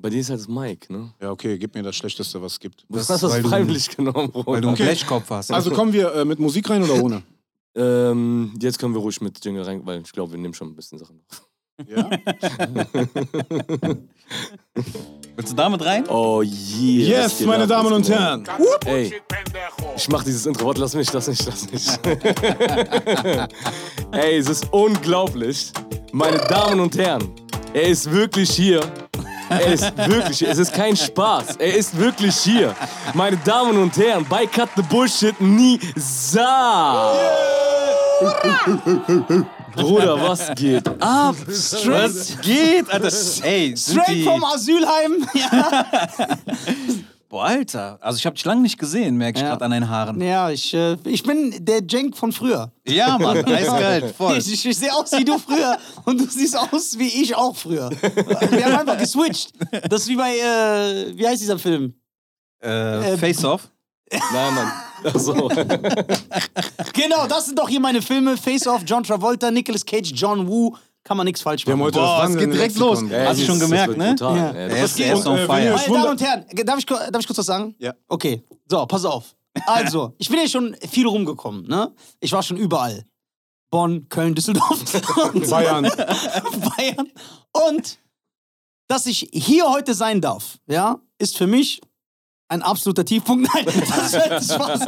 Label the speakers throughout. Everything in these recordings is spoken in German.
Speaker 1: Bei dir ist halt das Mike, ne?
Speaker 2: Ja, okay, gib mir das Schlechteste, was es gibt.
Speaker 1: Du
Speaker 3: Das-
Speaker 1: hast das
Speaker 3: weil du-
Speaker 1: freiwillig genommen, Bro.
Speaker 3: Weil du einen
Speaker 2: Okay.
Speaker 3: Blechkopf hast.
Speaker 2: Also kommen wir äh, mit Musik rein oder ohne?
Speaker 1: Ähm, jetzt können wir ruhig mit Jingle rein, weil ich glaube, wir nehmen schon ein bisschen Sachen.
Speaker 2: ja?
Speaker 4: Willst du damit rein?
Speaker 1: Oh yeah. das
Speaker 2: Yes,
Speaker 1: geht
Speaker 2: meine
Speaker 1: ab,
Speaker 2: Damen
Speaker 1: das
Speaker 2: und
Speaker 1: geht ab.
Speaker 2: Herren.
Speaker 1: genau- Ey, ich mach dieses Intro. Warte, lass mich, lass mich, lass mich. Ey, es ist unglaublich. Meine Damen und Herren, er ist wirklich hier. Er ist wirklich hier. Es ist kein Spaß. Er ist wirklich hier. Meine Damen und Herren, bei Cut the Bullshit Nisa. Bruder, was geht ab?
Speaker 4: Was geht? Alter, ey, sind die...
Speaker 5: Asylheim. Ja,
Speaker 4: Boah, Alter. Also ich habe dich lange nicht gesehen, merke ich
Speaker 5: Ja.
Speaker 4: gerade an deinen Haaren.
Speaker 5: ja ich, äh, ich bin der Jenk von früher.
Speaker 4: Ja, Mann, eiskalt, voll.
Speaker 5: Ich, ich, ich sehe aus wie du früher und du siehst aus wie ich auch früher. Wir haben einfach geswitcht. Das ist wie bei, äh, wie heißt dieser Film?
Speaker 4: Äh, Face Off.
Speaker 1: Nein, Mann. Ach so.
Speaker 5: Genau, das sind doch hier meine Filme. Face Off, John Travolta, Nicolas Cage, John Woo. Kann man nichts falsch
Speaker 2: Wir haben
Speaker 5: machen.
Speaker 2: heute
Speaker 4: Boah,
Speaker 2: das
Speaker 4: es
Speaker 2: Wahnsinn
Speaker 4: geht
Speaker 2: in
Speaker 4: direkt
Speaker 2: Lexikon.
Speaker 4: los. Hast du schon
Speaker 1: das
Speaker 4: gemerkt,
Speaker 1: wird
Speaker 4: ne?
Speaker 1: brutal.
Speaker 5: Ja.
Speaker 1: Ey,
Speaker 4: Er
Speaker 1: das
Speaker 4: ist, er ist
Speaker 2: Und,
Speaker 4: on
Speaker 2: äh, wenn ihr
Speaker 4: fire.
Speaker 2: es-
Speaker 5: Meine Damen und Herren, darf ich, darf ich kurz was sagen?
Speaker 2: Ja.
Speaker 5: Okay, so, pass auf. Also, ich bin ja schon viel rumgekommen, ne? Ich war schon überall. Bonn, Köln, Düsseldorf. Und
Speaker 2: Bayern.
Speaker 5: Bayern. Und dass ich hier heute sein darf, ja, ist für mich ein absoluter Tiefpunkt. Nein, das ist Spaß.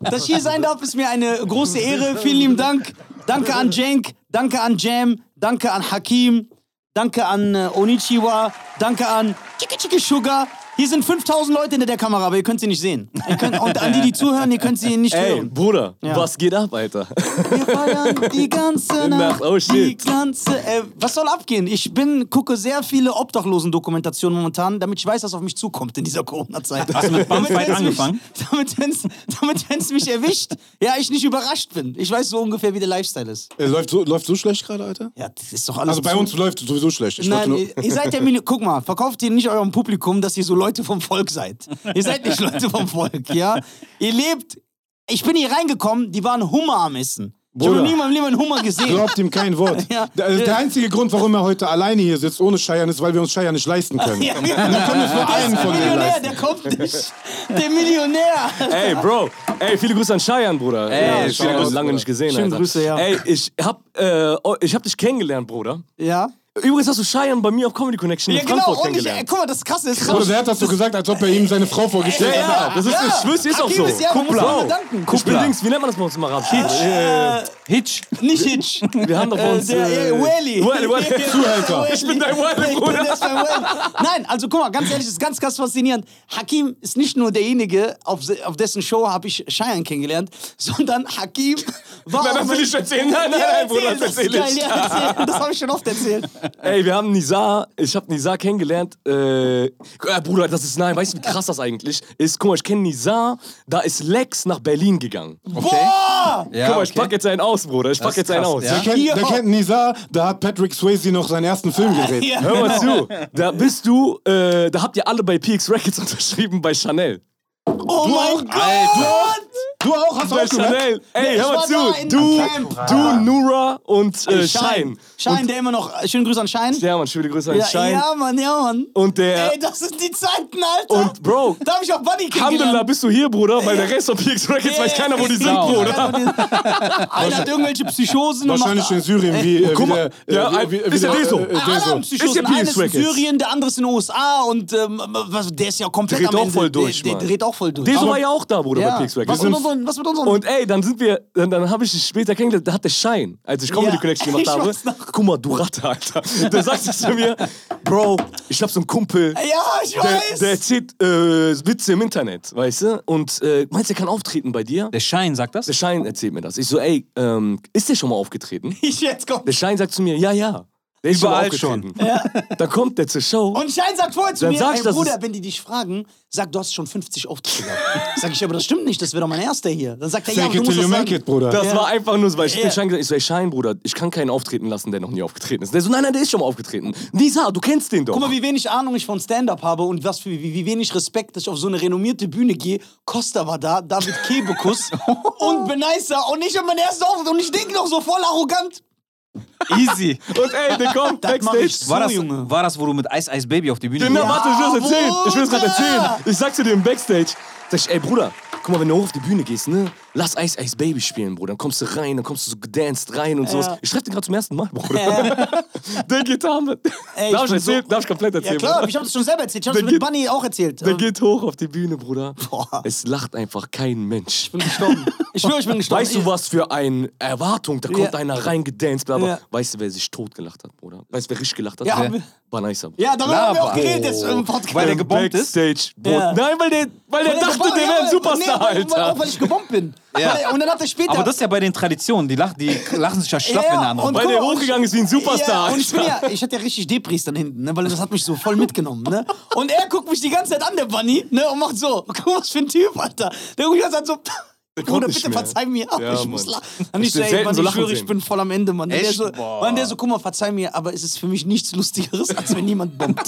Speaker 5: Dass ich hier sein darf, ist mir eine große Ehre. Vielen lieben Dank. Danke an Jenk, danke an Jam, danke an Hakim, danke an äh, Onichiwa, danke an Chiki Chiki Sugar. Hier sind 5000 Leute hinter der Kamera, aber ihr könnt sie nicht sehen. Ihr könnt, und an die, die zuhören, ihr könnt sie nicht
Speaker 1: Ey,
Speaker 5: hören.
Speaker 1: Bruder,
Speaker 5: Ja.
Speaker 1: was geht ab, Alter?
Speaker 5: Wir feiern die ganze
Speaker 1: Nacht,
Speaker 5: Nacht.
Speaker 1: oh
Speaker 5: die
Speaker 1: shit.
Speaker 5: ganze. Äh, was soll abgehen? Ich bin, gucke sehr viele Obdachlosen-Dokumentationen momentan, damit ich weiß, was auf mich zukommt in dieser Corona-Zeit. Hast
Speaker 4: du mit Bang Fight angefangen?
Speaker 5: Damit, wenn's, damit, wenn's mich erwischt, ja, ich nicht überrascht bin. Ich weiß so ungefähr, wie der Lifestyle ist.
Speaker 2: Äh, läuft, so, läuft so schlecht gerade, Alter?
Speaker 5: Ja, das ist doch alles.
Speaker 2: Also bei
Speaker 5: zu-
Speaker 2: uns läuft sowieso schlecht. Ich wollte
Speaker 5: Nein,
Speaker 2: nur,
Speaker 5: ihr, ihr seid ja Mini Guck mal, verkauft ihr nicht eurem Publikum, dass ihr so Leute vom Volk seid. Ihr seid nicht Leute vom Volk, ja? Ihr lebt. Ich bin hier reingekommen, die waren Hummer am Essen. Ich habe
Speaker 2: Bruder.
Speaker 5: noch nie in meinem Leben einen Hummer gesehen.
Speaker 2: glaubt ihm kein Wort.
Speaker 5: Ja.
Speaker 2: Der, also der einzige Grund, warum er heute alleine hier sitzt, ohne Scheiern, ist, weil wir uns Scheiern nicht leisten können.
Speaker 5: Ja, ja. Da
Speaker 2: können wir für einen von denen
Speaker 5: Millionär,
Speaker 2: leisten.
Speaker 5: der kommt nicht. Der Millionär.
Speaker 1: Ey, Bro. Ey, viele Grüße an Cheyenne, Bruder.
Speaker 4: Ey,
Speaker 1: ich habe
Speaker 4: Grüße,
Speaker 1: lange
Speaker 2: Bruder.
Speaker 1: nicht gesehen,
Speaker 5: Schöne
Speaker 1: Alter.
Speaker 5: Grüße, ja.
Speaker 1: Ey, ich hab, äh, oh, ich hab dich kennengelernt, Bruder.
Speaker 5: Ja.
Speaker 1: Übrigens hast du Cheyenne bei mir auf Comedy Connection
Speaker 5: Ja,
Speaker 1: in
Speaker 5: genau.
Speaker 1: Frankfurt
Speaker 5: Und ich, ey,
Speaker 1: kennengelernt.
Speaker 5: guck mal, das Krasse ist.
Speaker 2: Oder der hat das so gesagt, als ob er ihm seine Frau vorgestellt
Speaker 1: ja,
Speaker 2: hat.
Speaker 1: ja, das ist,
Speaker 5: Ja.
Speaker 1: ich schwör's, ist auch
Speaker 5: Hakim
Speaker 1: so.
Speaker 5: ist ja- muss man
Speaker 1: Kumpler.
Speaker 5: bedanken.
Speaker 1: Ich bin
Speaker 4: Kumpler.
Speaker 1: links, wie nennt man das bei uns im Arabisch?
Speaker 4: Äh, Hitch.
Speaker 5: Nicht Hitch.
Speaker 1: Wir haben doch bei uns...
Speaker 5: Der
Speaker 1: äh,
Speaker 5: äh, Wally.
Speaker 1: Wally, Wally.
Speaker 2: Zuhälter.
Speaker 5: Ich bin dein Wally, Bruder. Nein, also guck mal, ganz ehrlich, das ist ganz, ganz faszinierend. Hakim ist nicht nur derjenige, auf, se- auf dessen Show habe ich Cheyenne kennengelernt, sondern Hakim war.
Speaker 1: Nein, das will ich erzählen. Nein, nein,
Speaker 5: Ja,
Speaker 1: nein, Bruder, das
Speaker 5: ist
Speaker 1: erzähl ich.
Speaker 5: geil, ja, erzähl. Das habe ich schon oft erzählt.
Speaker 1: Ey, wir haben Nizar, ich hab Nizar kennengelernt. Äh, äh, Bruder, das ist nein, weißt du, wie krass das eigentlich ist? Guck mal, ich kenne Nizar, da ist Lex nach Berlin gegangen.
Speaker 5: Boah!
Speaker 4: Ja,
Speaker 1: Guck mal, ich
Speaker 4: okay.
Speaker 1: pack jetzt einen aus, Bruder. Ich pack
Speaker 4: ist
Speaker 1: jetzt einen
Speaker 4: krass,
Speaker 1: aus.
Speaker 4: ja.
Speaker 2: Der kennt, der kennt Nizar, da hat Patrick Swayze noch seinen ersten Film gedreht.
Speaker 5: Ja.
Speaker 1: Hör mal zu, da bist du, äh, da habt ihr alle bei PX Records unterschrieben bei Chanel.
Speaker 5: Oh mein
Speaker 4: Alter.
Speaker 5: Gott!
Speaker 2: Du auch, hast du
Speaker 1: Bei
Speaker 2: auch gehört?
Speaker 1: Chanel, ey,
Speaker 5: ne? Ich
Speaker 1: hör mal
Speaker 5: war da
Speaker 1: zu,
Speaker 5: in
Speaker 1: du,
Speaker 5: einem Camp.
Speaker 1: du, Nura und äh, Shine.
Speaker 5: Schein. Schein, der immer noch. äh, Schönen Grüß an Schein.
Speaker 1: Ja, Mann, schöne Grüße an
Speaker 5: Ja,
Speaker 1: Shine.
Speaker 5: ja, Mann, ja, Mann.
Speaker 1: Und der,
Speaker 5: Ey, das sind die Zeiten, Alter.
Speaker 1: und Bro,
Speaker 5: da hab ich auch Buddy
Speaker 1: Alhamdulillah
Speaker 5: kennengelernt.
Speaker 1: bist du hier, Bruder, weil der Rest von PX Records weiß keiner, wo die sind,
Speaker 5: Ja,
Speaker 1: Bruder.
Speaker 5: keiner, wo die- Einer hat irgendwelche Psychosen
Speaker 2: Wahrscheinlich
Speaker 5: und
Speaker 2: in
Speaker 5: macht
Speaker 2: Syrien, wie, äh,
Speaker 1: guck
Speaker 2: wie
Speaker 1: mal,
Speaker 2: der, äh,
Speaker 1: ja,
Speaker 2: wie,
Speaker 1: ist der Deso.
Speaker 2: äh,
Speaker 5: alle haben
Speaker 2: Deso.
Speaker 5: Psychosen.
Speaker 1: Ist ja
Speaker 5: Einer ist in
Speaker 1: Peace Records.
Speaker 5: Syrien, der andere ist in den USA und ähm, was, der ist ja komplett
Speaker 1: Dreht
Speaker 5: am
Speaker 1: auch
Speaker 5: Ende.
Speaker 1: voll durch,
Speaker 5: der, der
Speaker 1: Mann.
Speaker 5: dreht auch voll durch.
Speaker 1: Deso war ja auch da, Bruder,
Speaker 5: ja.
Speaker 1: bei PX
Speaker 5: was,
Speaker 1: Records.
Speaker 5: mit unseren, was mit unseren?
Speaker 1: Und ey, dann sind wir, dann, dann habe ich dich später kennengelernt, da hat der Schein, als ich Comedy
Speaker 5: Ja,
Speaker 1: Connection
Speaker 5: ich
Speaker 1: gemacht habe,
Speaker 5: weiß noch.
Speaker 1: guck mal, du Ratte, Alter. Da sagst du zu mir, Bro, ich hab so einen Kumpel,
Speaker 5: ja, ich
Speaker 1: der,
Speaker 5: weiß.
Speaker 1: der erzählt äh, Witze im Internet, weißt du? Und äh, meinst du, er kann auftreten bei dir?
Speaker 4: Der Schein sagt das?
Speaker 1: Der Schein erzählt mir das. Ich so, ey, ähm, ist der schon mal aufgetreten?
Speaker 5: ich jetzt komm.
Speaker 1: Der Schein sagt zu mir, ja, ja. Der ist
Speaker 4: Überall
Speaker 1: schon. Mal aufgetreten. Dann kommt der zur Show.
Speaker 5: Und Schein sagt vorher zu
Speaker 1: Dann
Speaker 5: mir,
Speaker 1: sag ich,
Speaker 5: ey
Speaker 1: dass
Speaker 5: Bruder,
Speaker 1: es-
Speaker 5: wenn die dich fragen, sag, du hast schon 50 Auftritte gehabt. Sag ich, aber das stimmt nicht, das wäre doch mein erster hier. Dann sagt er, ja,
Speaker 2: Fake
Speaker 5: aber du
Speaker 2: it
Speaker 5: musst
Speaker 2: till you
Speaker 5: das
Speaker 2: make
Speaker 5: sagen.
Speaker 2: it, Bruder.
Speaker 1: Das war einfach nur so, weil ich
Speaker 5: Ja.
Speaker 1: yeah. Schein gesagt ich so, ey, Schein, Bruder, ich kann keinen auftreten lassen, der noch nie aufgetreten ist. Der so, nein, nein, der ist schon mal aufgetreten. Nisa, du kennst den doch.
Speaker 5: Guck mal, wie wenig Ahnung ich von Stand-Up habe und was für, wie, wie wenig Respekt, dass ich auf so eine renommierte Bühne gehe. Costa war da, David Kebekus und Benaisa und ich habe meinen ersten Auftritt und ich denke noch so voll arrogant.
Speaker 4: Easy.
Speaker 1: Und ey, der kommt
Speaker 5: Das mach ich
Speaker 1: backstage.
Speaker 5: so,
Speaker 4: War das,
Speaker 5: Junge.
Speaker 4: war das, wo du mit Ice Ice Baby auf die Bühne
Speaker 1: Genau,
Speaker 4: gegangen
Speaker 1: warte, ich will das erzählen. Ich will das gerade
Speaker 5: Bruder.
Speaker 1: erzählen. Ich sag's dir im Backstage. Sag ich, ey Bruder, guck mal, wenn du hoch auf die Bühne gehst, ne? Lass Ice Ice Baby spielen, Bruder. Dann kommst du rein, dann kommst du so gedanced rein und sowas. Ich schreib den gerade zum ersten Mal, Bruder. der geht damit.
Speaker 5: Ey,
Speaker 1: Darf
Speaker 5: ich
Speaker 1: ich
Speaker 5: bin so-
Speaker 1: erzählen? Darf ich komplett
Speaker 5: Ja
Speaker 1: erzählen?
Speaker 5: klar,
Speaker 1: Bruder?
Speaker 5: ich habe das schon selber erzählt. Ich habe es
Speaker 1: Der
Speaker 5: mit
Speaker 1: geht-
Speaker 5: Bunny auch erzählt.
Speaker 1: Der
Speaker 5: Ich
Speaker 1: geht hoch auf die Bühne, Bruder.
Speaker 5: Boah.
Speaker 1: Es lacht einfach kein Mensch.
Speaker 5: bin gestorben. Ich schwöre, ich bin gestorben.
Speaker 1: Weißt du, was für eine Erwartung? Da kommt
Speaker 5: Ja.
Speaker 1: einer reingedanced, bla bla.
Speaker 5: Ja.
Speaker 1: Weißt du, wer sich totgelacht hat, Bruder? Weißt du, wer richtig gelacht hat?
Speaker 5: Ja,
Speaker 1: Wer?
Speaker 5: haben wir-
Speaker 1: Banaisa.
Speaker 5: Ja, darüber haben wir auch
Speaker 4: Laber.
Speaker 5: geredet jetzt im
Speaker 4: Weil
Speaker 5: Podcast.
Speaker 4: der gebombt ist?
Speaker 1: Backstage.
Speaker 5: Ja.
Speaker 1: Nein, weil der, weil der dachte, der wäre ein Superstar,
Speaker 5: nee, weil- Weil,
Speaker 1: Alter.
Speaker 5: auch weil ich gebombt bin.
Speaker 4: Ja.
Speaker 5: Weil- Und dann hat er später...
Speaker 4: Aber das ist ja bei den Traditionen. Die lachen, die lachen sich ja schlapp,
Speaker 5: Ja,
Speaker 4: wenn der andere
Speaker 5: und
Speaker 1: Weil
Speaker 5: guck
Speaker 1: der
Speaker 5: mal, und-
Speaker 1: hochgegangen ist wie ein Superstar.
Speaker 5: Ja, und ich, bin
Speaker 1: Alter.
Speaker 5: ja, ich hatte ja richtig Depris dann hinten, ne, weil das hat mich so voll mitgenommen. Ne? Und er guckt mich die ganze Zeit an, der Bunny, ne, und macht so, guck mal, was für ein Typ, Alter. Der guckt mich die ganze Zeit so, Bruder,
Speaker 1: nicht
Speaker 5: bitte
Speaker 1: mehr.
Speaker 5: verzeih mir, aber
Speaker 1: Ja,
Speaker 5: ich muss
Speaker 1: Mann.
Speaker 5: lachen. Und ich
Speaker 1: Ich
Speaker 5: so,
Speaker 1: bin
Speaker 5: ey,
Speaker 1: selten
Speaker 5: Mann,
Speaker 1: so
Speaker 5: ich
Speaker 1: lachen
Speaker 5: schwöre, ich
Speaker 1: sehen.
Speaker 5: bin voll am Ende, Mann. Und Der
Speaker 4: Echt?
Speaker 5: so,
Speaker 4: Boah.
Speaker 5: Mann, der so, guck mal, verzeih mir, aber es ist für mich nichts Lustigeres, als wenn niemand bombt.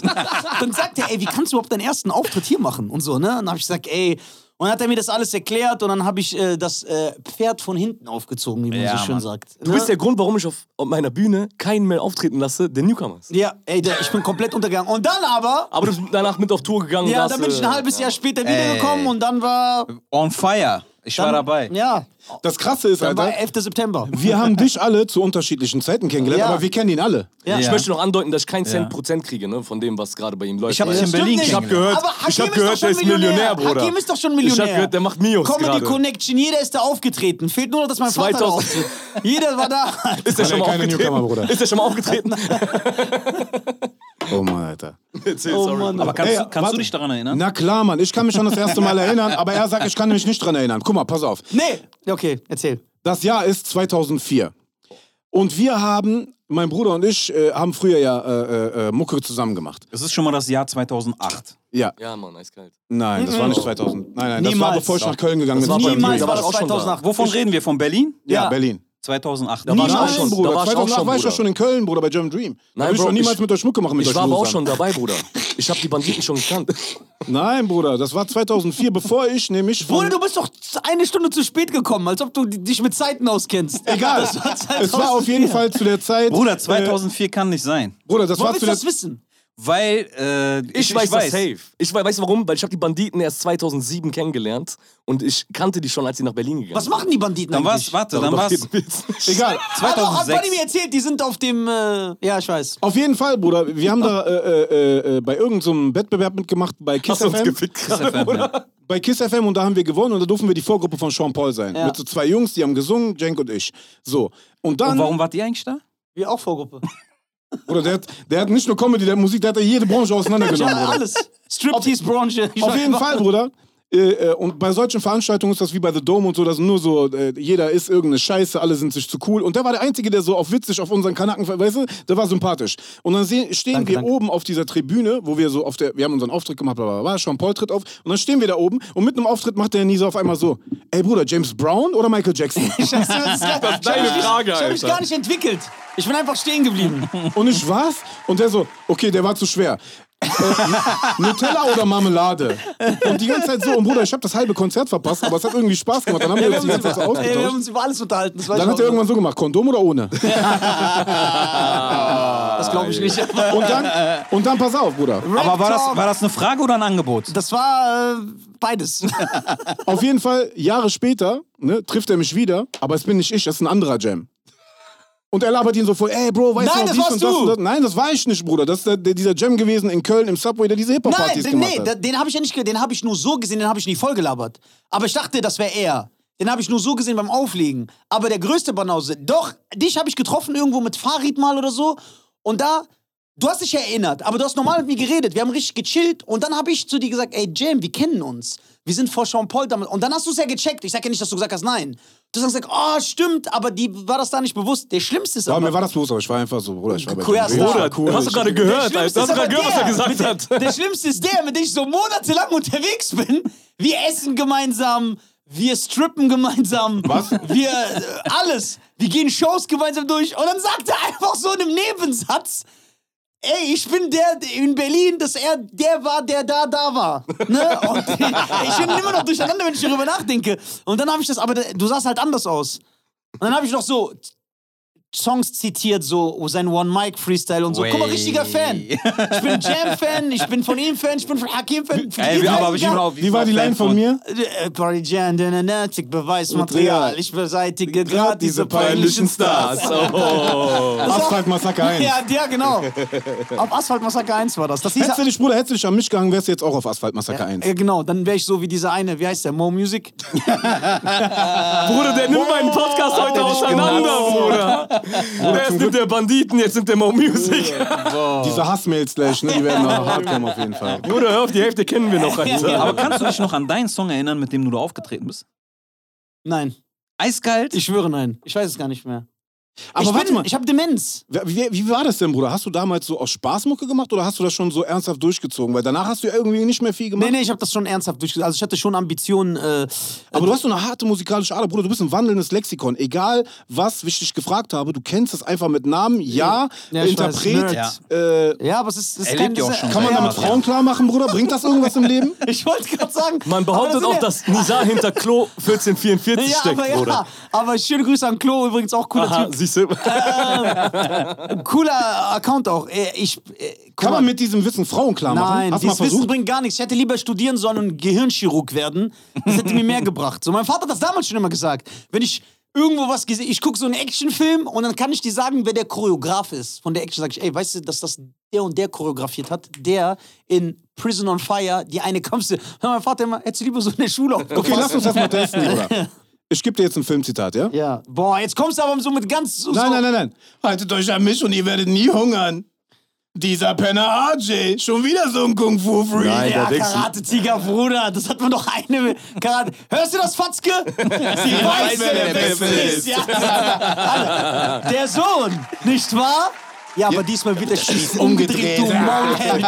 Speaker 5: dann sagt er, ey, wie kannst du überhaupt deinen ersten Auftritt hier machen? Und so, ne, und dann hab ich gesagt, ey... Und dann hat er mir das alles erklärt und dann habe ich äh, das äh, Pferd von hinten aufgezogen, wie man
Speaker 4: Ja,
Speaker 5: so schön
Speaker 4: Mann.
Speaker 5: sagt. ne?
Speaker 1: Du bist der Grund, warum ich auf, auf meiner Bühne keinen mehr auftreten lasse, der Newcomers.
Speaker 5: Ja, ey, da, ich bin komplett untergegangen. Und dann aber,
Speaker 1: Aber du bist danach mit auf Tour gegangen. und
Speaker 5: ja,
Speaker 1: warst,
Speaker 5: dann bin ich
Speaker 1: äh,
Speaker 5: ein halbes Jahr später wiedergekommen
Speaker 4: Ey.
Speaker 5: und dann war.
Speaker 4: On fire. Ich war
Speaker 5: dann,
Speaker 4: dabei.
Speaker 5: Ja,
Speaker 2: Das Krasse ist,
Speaker 5: dann war
Speaker 2: Alter,
Speaker 5: 11. September.
Speaker 2: wir haben dich alle zu unterschiedlichen Zeiten kennengelernt,
Speaker 5: Ja.
Speaker 2: aber wir kennen ihn alle.
Speaker 5: Ja.
Speaker 1: Ich möchte noch andeuten, dass ich keinen Cent
Speaker 4: Ja.
Speaker 1: Prozent kriege ne, von dem, was gerade bei ihm läuft.
Speaker 4: Ich hab
Speaker 1: Weil-
Speaker 4: dich in
Speaker 5: stimmt
Speaker 4: Berlin
Speaker 5: nicht.
Speaker 1: Ich hab
Speaker 4: kennengelernt.
Speaker 1: gehört,
Speaker 5: Aber Hakim
Speaker 1: ich hab
Speaker 5: ist
Speaker 1: gehört
Speaker 5: doch schon
Speaker 1: der ist Millionär, Bruder.
Speaker 5: Hakim ist doch schon
Speaker 1: Ich
Speaker 5: Millionär.
Speaker 1: hab gehört, der macht Mios
Speaker 5: Comedy
Speaker 1: gerade.
Speaker 5: Connection, jeder ist da aufgetreten. Fehlt nur noch, dass mein Vater da
Speaker 1: 2000.
Speaker 5: auftritt. Jeder war da.
Speaker 1: Ist der schon mal
Speaker 2: Keine Newcomer,
Speaker 1: aufgetreten?
Speaker 2: Bruder.
Speaker 1: Ist der schon mal aufgetreten?
Speaker 2: Oh Mann, Alter.
Speaker 1: Erzähl,
Speaker 5: Oh,
Speaker 1: sorry.
Speaker 5: Mann.
Speaker 4: Aber kannst,
Speaker 2: Ey,
Speaker 4: du- kannst
Speaker 2: warte.
Speaker 4: du dich daran erinnern?
Speaker 2: Na klar, Mann, ich kann mich an das erste Mal erinnern, aber er sagt, ich kann mich nicht dran erinnern. Guck mal, pass auf.
Speaker 5: Nee, okay, erzähl.
Speaker 2: Das Jahr ist 2004. Und wir haben, mein Bruder und ich, äh, haben früher ja äh, äh, äh, Mucke zusammen gemacht.
Speaker 4: Es ist schon mal das Jahr 2008.
Speaker 2: Ja.
Speaker 1: Ja, Mann, eiskalt.
Speaker 2: Nein, das war nicht 2000. Nein, nein, das
Speaker 5: Niemals.
Speaker 2: war bevor ich nach Köln gegangen bin.
Speaker 1: war
Speaker 2: mit meinem
Speaker 1: bei mir.
Speaker 5: Niemals
Speaker 1: da
Speaker 2: Bruder.
Speaker 5: war
Speaker 1: war ich auch
Speaker 5: das
Speaker 1: schon da.
Speaker 5: 2008.
Speaker 4: Wovon reden wir? Von Berlin?
Speaker 2: Ja,
Speaker 5: Ja.
Speaker 2: Berlin.
Speaker 4: 2008.
Speaker 1: Da war ich auch
Speaker 2: Nein,
Speaker 1: schon- da
Speaker 2: Bruder,
Speaker 1: war ich auch
Speaker 2: 2008
Speaker 1: schon,
Speaker 2: war ich ja
Speaker 1: Bruder.
Speaker 2: schon in Köln, Bruder, bei German Dream. Da
Speaker 1: Nein,
Speaker 2: will ich
Speaker 1: Bro,
Speaker 2: doch niemals
Speaker 1: ich-
Speaker 2: mit euch Mucke machen mit
Speaker 1: Ich
Speaker 2: euch
Speaker 1: war aber auch
Speaker 2: Losern.
Speaker 1: schon dabei, Bruder. Ich hab die Banditen schon gekannt.
Speaker 2: Nein, Bruder, das war 2004, bevor ich nämlich von...
Speaker 5: Bruder, du bist doch eine Stunde zu spät gekommen, als ob du dich mit Zeiten auskennst.
Speaker 2: Egal,
Speaker 5: Das war 2004.
Speaker 2: es war auf jeden Fall zu der Zeit...
Speaker 5: Äh.
Speaker 4: Bruder, 2004 kann nicht sein.
Speaker 2: Äh, Bruder, das
Speaker 5: Wo
Speaker 2: war
Speaker 5: willst
Speaker 2: zu
Speaker 5: du
Speaker 2: der...
Speaker 5: das wissen?
Speaker 4: Weil äh,
Speaker 1: Ich, weiß, das safe. Ich weiß, weißt du warum? Weil ich habe die Banditen erst 2007 kennengelernt und ich kannte die schon, als sie nach Berlin gegangen
Speaker 5: Was machen die Banditen
Speaker 4: Dann war's,
Speaker 5: eigentlich?
Speaker 4: warte, dann
Speaker 1: Darüber
Speaker 4: war's.
Speaker 1: reden wir jetzt nicht.
Speaker 2: Egal.
Speaker 5: Hat doch- Hat
Speaker 4: 2006.
Speaker 5: Bunny mir erzählt, die sind auf dem. Äh, ja, ich weiß.
Speaker 2: Auf jeden Fall, Bruder. Wir haben da äh, äh, äh, bei irgendeinem so einem Wettbewerb mitgemacht, bei Kiss
Speaker 1: Hast du uns
Speaker 2: FM.
Speaker 1: gefickt
Speaker 4: Das ist
Speaker 1: gerade,
Speaker 4: FM,
Speaker 1: Bruder?
Speaker 4: ja.
Speaker 2: bei Kiss FM und da haben wir gewonnen und da durften wir die Vorgruppe von Sean Paul sein.
Speaker 5: Ja.
Speaker 2: Mit so zwei Jungs, die haben gesungen, Jenk und ich. So. Und dann.
Speaker 4: Und warum wart ihr eigentlich da?
Speaker 5: Wir auch Vorgruppe.
Speaker 2: Bruder, der hat, der hat nicht nur Comedy, der hat Musik, der hat ja jede Branche auseinandergenommen,
Speaker 5: Ja,
Speaker 2: Bruder.
Speaker 5: alles. Striptease-Branche.
Speaker 2: Auf jeden Fall, Bruder. Äh, äh, und bei solchen Veranstaltungen ist das wie bei The Dome und so, dass nur so, äh, jeder ist irgendeine Scheiße, alle sind sich zu cool. Und der war der Einzige, der so auf witzig auf unseren Kanaken, weißt du, der war sympathisch. Und dann sehen, stehen wir oben auf dieser Tribüne, wo wir so auf der, wir haben unseren Auftritt gemacht, bla bla bla, Sean Paul tritt auf. Und dann stehen wir da oben und mit einem Auftritt macht der Nisa auf einmal so, ey Bruder, James Brown oder Michael Jackson?
Speaker 5: Das ist
Speaker 1: deine Frage,
Speaker 5: Ich habe mich
Speaker 1: Alter.
Speaker 5: gar nicht entwickelt. Ich bin einfach stehen geblieben.
Speaker 2: Und ich war's? Und der so, okay, der war zu schwer. Äh, Nutella oder Marmelade? Und die ganze Zeit so, und Bruder, ich habe das halbe Konzert verpasst, aber es hat irgendwie Spaß gemacht. Dann haben wir
Speaker 5: Wir
Speaker 2: das die
Speaker 5: haben uns
Speaker 2: ganze Zeit so
Speaker 5: über, ey, wir haben
Speaker 2: ausgetauscht.
Speaker 5: uns über alles unterhalten. Das, weiß
Speaker 2: Dann
Speaker 5: ich
Speaker 2: hat
Speaker 5: auch
Speaker 2: er irgendwann so gemacht, Kondom oder ohne?
Speaker 5: noch. das glaube ich nicht.
Speaker 2: Und dann, und dann pass auf, Bruder.
Speaker 4: Aber war das,
Speaker 5: Talk.
Speaker 4: war das eine Frage oder ein Angebot?
Speaker 5: Das war äh, beides.
Speaker 2: Auf jeden Fall, Jahre später, ne, trifft er mich wieder, aber es bin nicht ich, das ist ein anderer Jam. Und er labert ihn so voll, ey Bro, weißt
Speaker 5: Nein,
Speaker 2: du noch
Speaker 5: das
Speaker 2: dies und
Speaker 5: warst
Speaker 2: das
Speaker 5: du.
Speaker 2: und das? Nein, das war ich nicht, Bruder. Das ist der, der, dieser Jam gewesen in Köln im Subway, der diese Hip-Hop-Partys
Speaker 5: Nein,
Speaker 2: gemacht
Speaker 5: nee,
Speaker 2: hat.
Speaker 5: da- den habe ich ja nicht, ge- den habe ich nur so gesehen, den habe ich nie vollgelabert. Aber ich dachte, das wäre er. Den habe ich nur so gesehen beim Auflegen. Aber der größte Banause, doch, dich habe ich getroffen irgendwo mit Farid mal oder so. Und da, du hast dich erinnert, aber du hast normal mit mir geredet. Wir haben richtig gechillt. Und dann habe ich zu dir gesagt, ey Jam, wir kennen uns. Wir sind vor Sean Paul damals. Und dann hast du es ja gecheckt. Ich sage ja nicht, dass du gesagt hast, nein. Du hast gesagt, oh, stimmt, aber die war das da nicht bewusst. Der Schlimmste ist
Speaker 2: Aber mir
Speaker 5: aber...
Speaker 2: war das bloß, aber ich war einfach so, Bruder, ich war bei
Speaker 5: Queer
Speaker 2: Jam.
Speaker 5: Star.
Speaker 1: Bruder,
Speaker 2: cool.
Speaker 1: hast du gerade gehört,
Speaker 5: Der Schlimmste
Speaker 1: Alter. Hast du
Speaker 5: ist
Speaker 1: gerade gehört, was er
Speaker 5: aber
Speaker 1: gesagt hat?
Speaker 5: Der Schlimmste ist der, mit dem ich so monatelang unterwegs bin. Wir essen gemeinsam, wir strippen gemeinsam.
Speaker 2: Was?
Speaker 5: Wir, äh, alles. Wir gehen Shows gemeinsam durch. Und dann sagt er einfach so in einem Nebensatz, ey, ich bin der in Berlin, dass er der war, der da, da war. Ne? Und ich bin immer noch durcheinander, wenn ich darüber nachdenke. Und dann habe ich das, aber du sahst halt anders aus. Und dann habe ich noch so Songs zitiert, so oh, sein One-Mic-Freestyle und so. Guck mal,
Speaker 4: Wey.
Speaker 5: richtiger Fan. Ich bin Jam-Fan, ich bin von ihm Fan, ich bin von Hakim-Fan. von
Speaker 4: Ey,
Speaker 5: jedem
Speaker 4: aber
Speaker 5: Fan.
Speaker 4: ich bin auch-
Speaker 2: Wie war die Line von mir?
Speaker 5: Äh, Parisian, Dynanatic, Beweismaterial. Ich beseitige gerade diese peinlichen Stars.
Speaker 1: Oh.
Speaker 2: Asphalt Massaker 1.
Speaker 5: Ja, ja, genau. Auf Asphalt Massaker 1 war das. das hieß,
Speaker 2: Hättest du dich, Bruder, hättest du dich an mich gehangen, wärst du jetzt auch auf Asphalt Massaker 1.
Speaker 5: äh, genau, dann wäre ich so wie dieser eine, wie heißt der, Mo Music?
Speaker 1: Bruder, der nimmt meinen Podcast heute auseinander, Bruder. Bruder, jetzt nimmt der Banditen, jetzt nimmt der Mo Music.
Speaker 5: Oh.
Speaker 2: Diese Hassmail-Slash, ne, die werden auch hart kommen auf jeden Fall.
Speaker 1: Bruder, hör auf, die Hälfte kennen wir noch, Alter.
Speaker 4: Aber kannst du dich noch an deinen Song erinnern, mit dem du da aufgetreten bist?
Speaker 5: Nein,
Speaker 4: Eiskalt?
Speaker 5: ich schwöre nein. Ich weiß es gar nicht mehr.
Speaker 2: Aber
Speaker 5: ich
Speaker 2: warte
Speaker 5: bin,
Speaker 2: mal,
Speaker 5: Ich habe Demenz.
Speaker 2: wie, wie war das denn, Bruder? Hast du damals so aus Spaß Mucke gemacht oder hast du das schon so ernsthaft durchgezogen? Weil danach hast du ja irgendwie nicht mehr viel gemacht.
Speaker 5: Nee, nee, ich habe das schon ernsthaft durchgesetzt. Also ich hatte schon Ambitionen. Äh,
Speaker 2: Aber du hast so eine harte musikalische Ader, Bruder. Du bist ein wandelndes Lexikon. Egal, was wichtig ich gefragt habe, du kennst es einfach mit Namen, ja,
Speaker 5: Ja, ich
Speaker 2: Interpret.
Speaker 5: weiß,
Speaker 2: äh,
Speaker 5: ja, aber es ist, es ist
Speaker 4: Er
Speaker 5: kein...
Speaker 4: lebt ja auch
Speaker 5: das-
Speaker 4: schon
Speaker 2: kann man
Speaker 4: Ja,
Speaker 2: damit
Speaker 4: ja.
Speaker 2: Frauen klar machen, Bruder? Bringt das irgendwas im Leben?
Speaker 5: Ich wollte gerade sagen.
Speaker 1: Man behauptet
Speaker 5: aber
Speaker 1: auch,
Speaker 5: das.
Speaker 1: dass Nisa hinter Klo 1444
Speaker 5: sind Ja, ja
Speaker 1: steckt,
Speaker 5: aber ja,
Speaker 1: Bruder.
Speaker 5: aber schöne Grüße an Klo, übrigens auch cooler
Speaker 1: Aha,
Speaker 5: Typ. Ähm,
Speaker 1: siehst du?
Speaker 5: Cooler Account auch. Äh, Ich, äh, guck
Speaker 2: Kann
Speaker 5: mal.
Speaker 2: man mit diesem Wissen Frauen klar machen?
Speaker 5: Nein,
Speaker 2: hast du mal
Speaker 5: dieses Wissen
Speaker 2: versucht?
Speaker 5: bringt gar nichts. Ich hätte lieber studieren sollen und Gehirnchirurg werden. Das hätte mir mehr gebracht. So, mein Vater hat das damals schon immer gesagt. Wenn ich irgendwo was gesehen ich gucke so einen Actionfilm und dann kann ich dir sagen, wer der Choreograf ist von der Action. Sag ich, ey, weißt du, dass das der und der choreografiert hat? Der in Prison on Fire, die eine Kampfszene. Dann Mein Vater immer, hättest du lieber so in der Schule aufgepasst.
Speaker 2: Okay, lass uns das mal testen, Bruder. Ich gebe dir jetzt ein Filmzitat, ja?
Speaker 5: Ja. Boah, jetzt kommst du aber so mit ganz. So,
Speaker 2: Nein,
Speaker 5: so,
Speaker 2: nein, nein, nein. Haltet euch an mich und ihr werdet nie hungern. Dieser Penner AJ, schon wieder so ein Kung-Fu-Freak.
Speaker 1: Nein,
Speaker 5: Ja,
Speaker 1: da denkst du-
Speaker 5: Karate-Tiger, Bruder, das hat man doch eine Karate. Hörst du das, Fatzke? Sie weiß, wer der Beste ist. Ja. Alle. Der Sohn, nicht wahr? Ja, aber diesmal wird der Spieß umgedreht,
Speaker 2: umgedreht.
Speaker 5: du Maulhemd.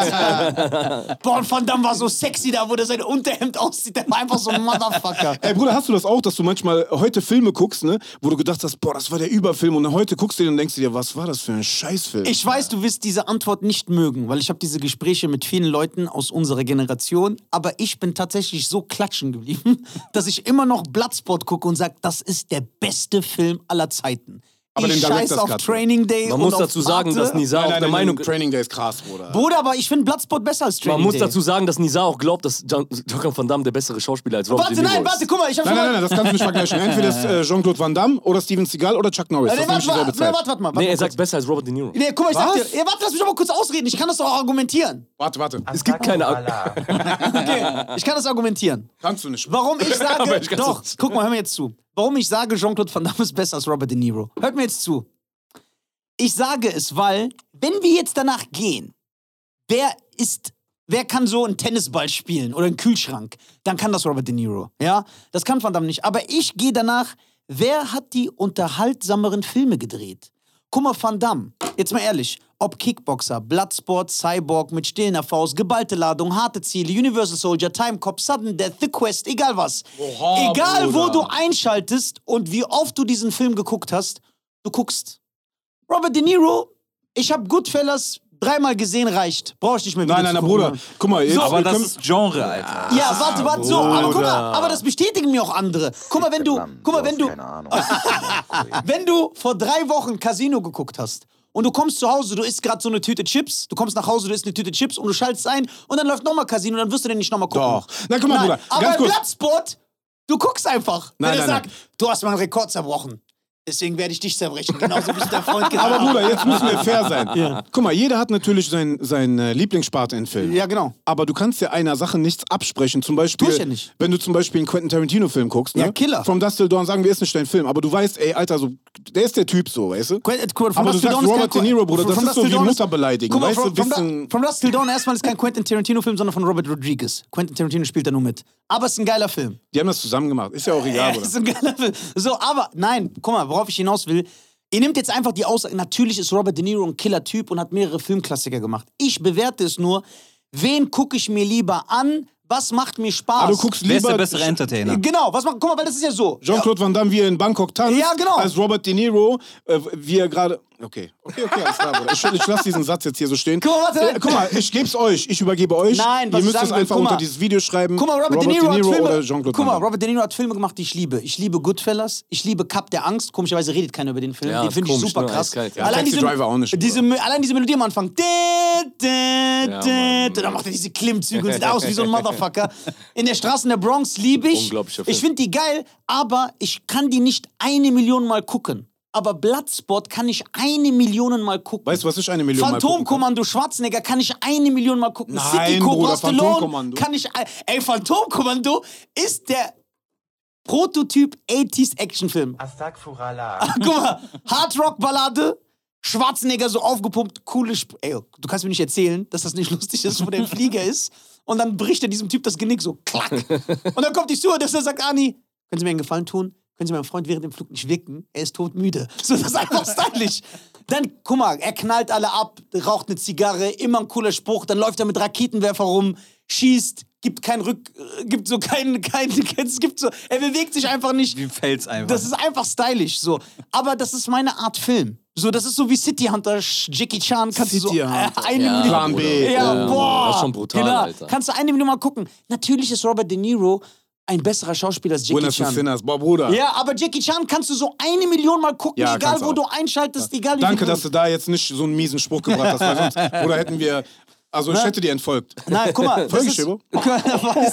Speaker 5: Boah, und Van Damme war so sexy da, wo der sein Unterhemd aussieht. Der war einfach so ein Motherfucker.
Speaker 2: Ey Bruder, hast du das auch, dass du manchmal heute Filme guckst, ne, wo du gedacht hast, boah, das war der Überfilm und dann heute guckst du den und denkst dir, was war das für ein Scheißfilm?
Speaker 5: Ich weiß, du wirst diese Antwort nicht mögen, weil ich habe diese Gespräche mit vielen Leuten aus unserer Generation, aber ich bin tatsächlich so klatschen geblieben, dass ich immer noch Bloodsport gucke und sage, das ist der beste Film aller Zeiten.
Speaker 2: Aber
Speaker 5: ich
Speaker 2: den Director's
Speaker 5: scheiß auf
Speaker 2: Cut,
Speaker 5: Training Day
Speaker 1: Man
Speaker 5: und
Speaker 1: muss
Speaker 5: auf
Speaker 1: dazu sagen,
Speaker 5: Arte.
Speaker 1: dass Nisa auch der Meinung
Speaker 2: Training Day ist krass, Bruder.
Speaker 5: Bruder, aber ich finde Bloodsport besser als Training
Speaker 1: Man muss
Speaker 5: Day.
Speaker 1: dazu sagen, dass Nisa auch glaubt, dass Jean- Jean-Claude Van Damme der bessere Schauspieler als Robert
Speaker 5: Warte,
Speaker 1: De Niro
Speaker 5: nein,
Speaker 1: ist.
Speaker 5: warte, guck mal, ich habe
Speaker 2: Nein,
Speaker 5: schon
Speaker 2: nein,
Speaker 5: mal...
Speaker 2: nein, das kannst du nicht vergleichen. Entweder ist äh, Jean-Claude Van Damme oder Steven Seagal oder Chuck Norris.
Speaker 5: Nee,
Speaker 2: das ist
Speaker 5: Äh, warte,
Speaker 2: nämlich dieselbe
Speaker 5: warte,
Speaker 2: Zeit.
Speaker 5: warte, warte mal.
Speaker 1: Nee, er
Speaker 5: warte mal
Speaker 1: sagt besser als Robert De Niro.
Speaker 5: kurz. Nee, guck mal, ich sag
Speaker 2: Was?
Speaker 5: dir, ey, warte, lass mich doch mal kurz ausreden. Ich kann das doch auch argumentieren.
Speaker 2: Warte, warte.
Speaker 1: Es gibt keine
Speaker 5: Okay, ich kann das argumentieren.
Speaker 2: Kannst du nicht.
Speaker 5: Warum ich sage,
Speaker 1: Aber ich kann's
Speaker 5: doch, guck mal, hör mir jetzt zu. Warum ich sage, Jean-Claude Van Damme ist besser als Robert De Niro. Hört mir jetzt zu. Ich sage es, weil, wenn wir jetzt danach gehen, wer ist, wer kann so einen Tennisball spielen oder einen Kühlschrank, dann kann das Robert De Niro. Ja, das kann Van Damme nicht. Aber ich gehe danach, wer hat die unterhaltsameren Filme gedreht? Guck mal, Van Damme, jetzt mal ehrlich, ob Kickboxer, Bloodsport, Cyborg mit stillender Faust, geballte Ladung, harte Ziele, Universal Soldier, Time Cop, Sudden Death, The Quest, egal was. egal, wo du einschaltest und wie oft du diesen Film geguckt hast, du guckst. Robert De Niro, ich habe Goodfellas dreimal gesehen, reicht. Brauche ich nicht mehr wieder
Speaker 2: Nein, nein,
Speaker 5: zu
Speaker 2: nein,
Speaker 5: gucken.
Speaker 2: Bruder. Guck mal, jetzt,
Speaker 4: Aber
Speaker 2: wir
Speaker 4: das
Speaker 2: können-
Speaker 4: ist Genre, Alter.
Speaker 3: Ah,
Speaker 5: Ja, warte, warte, so, aber guck mal, aber das bestätigen mir auch andere. Guck mal, wenn du,
Speaker 3: Mann,
Speaker 5: guck mal,
Speaker 3: du
Speaker 5: wenn du,
Speaker 3: hast Keine Ahnung.
Speaker 5: wenn du vor drei Wochen Casino geguckt hast und du kommst zu Hause, du isst gerade so eine Tüte Chips, du kommst nach Hause, du isst eine Tüte Chips und du schaltest ein und dann läuft nochmal Casino, dann wirst du den nicht nochmal gucken.
Speaker 2: Doch. Na, guck mal, Bruder,
Speaker 5: Aber
Speaker 2: ganz
Speaker 5: im
Speaker 2: kurz.
Speaker 5: Blattsport, du guckst einfach.
Speaker 2: Nein,
Speaker 5: wenn er
Speaker 2: nein,
Speaker 5: sagt,
Speaker 2: nein.
Speaker 5: du hast meinen Rekord zerbrochen. Deswegen werde ich dich zerbrechen, genauso wie ich dein Freund getan
Speaker 2: aber
Speaker 5: habe.
Speaker 2: Bruder, jetzt müssen wir fair sein. Guck mal, jeder hat natürlich sein, sein äh, Lieblingssparte in Filmen.
Speaker 5: Ja, genau.
Speaker 2: Aber du kannst ja einer Sache nichts absprechen. Zum Beispiel,
Speaker 5: Tue ich ja nicht.
Speaker 2: wenn du zum Beispiel einen Quentin Tarantino-Film guckst, ne?
Speaker 5: Ja, Killer.
Speaker 2: From Dust Till Dawn sagen wir, ist nicht dein Film. Aber du weißt, ey, Alter, so, der ist der Typ so, weißt du?
Speaker 5: Quentin- Quentin-
Speaker 2: Aber
Speaker 5: From
Speaker 2: du
Speaker 5: Dusk Till
Speaker 2: sagst
Speaker 5: Dawn ist
Speaker 2: Robert
Speaker 5: kein-
Speaker 2: De Niro, Bruder,
Speaker 5: From-
Speaker 2: das
Speaker 5: From
Speaker 2: ist
Speaker 5: Dusk
Speaker 2: so
Speaker 5: Till
Speaker 2: wie
Speaker 5: Dawn ist-
Speaker 2: Mutter beleidigen,
Speaker 5: Guck mal,
Speaker 2: weißt
Speaker 5: from,
Speaker 2: du,
Speaker 5: from,
Speaker 2: bisschen-
Speaker 5: da, from Dusk Till Dawn erstmal ist kein Quentin Tarantino-Film, sondern von Robert Rodriguez. Quentin Tarantino spielt da nur mit. Aber es ist ein geiler Film.
Speaker 2: Die haben das zusammen gemacht. Ist ja auch egal,
Speaker 5: Ja,
Speaker 2: Bruder.
Speaker 5: ist ein geiler Film. So, aber nein, guck mal, worauf ich hinaus will. Ihr nehmt jetzt einfach die Aussage, natürlich ist Robert De Niro ein Killer-Typ und hat mehrere Filmklassiker gemacht. Ich bewerte es nur, wen gucke ich mir lieber an, was macht mir Spaß.
Speaker 2: Aber Ah, du guckst
Speaker 4: Wer ist der
Speaker 2: lieber
Speaker 4: bessere Entertainer?
Speaker 5: Genau, was macht, guck mal, weil das ist ja so.
Speaker 2: Jean-Claude Van Damme, wie er in Bangkok tanzt,
Speaker 5: Ja, genau.
Speaker 2: als Robert De Niro, äh, wie er gerade. Okay, okay, okay, alles klar, Bruder. Ich, ich lasse diesen Satz jetzt hier so stehen.
Speaker 5: Guck mal, warte, nein.
Speaker 2: Äh, guck mal, ich geb's euch. Ich übergebe euch.
Speaker 5: Nein,
Speaker 2: Ihr
Speaker 5: was ich
Speaker 2: müsst
Speaker 5: sagen
Speaker 2: es
Speaker 5: will,
Speaker 2: einfach
Speaker 5: guck
Speaker 2: unter
Speaker 5: mal.
Speaker 2: dieses Video schreiben.
Speaker 5: Guck mal, Robert,
Speaker 2: Robert
Speaker 5: De Niro, hat Filme.
Speaker 2: oder Jean-Claude
Speaker 5: Guck mal,
Speaker 2: Van Damme.
Speaker 5: Robert De Niro hat Filme gemacht, die ich liebe. Ich liebe Goodfellas, ich liebe Cup der Angst. Komischerweise redet keiner über den Film.
Speaker 1: Ja,
Speaker 5: den
Speaker 1: ist
Speaker 5: finde ich
Speaker 1: komisch,
Speaker 5: super
Speaker 1: ne?
Speaker 5: krass.
Speaker 1: Eiskalt, ja.
Speaker 5: allein,
Speaker 2: Taxi
Speaker 5: diese,
Speaker 2: Driver auch nicht,
Speaker 5: diese, Mel- allein diese Melodie am Anfang.
Speaker 1: Mann.
Speaker 5: Da macht er diese Klimmzüge und sieht aus wie so ein Motherfucker. In der Straße in der Bronx liebe ich.
Speaker 1: Unglaublicher Film.
Speaker 5: Ich finde die geil, aber ich kann die nicht eine Million Mal gucken. Aber Bloodsport kann ich eine Million Mal gucken.
Speaker 2: Weißt du, was ich eine Million Mal gucken kann?
Speaker 5: Phantomkommando Schwarzenegger kann ich eine Million Mal gucken.
Speaker 2: Nein,
Speaker 5: City
Speaker 2: Bruder,
Speaker 5: Cobra Stallone
Speaker 2: Phantomkommando.
Speaker 5: kann ich. ein- Ey, Phantomkommando ist der Prototyp 80s Actionfilm.
Speaker 3: Astagfirullah.
Speaker 5: Guck mal, Hardrock-Ballade, Schwarzenegger so aufgepumpt, coole Sp Ey, du kannst mir nicht erzählen, dass das nicht lustig ist, wo der im Flieger ist. Und dann bricht er diesem Typ das Genick so, klack. Und dann kommt die Stewardess und sagt, Ani, können Sie mir einen Gefallen tun? Können Sie meinem Freund während dem Flug nicht winken? Er ist todmüde. So, das ist einfach stylisch. Dann, guck mal, er knallt alle ab, raucht eine Zigarre, immer ein cooler Spruch, dann läuft er mit Raketenwerfer rum, schießt, gibt kein Rück... äh, gibt so keinen... Kein, es gibt so... Er bewegt sich einfach nicht.
Speaker 4: Wie fällt's einfach?
Speaker 5: Das ist einfach stylisch so. Aber das ist meine Art Film. So, das ist so wie City Hunter, Sch- Jackie Chan kannst du so
Speaker 2: City
Speaker 5: äh,
Speaker 2: Hunter.
Speaker 5: eine
Speaker 1: Ja,
Speaker 5: Million.
Speaker 2: Plan B.
Speaker 5: Ja,
Speaker 1: Ja,
Speaker 5: boah.
Speaker 1: das ist schon brutal,
Speaker 5: genau.
Speaker 1: Alter.
Speaker 5: Kannst du eine Million mal gucken. Natürlich ist Robert De Niro ein besserer Schauspieler als Jackie
Speaker 2: Winners and
Speaker 5: Chan.
Speaker 2: Sinners. Boah, Bruder.
Speaker 5: Ja, aber Jackie Chan kannst du so eine Million mal gucken,
Speaker 2: Ja,
Speaker 5: egal
Speaker 2: kannst
Speaker 5: wo
Speaker 2: auch.
Speaker 5: du einschaltest, egal wie
Speaker 2: Danke,
Speaker 5: viel
Speaker 2: dass du da jetzt nicht so einen miesen Spruch gebracht hast, weil sonst, oder hätten wir, also
Speaker 5: Ne?
Speaker 2: ich hätte dir entfolgt.
Speaker 5: Nein, guck mal. das ist-
Speaker 2: Folgeschäbung?
Speaker 1: Das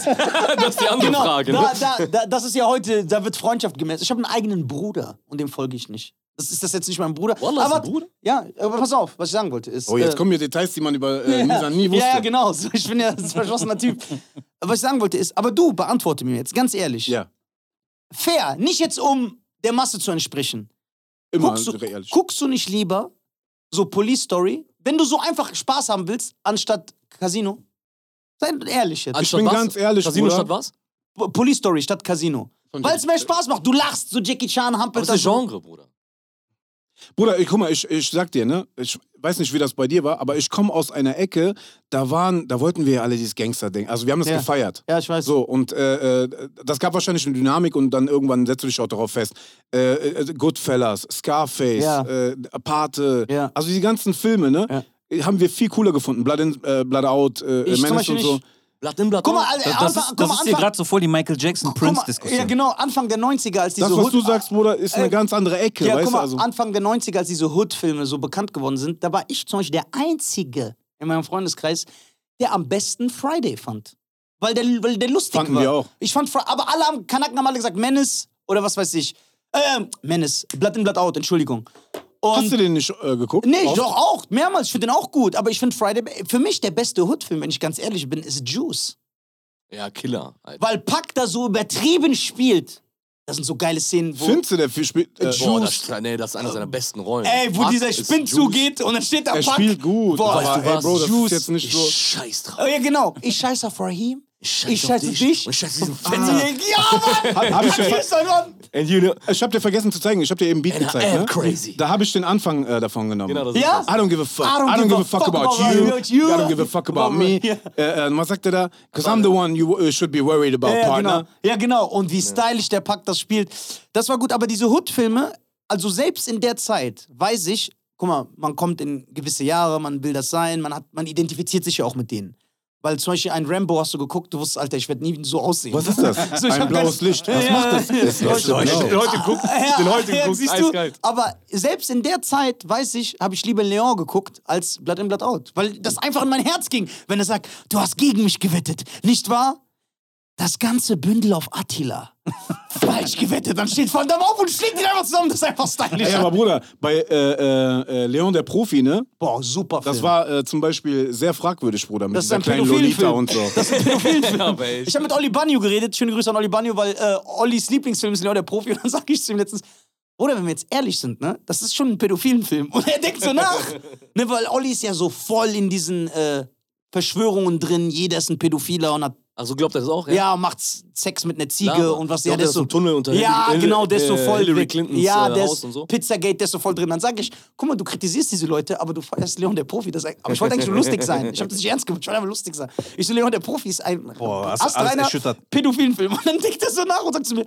Speaker 1: ist die andere
Speaker 5: genau,
Speaker 1: Frage. Ne?
Speaker 5: da, da, da, das ist ja heute, da wird Freundschaft gemessen. Ich habe einen eigenen Bruder und dem folge ich nicht. Das ist das jetzt nicht mein Bruder.
Speaker 1: Wallah, ist
Speaker 5: aber,
Speaker 1: ein Bruder?
Speaker 5: Ja, aber pass auf, was ich sagen wollte ist.
Speaker 2: Oh, jetzt
Speaker 5: äh,
Speaker 2: kommen hier Details, die man über äh, Nisan nie wusste.
Speaker 5: Ja, ja, genau. So, Ich bin ja ein verschlossener Typ. Was ich sagen wollte ist, aber du beantworte mir jetzt, ganz ehrlich.
Speaker 2: Ja,
Speaker 5: Fair, nicht jetzt um der Masse zu entsprechen.
Speaker 2: immer
Speaker 5: Guckst du,
Speaker 2: ehrlich.
Speaker 5: guckst du nicht lieber so Police Story, wenn du so einfach Spaß haben willst, anstatt Casino? Sei ehrlich jetzt.
Speaker 1: Anstatt
Speaker 2: bin
Speaker 1: was?
Speaker 2: ganz ehrlich,
Speaker 1: Casino
Speaker 2: Bruder.
Speaker 1: statt was?
Speaker 5: Po- Police Story statt Casino.
Speaker 2: Von
Speaker 5: Weil es mehr Spaß macht. Du lachst, so Jackie Chan
Speaker 1: Aber
Speaker 5: hampelt
Speaker 1: das ist
Speaker 5: so.
Speaker 1: ein Genre, Bruder.
Speaker 2: Bruder, ich, guck mal, ich, ich sag dir, ne? Ich weiß nicht, wie das bei dir war, aber ich komme aus einer Ecke, da waren, da wollten wir ja alle dieses Gangster-Ding. Also wir haben das
Speaker 5: Ja.
Speaker 2: gefeiert.
Speaker 5: Ja, ich weiß.
Speaker 2: So, und äh, äh, das gab wahrscheinlich eine Dynamik und dann irgendwann setzt du dich auch darauf fest. Äh, äh, Goodfellas, Scarface,
Speaker 5: Ja.
Speaker 2: äh, Pate,
Speaker 5: Ja.
Speaker 2: also die ganzen Filme, ne? Haben wir viel cooler gefunden. Blood, in, äh, Blood Out, äh,
Speaker 5: Ich zum
Speaker 2: Menace
Speaker 5: Beispiel
Speaker 2: und so.
Speaker 5: nicht.
Speaker 1: Blatt in Blatt
Speaker 5: Guck mal,
Speaker 1: out.
Speaker 5: Alter,
Speaker 4: das
Speaker 5: Anfang,
Speaker 4: ist,
Speaker 5: guck
Speaker 4: das
Speaker 5: mal,
Speaker 4: ist hier
Speaker 5: Anfang,
Speaker 4: gerade so voll die Michael
Speaker 5: guck mal,
Speaker 4: Jackson-Prince-Diskussion.
Speaker 5: ja, genau, Anfang der 90er, als diese
Speaker 2: Das, was
Speaker 5: Hood-
Speaker 2: du sagst, Bruder, ist eine
Speaker 5: Ey.
Speaker 2: ganz andere Ecke,
Speaker 5: Äh, Ja,
Speaker 2: weißt
Speaker 5: guck mal,
Speaker 2: du? Also,
Speaker 5: Anfang der 90er, als diese Hood-Filme so bekannt geworden sind, da war ich zum Beispiel der Einzige in meinem Freundeskreis, der am besten Friday fand. Weil der, weil der lustig
Speaker 2: Fanden
Speaker 5: war.
Speaker 2: wir auch.
Speaker 5: Ich fand, Fri- aber alle haben, Kanaken haben alle gesagt, Menace oder was weiß ich. Ähm, Menace, Blatt in, Blatt out, Entschuldigung. Und
Speaker 2: hast du den nicht äh, geguckt?
Speaker 5: Nee,
Speaker 2: Oft?
Speaker 5: doch auch, mehrmals, ich finde den auch gut, aber ich finde Friday, für mich der beste Hood-Film, wenn ich ganz ehrlich bin, ist Juice.
Speaker 1: Ja, Killer. Alter.
Speaker 5: Weil Pac da so übertrieben spielt. Das sind so geile Szenen, wo...
Speaker 2: Findest du, der viel spielt. Äh,
Speaker 1: Boah, das, ist- nee, das ist einer seiner besten Rollen.
Speaker 5: Äh, Ey, wo
Speaker 1: Fuck,
Speaker 5: dieser
Speaker 1: ist
Speaker 5: Spind
Speaker 1: Juice.
Speaker 5: zugeht und dann steht da
Speaker 2: er
Speaker 5: Pac.
Speaker 2: spielt gut,
Speaker 5: Boah,
Speaker 2: aber
Speaker 5: weißt
Speaker 1: du
Speaker 2: ey,
Speaker 1: was?
Speaker 2: Bro, das
Speaker 1: Juice
Speaker 2: ist jetzt nicht
Speaker 1: Ich
Speaker 2: so.
Speaker 1: scheiß drauf.
Speaker 5: Oh, ja, genau. Ich scheiße auf Raheem. Ich scheiße
Speaker 1: auf
Speaker 5: dich.
Speaker 1: Und ich scheiß diesen
Speaker 5: Ja,
Speaker 1: Fenster.
Speaker 5: Mann!
Speaker 2: Hab, hab ich,
Speaker 5: Hier ist ein Mann.
Speaker 1: And you know,
Speaker 2: ich hab dir vergessen zu zeigen, ich hab dir eben Beat
Speaker 1: And I
Speaker 2: gezeigt.
Speaker 1: am
Speaker 2: Ne?
Speaker 1: crazy.
Speaker 2: Da habe ich den Anfang äh, davon genommen.
Speaker 1: genau das
Speaker 5: Ja?
Speaker 1: ist
Speaker 2: I
Speaker 1: das.
Speaker 2: don't give a fuck. I don't, give, a fuck, about, you. I don't give a fuck about me.
Speaker 5: Ja.
Speaker 2: Äh, äh, was sagt er da? Because I'm the one you äh, should be worried about,
Speaker 5: Ja, genau.
Speaker 2: partner.
Speaker 5: ja, genau. Und wie stylisch der Pack das spielt. Das war gut, aber diese Hood-Filme, also selbst in der Zeit, weiß ich, guck mal, man kommt in gewisse Jahre, man will das sein, man, hat, man identifiziert sich ja auch mit denen. Weil zum Beispiel ein Rambo hast du geguckt, du wusstest, Alter, ich werde nie so aussehen.
Speaker 2: Was ist das?
Speaker 5: So, ich
Speaker 2: Ein
Speaker 5: hab
Speaker 2: blaues
Speaker 5: gar-
Speaker 2: Licht. Was
Speaker 5: Ja,
Speaker 2: macht das? Genau.
Speaker 5: ja.
Speaker 2: Es leuchtet blau.
Speaker 1: Den heute guckt, den heute
Speaker 5: ja,
Speaker 1: guckt,
Speaker 5: siehst du?
Speaker 1: eiskalt.
Speaker 5: Aber selbst in der Zeit, weiß ich, habe ich lieber Leon geguckt als Blood in Blood Out. Weil das einfach in mein Herz ging, wenn er sagt, du hast gegen mich gewettet, nicht wahr? Das ganze Bündel auf Attila. Falsch gewettet, dann steht Van Damme auf und schlägt ihn einfach zusammen, das ist einfach stylisch.
Speaker 2: Ey, aber Bruder, bei äh, äh, äh, Leon der Profi, ne?
Speaker 5: Boah, super Film.
Speaker 2: Das war äh, zum Beispiel sehr fragwürdig, Bruder, mit
Speaker 5: Das ist
Speaker 2: dieser
Speaker 5: ein
Speaker 2: kleinen
Speaker 5: Pädophilenfilm.
Speaker 2: Lolita und so.
Speaker 1: Aber ey,
Speaker 5: Ich habe mit Olli Banjo geredet. Schöne Grüße an Olli Banjo, weil äh, Ollis Lieblingsfilm ist genau der Profi. Und dann sage ich zu ihm letztens, oder wenn wir jetzt ehrlich sind, ne, das ist schon ein pädophilen Film. Und er denkt so nach. ne, weil Olli ist ja so voll in diesen äh, Verschwörungen drin. Jeder ist ein Pädophiler und hat,
Speaker 1: also glaubt er das auch?
Speaker 5: ja, macht Sex mit einer Ziege
Speaker 1: Lama.
Speaker 5: und was.
Speaker 1: Glaubt
Speaker 5: der
Speaker 1: er
Speaker 5: ist
Speaker 1: ist
Speaker 5: so
Speaker 1: im Tunnel unter
Speaker 5: Ja,
Speaker 1: Hillary-
Speaker 5: genau, der ist so
Speaker 1: äh,
Speaker 5: voll.
Speaker 1: Hillary
Speaker 5: drin.
Speaker 1: Clintons,
Speaker 5: ja,
Speaker 1: äh,
Speaker 5: der
Speaker 1: Haus
Speaker 5: ist
Speaker 1: und so.
Speaker 5: Pizzagate, der ist so voll drin. Dann sage ich, guck mal, du kritisierst diese Leute, aber du feierst Leon der Profi. Das, ist- aber ich wollte eigentlich nur lustig sein. Ich habe das nicht ernst gemacht, ich wollte einfach lustig sein. Ich so, Leon der Profi ist ein
Speaker 4: Boah, hast du alles
Speaker 5: astreiner
Speaker 4: erschüttert.
Speaker 5: pädophilen Film. Und dann denkt er so nach und sagt zu mir,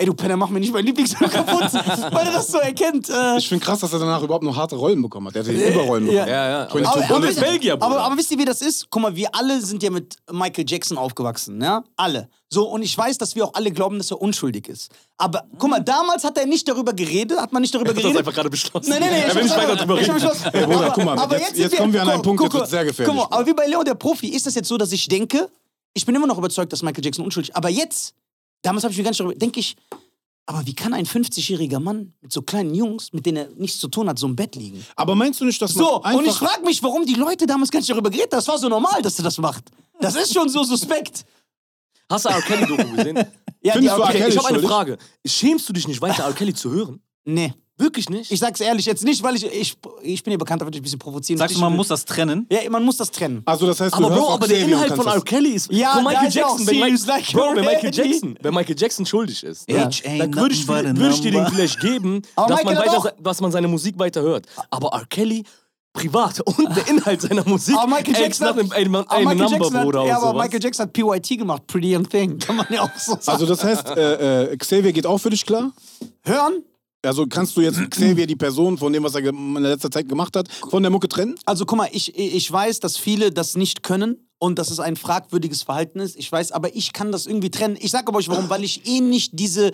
Speaker 5: ey, du Penner, mach mir nicht mein Lieblingsfilm kaputt, weil er das so erkennt. Äh,
Speaker 2: Ich finde krass, dass er danach überhaupt noch harte Rollen bekommen hat. Er hat ja Überrollen bekommen.
Speaker 5: ja.
Speaker 1: Ja, ja.
Speaker 2: Twenty
Speaker 1: Aber,
Speaker 2: Two
Speaker 1: aber,
Speaker 2: Bullets.
Speaker 1: Belgier,
Speaker 5: aber,
Speaker 1: Bruder.
Speaker 5: aber wisst ihr, wie das ist? Guck mal, wir alle sind ja mit Michael Jackson aufgewachsen, ja? Alle. So, und ich weiß, dass wir auch alle glauben, dass er unschuldig ist. Aber guck mal, damals hat er nicht darüber geredet, hat man nicht darüber
Speaker 1: ich hab das
Speaker 5: geredet.
Speaker 1: einfach gerade beschlossen.
Speaker 5: Nein, nein, nein.
Speaker 1: Er will nicht weiter drüber
Speaker 5: ich
Speaker 1: reden.
Speaker 5: hab beschlossen.
Speaker 2: Ey, Bruder, guck mal,
Speaker 5: aber
Speaker 2: jetzt-
Speaker 5: sind
Speaker 2: jetzt
Speaker 5: wir-
Speaker 2: kommen wir an einen
Speaker 5: guck-
Speaker 2: Punkt, jetzt
Speaker 5: guck-
Speaker 2: wird's sehr gefährlich.
Speaker 5: Guck mal, aber wie bei Leo, der Profi, ist das jetzt so, dass ich denke, ich bin immer noch überzeugt, dass Michael Jackson unschuldig ist. Aber jetzt, damals habe ich mir gar nicht darüber, denke ich, aber wie kann ein 50-jähriger Mann mit so kleinen Jungs, mit denen er nichts zu tun hat, so im Bett liegen?
Speaker 2: Aber meinst du nicht, dass man
Speaker 5: So,
Speaker 2: einfach...
Speaker 5: und ich frage mich, warum die Leute damals gar nicht darüber geredet haben. Das war so normal, dass er das macht. Das ist schon so suspekt.
Speaker 1: Hast du R. Kelly-Doku gesehen?
Speaker 5: Ja,
Speaker 2: Findest du
Speaker 5: okay.
Speaker 2: R. Kelly
Speaker 1: ich habe eine
Speaker 2: schuldig?
Speaker 1: Frage. Schämst du dich nicht weiter, R. Kelly zu hören?
Speaker 5: Nee,
Speaker 1: Wirklich nicht?
Speaker 5: ich sag's ehrlich, jetzt nicht, weil ich, ich, ich bin ja bekannt dafür, dass ich ein bisschen provozieren.
Speaker 4: Sagst du, man muss das trennen?
Speaker 5: Ja, man muss das trennen.
Speaker 2: Also das heißt,
Speaker 1: aber
Speaker 2: du hörst
Speaker 1: Bro, aber der
Speaker 2: Xavier und
Speaker 1: Inhalt von
Speaker 2: kannst
Speaker 1: R.
Speaker 2: das-
Speaker 1: Kelly ist
Speaker 5: Ja,
Speaker 1: von
Speaker 5: da
Speaker 1: Michael
Speaker 5: ist ja auch
Speaker 1: Jackson. Wenn,
Speaker 5: Seems
Speaker 1: Mike,
Speaker 5: like
Speaker 1: Bro, wenn Michael
Speaker 5: already.
Speaker 1: Jackson, wenn Michael Jackson schuldig ist,
Speaker 4: Ja.
Speaker 1: ja,
Speaker 4: Age
Speaker 1: dann
Speaker 4: ain't
Speaker 1: würde ich,
Speaker 4: nothing but a
Speaker 1: würd ich dir den
Speaker 4: number.
Speaker 1: vielleicht geben,
Speaker 5: Aber
Speaker 1: dass man,
Speaker 5: Michael hat
Speaker 1: weiter, dass man seine Musik weiter hört. Aber R. Kelly privat und der Inhalt seiner Musik.
Speaker 5: Aber Michael
Speaker 1: ey,
Speaker 5: Jackson
Speaker 1: it's not
Speaker 5: hat,
Speaker 1: a, a, a,
Speaker 5: aber Michael
Speaker 1: number,
Speaker 5: Jackson hat,
Speaker 1: Bruder,
Speaker 5: ja,
Speaker 1: und
Speaker 5: aber
Speaker 1: sowas.
Speaker 5: Michael Jackson hat PYT gemacht, Pretty Young Thing, kann man ja auch so sagen.
Speaker 2: Also das heißt, äh, äh, Xavier geht auch für dich klar?
Speaker 5: hören,
Speaker 2: Also kannst du jetzt Xavier, die Person von dem, was er ge- in letzter Zeit gemacht hat, von der Mucke trennen?
Speaker 5: also guck mal, ich, ich weiß, dass viele das nicht können und dass es ein fragwürdiges Verhalten ist. Ich weiß, aber ich kann das irgendwie trennen. Ich sag aber euch warum, weil ich eh nicht diese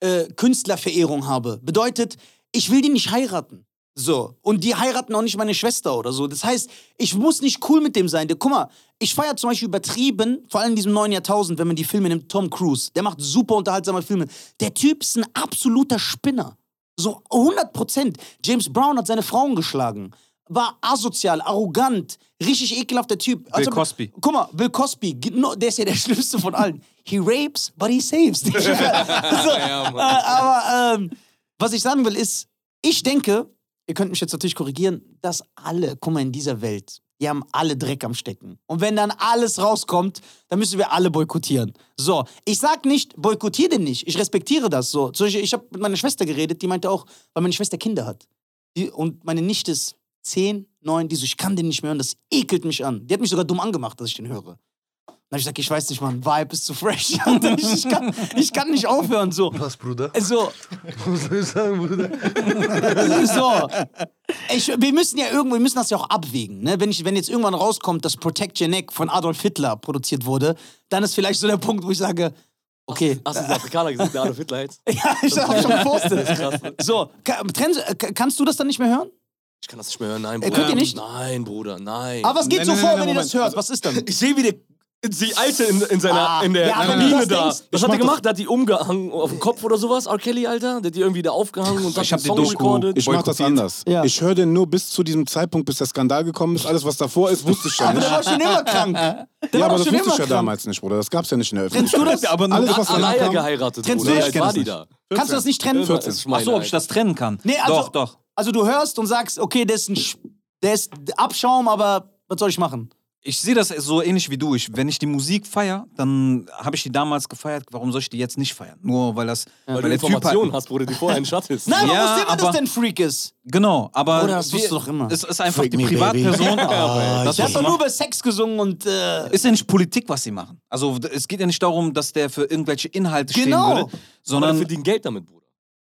Speaker 5: äh, Künstlerverehrung habe. Bedeutet, ich will die nicht heiraten. So. Und die heiraten auch nicht meine Schwester oder so. Das heißt, ich muss nicht cool mit dem sein. Der, guck mal, ich feiere zum Beispiel übertrieben, vor allem in diesem neuen Jahrtausend, wenn man die Filme nimmt, Tom Cruise. Der macht super unterhaltsame Filme. Der Typ ist ein absoluter Spinner. So 100 Prozent. James Brown hat seine Frauen geschlagen. War asozial, arrogant, richtig ekelhafter Typ. Also,
Speaker 4: Cosby.
Speaker 5: Guck mal, Bill Cosby, genau, der ist ja der Schlimmste von allen. He rapes, but he saves. so,
Speaker 1: Ja, Mann.
Speaker 5: äh, aber ähm, was ich sagen will ist, ich denke, ihr könnt mich jetzt natürlich korrigieren, dass alle, guck mal, in dieser Welt, die haben alle Dreck am Stecken. Und wenn dann alles rauskommt, dann müssen wir alle boykottieren. So, ich sag nicht, boykottier den nicht. Ich respektiere das so. Zum Beispiel, ich habe mit meiner Schwester geredet, die meinte auch, weil meine Schwester Kinder hat. Die, und meine Nichte ist 10, 9, die so, ich kann den nicht mehr hören, das ekelt mich an. Die hat mich sogar dumm angemacht, dass ich den höre. Dann hab ich gesagt, ich weiß nicht, Mann, Vibe ist zu fresh. ich, ich, kann, ich kann nicht aufhören, so.
Speaker 3: Was, Bruder?
Speaker 5: So,
Speaker 3: Was soll ich sagen, Bruder?
Speaker 5: so. Ich, wir müssen ja irgendwo, wir müssen das ja auch abwägen. Ne? Wenn, ich, wenn jetzt irgendwann rauskommt, dass Protect Your Neck von Adolf Hitler produziert wurde, dann ist vielleicht so der Punkt, wo ich sage, okay,
Speaker 1: Hast du den Afrikaner gesehen, der Adolf Hitler jetzt?
Speaker 5: ja, ich habe schon gepostet.
Speaker 1: Krass, ne?
Speaker 5: So, ka- trennst du- äh, ka- kannst du das dann nicht mehr hören?
Speaker 1: Ich kann das nicht mehr hören. Nein,
Speaker 5: Äh,
Speaker 1: Bruder.
Speaker 5: könnt ihr nicht?
Speaker 1: Nein, Bruder, nein.
Speaker 5: Aber Ah, was geht
Speaker 2: Nein,
Speaker 5: so
Speaker 2: nein,
Speaker 5: vor,
Speaker 2: nein,
Speaker 5: wenn ihr
Speaker 2: nein,
Speaker 5: das
Speaker 2: Moment.
Speaker 5: hört? Was ist dann?
Speaker 1: ich sehe, wie der, die Alte in, in, seiner,
Speaker 5: Ah,
Speaker 1: in der
Speaker 5: ja, wenn du
Speaker 1: Kabine
Speaker 5: das
Speaker 1: da.
Speaker 5: denkst,
Speaker 1: was
Speaker 2: ich
Speaker 1: hat
Speaker 2: mach
Speaker 1: der gemacht? Der hat die umgehangen auf den Kopf oder sowas, R. Kelly, Alter. Der hat die irgendwie da aufgehangen und hat
Speaker 4: hab
Speaker 1: den
Speaker 4: die
Speaker 1: Song
Speaker 4: Doku-
Speaker 1: recorded.
Speaker 2: Ich mach das
Speaker 4: Boykottiert.
Speaker 2: anders.
Speaker 5: Ja.
Speaker 2: Ich höre den nur bis zu diesem Zeitpunkt, bis der Skandal gekommen ist. Alles, was davor ist, wusste ich ja
Speaker 5: Aber
Speaker 2: nicht.
Speaker 5: der war schon immer krank. Der
Speaker 2: Ja,
Speaker 5: war
Speaker 2: aber
Speaker 5: doch
Speaker 2: das
Speaker 5: schon
Speaker 2: wusste
Speaker 5: immer
Speaker 2: ich ja
Speaker 5: krank.
Speaker 2: damals nicht, Bruder. Das gab's ja nicht in der
Speaker 5: Trennst du
Speaker 2: Öffentlichkeit.
Speaker 5: das?
Speaker 4: Aber
Speaker 2: Alles, was
Speaker 1: Hat
Speaker 2: danach
Speaker 1: Alaya
Speaker 2: kam,
Speaker 1: Ah, geheiratet,
Speaker 5: Trennst
Speaker 1: Bruder.
Speaker 5: du-
Speaker 1: Wie
Speaker 5: Ich
Speaker 1: alt
Speaker 5: kenn
Speaker 1: war
Speaker 2: das
Speaker 1: die
Speaker 2: nicht.
Speaker 1: da?
Speaker 5: Kannst du das nicht trennen?
Speaker 1: Irgendwas ist meine
Speaker 4: Ach so, ob ich
Speaker 1: Alter.
Speaker 4: das trennen kann?
Speaker 5: Nee, also,
Speaker 4: doch, doch.
Speaker 5: also du hörst und sagst, okay, der ist ein Sch der ist Abschaum, aber was soll ich machen?
Speaker 4: Ich sehe das so ähnlich wie du. Ich, wenn ich die Musik feiere, dann habe ich die damals gefeiert. Warum soll ich die jetzt nicht feiern? Nur weil das.
Speaker 1: Weil du
Speaker 4: der Typ hat-
Speaker 1: Informationen hast, Bruder, die vorher in Schatten ist.
Speaker 5: Nein,
Speaker 4: Ja,
Speaker 5: man wusste immer, dass
Speaker 4: aber-
Speaker 5: der ein Freak ist.
Speaker 4: Genau, aber.
Speaker 5: Oder das
Speaker 4: wir-
Speaker 5: wusstest du doch immer.
Speaker 4: Es ist einfach
Speaker 2: Freak
Speaker 4: die
Speaker 2: me,
Speaker 4: Privatperson.
Speaker 2: baby.
Speaker 4: Ah, das
Speaker 5: Der
Speaker 4: was
Speaker 5: hat doch
Speaker 4: sie
Speaker 5: nur
Speaker 4: machen.
Speaker 5: über Sex gesungen und äh,
Speaker 4: ist ja nicht Politik, was sie machen. Also d- es geht ja nicht darum, dass der für irgendwelche Inhalte
Speaker 5: Genau.
Speaker 4: stehen würde,
Speaker 1: Sondern
Speaker 4: sondern
Speaker 1: verdient Geld damit, Bruder.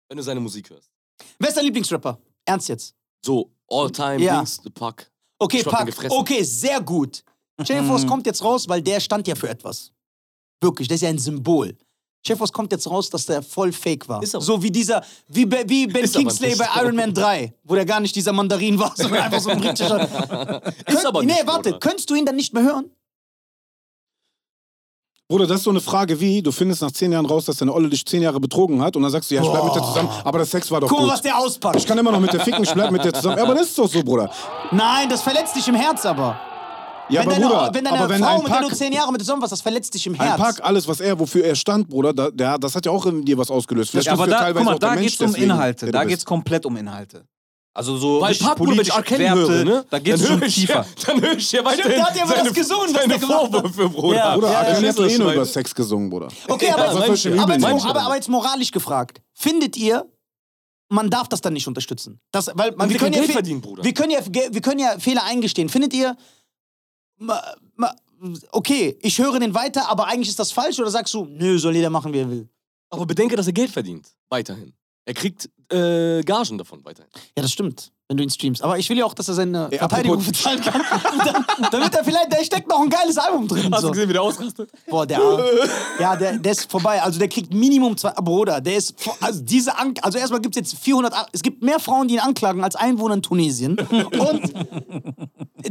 Speaker 1: Wenn du seine Musik hörst.
Speaker 5: wer ist dein Lieblingsrapper? Ernst jetzt.
Speaker 1: So, all time,
Speaker 5: Ja.
Speaker 1: links, the puck.
Speaker 5: Okay,
Speaker 1: Ich hab ihn
Speaker 5: pack.
Speaker 1: gefressen.
Speaker 5: Okay, sehr gut. Jeffos kommt jetzt raus, weil der stand ja für etwas. Wirklich, der ist ja ein Symbol. Jeffos kommt jetzt raus, dass der voll fake war.
Speaker 1: Ist er.
Speaker 5: so wie dieser, wie, Be- wie Ben
Speaker 1: Ist aber
Speaker 5: Kingsley
Speaker 1: nicht.
Speaker 5: bei Iron Man 3, wo der gar nicht dieser Mandarin war, sondern einfach so ein britischer.
Speaker 1: Ist aber nicht,
Speaker 5: nee, warte,
Speaker 1: Bruder.
Speaker 5: könntest du ihn dann nicht mehr hören?
Speaker 2: Bruder, das ist so eine Frage wie, du findest nach zehn Jahren raus, dass deine Olle dich zehn Jahre betrogen hat und dann sagst du, ja, ich bleib mit dir zusammen, aber der Sex war doch
Speaker 5: Guck mal,
Speaker 2: Oh, gut.
Speaker 5: was der auspackt.
Speaker 2: Ich kann immer noch mit der ficken, ich bleib mit dir zusammen. Ja, aber das ist doch so, Bruder.
Speaker 5: Nein, das verletzt dich im Herz aber.
Speaker 2: Ja,
Speaker 5: wenn,
Speaker 2: aber
Speaker 5: deine,
Speaker 2: Bruder,
Speaker 5: wenn deine
Speaker 2: aber wenn
Speaker 5: Frau,
Speaker 2: ein
Speaker 5: mit der du
Speaker 2: Pack,
Speaker 5: zehn Jahre mit zusammen warst, das verletzt dich im Herz.
Speaker 2: ein Pack, alles, was er, wofür er stand, Bruder, da, der, das hat ja auch in dir was ausgelöst. Vielleicht
Speaker 4: Ja, aber
Speaker 2: bist du
Speaker 4: da,
Speaker 2: teilweise
Speaker 4: guck mal,
Speaker 2: auch der
Speaker 4: da
Speaker 2: Mensch
Speaker 4: geht's um
Speaker 2: deswegen,
Speaker 4: Inhalte.
Speaker 2: der
Speaker 4: Da
Speaker 2: du
Speaker 4: geht's
Speaker 2: bist.
Speaker 4: komplett um Inhalte. Also so
Speaker 1: Weil
Speaker 4: richtig
Speaker 1: Pack, Bruder, wenn ich R. Kelly höre, ne?
Speaker 4: Da geht's
Speaker 1: dann
Speaker 4: schon
Speaker 1: höre ich
Speaker 4: tiefer.
Speaker 1: Ja, dann höre ich ja weiterhin
Speaker 5: der hat ja immer
Speaker 1: seine,
Speaker 5: das gesungen, was
Speaker 1: seine
Speaker 5: der gemacht hat.
Speaker 1: Vorwürfe, Bruder.
Speaker 5: Ja.
Speaker 2: Bruder,
Speaker 5: Ja,
Speaker 2: ja,
Speaker 1: das
Speaker 2: hat
Speaker 1: ist
Speaker 2: eh nur
Speaker 1: mein-
Speaker 2: über Sex gesungen, Bruder.
Speaker 5: Okay,
Speaker 1: Ja,
Speaker 5: aber,
Speaker 1: das
Speaker 5: aber,
Speaker 1: soll ich
Speaker 5: jetzt,
Speaker 1: schon
Speaker 5: aber,
Speaker 1: übel
Speaker 5: jetzt,
Speaker 1: meinen.
Speaker 5: aber, aber jetzt moralisch gefragt, findet ihr, man darf das dann nicht unterstützen? Das, weil, man,
Speaker 1: wir können Geld
Speaker 5: Fe-
Speaker 1: verdienen, Bruder.
Speaker 5: Wir können, ja, Ge- wir können ja Fehler eingestehen. Findet ihr, ma, ma, okay, ich höre den weiter, aber eigentlich ist das falsch? Oder sagst du, nö, soll jeder machen, wie er will?
Speaker 1: Aber bedenke, dass er Geld verdient. Weiterhin. Er kriegt äh, Gagen davon weiterhin.
Speaker 5: Ja, das stimmt, wenn du ihn streamst. Aber ich will ja auch, dass er seine
Speaker 2: Ey,
Speaker 5: Verteidigung
Speaker 2: apropos-
Speaker 5: bezahlen kann. Dann- Damit er vielleicht, da steckt noch ein geiles Album drin.
Speaker 1: Hast du
Speaker 5: So.
Speaker 1: gesehen, wie der ausrastet?
Speaker 5: Boah, der Arme. Ja, der, der ist vorbei. Also der kriegt Minimum zwei. Bruder, der ist. vor- Also diese An Also erstmal gibt es jetzt 400. A- Es gibt mehr Frauen, die ihn anklagen, als Einwohner in Tunesien. Und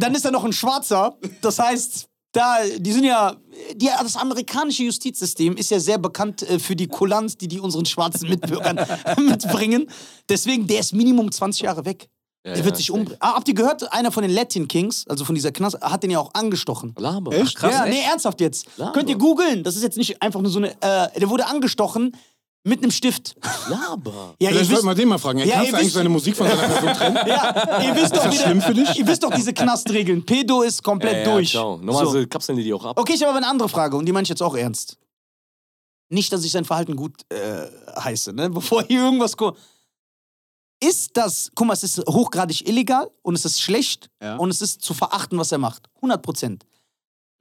Speaker 5: dann ist er noch ein Schwarzer. Das heißt. Da, die sind ja, die, das amerikanische Justizsystem ist ja sehr bekannt äh, für die Kulanz, die die unseren schwarzen Mitbürgern mitbringen. Deswegen, der ist Minimum 20 Jahre weg.
Speaker 1: Ja,
Speaker 5: der wird
Speaker 1: ja,
Speaker 5: sich
Speaker 1: safe.
Speaker 5: umbringen. Ah, habt ihr gehört, einer von den Latin Kings, also von dieser Knast, hat den ja auch angestochen
Speaker 1: Laber.
Speaker 2: Echt?
Speaker 4: Krass,
Speaker 5: ja,
Speaker 4: echt?
Speaker 5: nee, ernsthaft jetzt.
Speaker 1: Lama.
Speaker 5: Könnt ihr googeln. Das ist jetzt nicht einfach nur so eine. Äh, der wurde angestochen mit einem Stift.
Speaker 1: Laber.
Speaker 5: Ja,
Speaker 2: Vielleicht
Speaker 5: ihr wisst,
Speaker 2: sollten wir den mal fragen. Ey,
Speaker 5: Ja,
Speaker 2: kannst
Speaker 5: ihr
Speaker 2: du eigentlich
Speaker 5: wisst-
Speaker 2: seine Musik von seiner Person trennen?
Speaker 5: ja, ihr wisst doch
Speaker 2: das
Speaker 5: wieder-
Speaker 2: schlimm für dich?
Speaker 5: Ihr wisst doch diese Knastregeln. Pedo ist komplett
Speaker 1: ja,
Speaker 5: durch.
Speaker 1: Ciao. Normalerweise
Speaker 5: So.
Speaker 1: kapseln die die auch ab.
Speaker 5: Okay, ich habe aber eine andere Frage und die meine ich jetzt auch ernst. Nicht, dass ich sein Verhalten gut äh, heiße, ne? Bevor hier irgendwas kommt. Ist das, guck mal, es ist hochgradig illegal und es ist schlecht
Speaker 2: Ja.
Speaker 5: und es ist zu verachten, was er macht. 100 Prozent.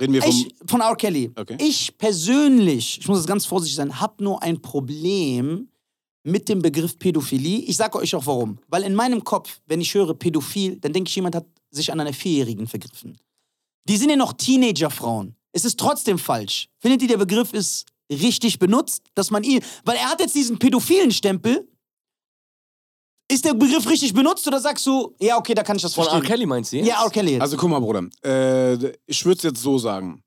Speaker 2: Reden wir vom...
Speaker 5: Ich, von R. Kelly.
Speaker 2: Okay.
Speaker 5: Ich persönlich, ich muss jetzt ganz vorsichtig sein, habe nur ein Problem mit dem Begriff Pädophilie. Ich sage euch auch warum. Weil in meinem Kopf, wenn ich höre pädophil, dann denke ich, jemand hat sich an einer Vierjährigen vergriffen. Die sind ja noch Teenagerfrauen. Es ist trotzdem falsch. Findet ihr, der Begriff ist richtig benutzt, dass man ihn. Weil er hat jetzt diesen pädophilen Stempel. Ist der Begriff richtig benutzt oder sagst du, ja, okay, da kann ich das
Speaker 1: Von R.
Speaker 5: verstehen?
Speaker 1: Kelly meinst du jetzt?
Speaker 5: Ja, R. Kelly. jetzt.
Speaker 2: Also guck mal, Bruder. Äh, ich würde es jetzt so sagen.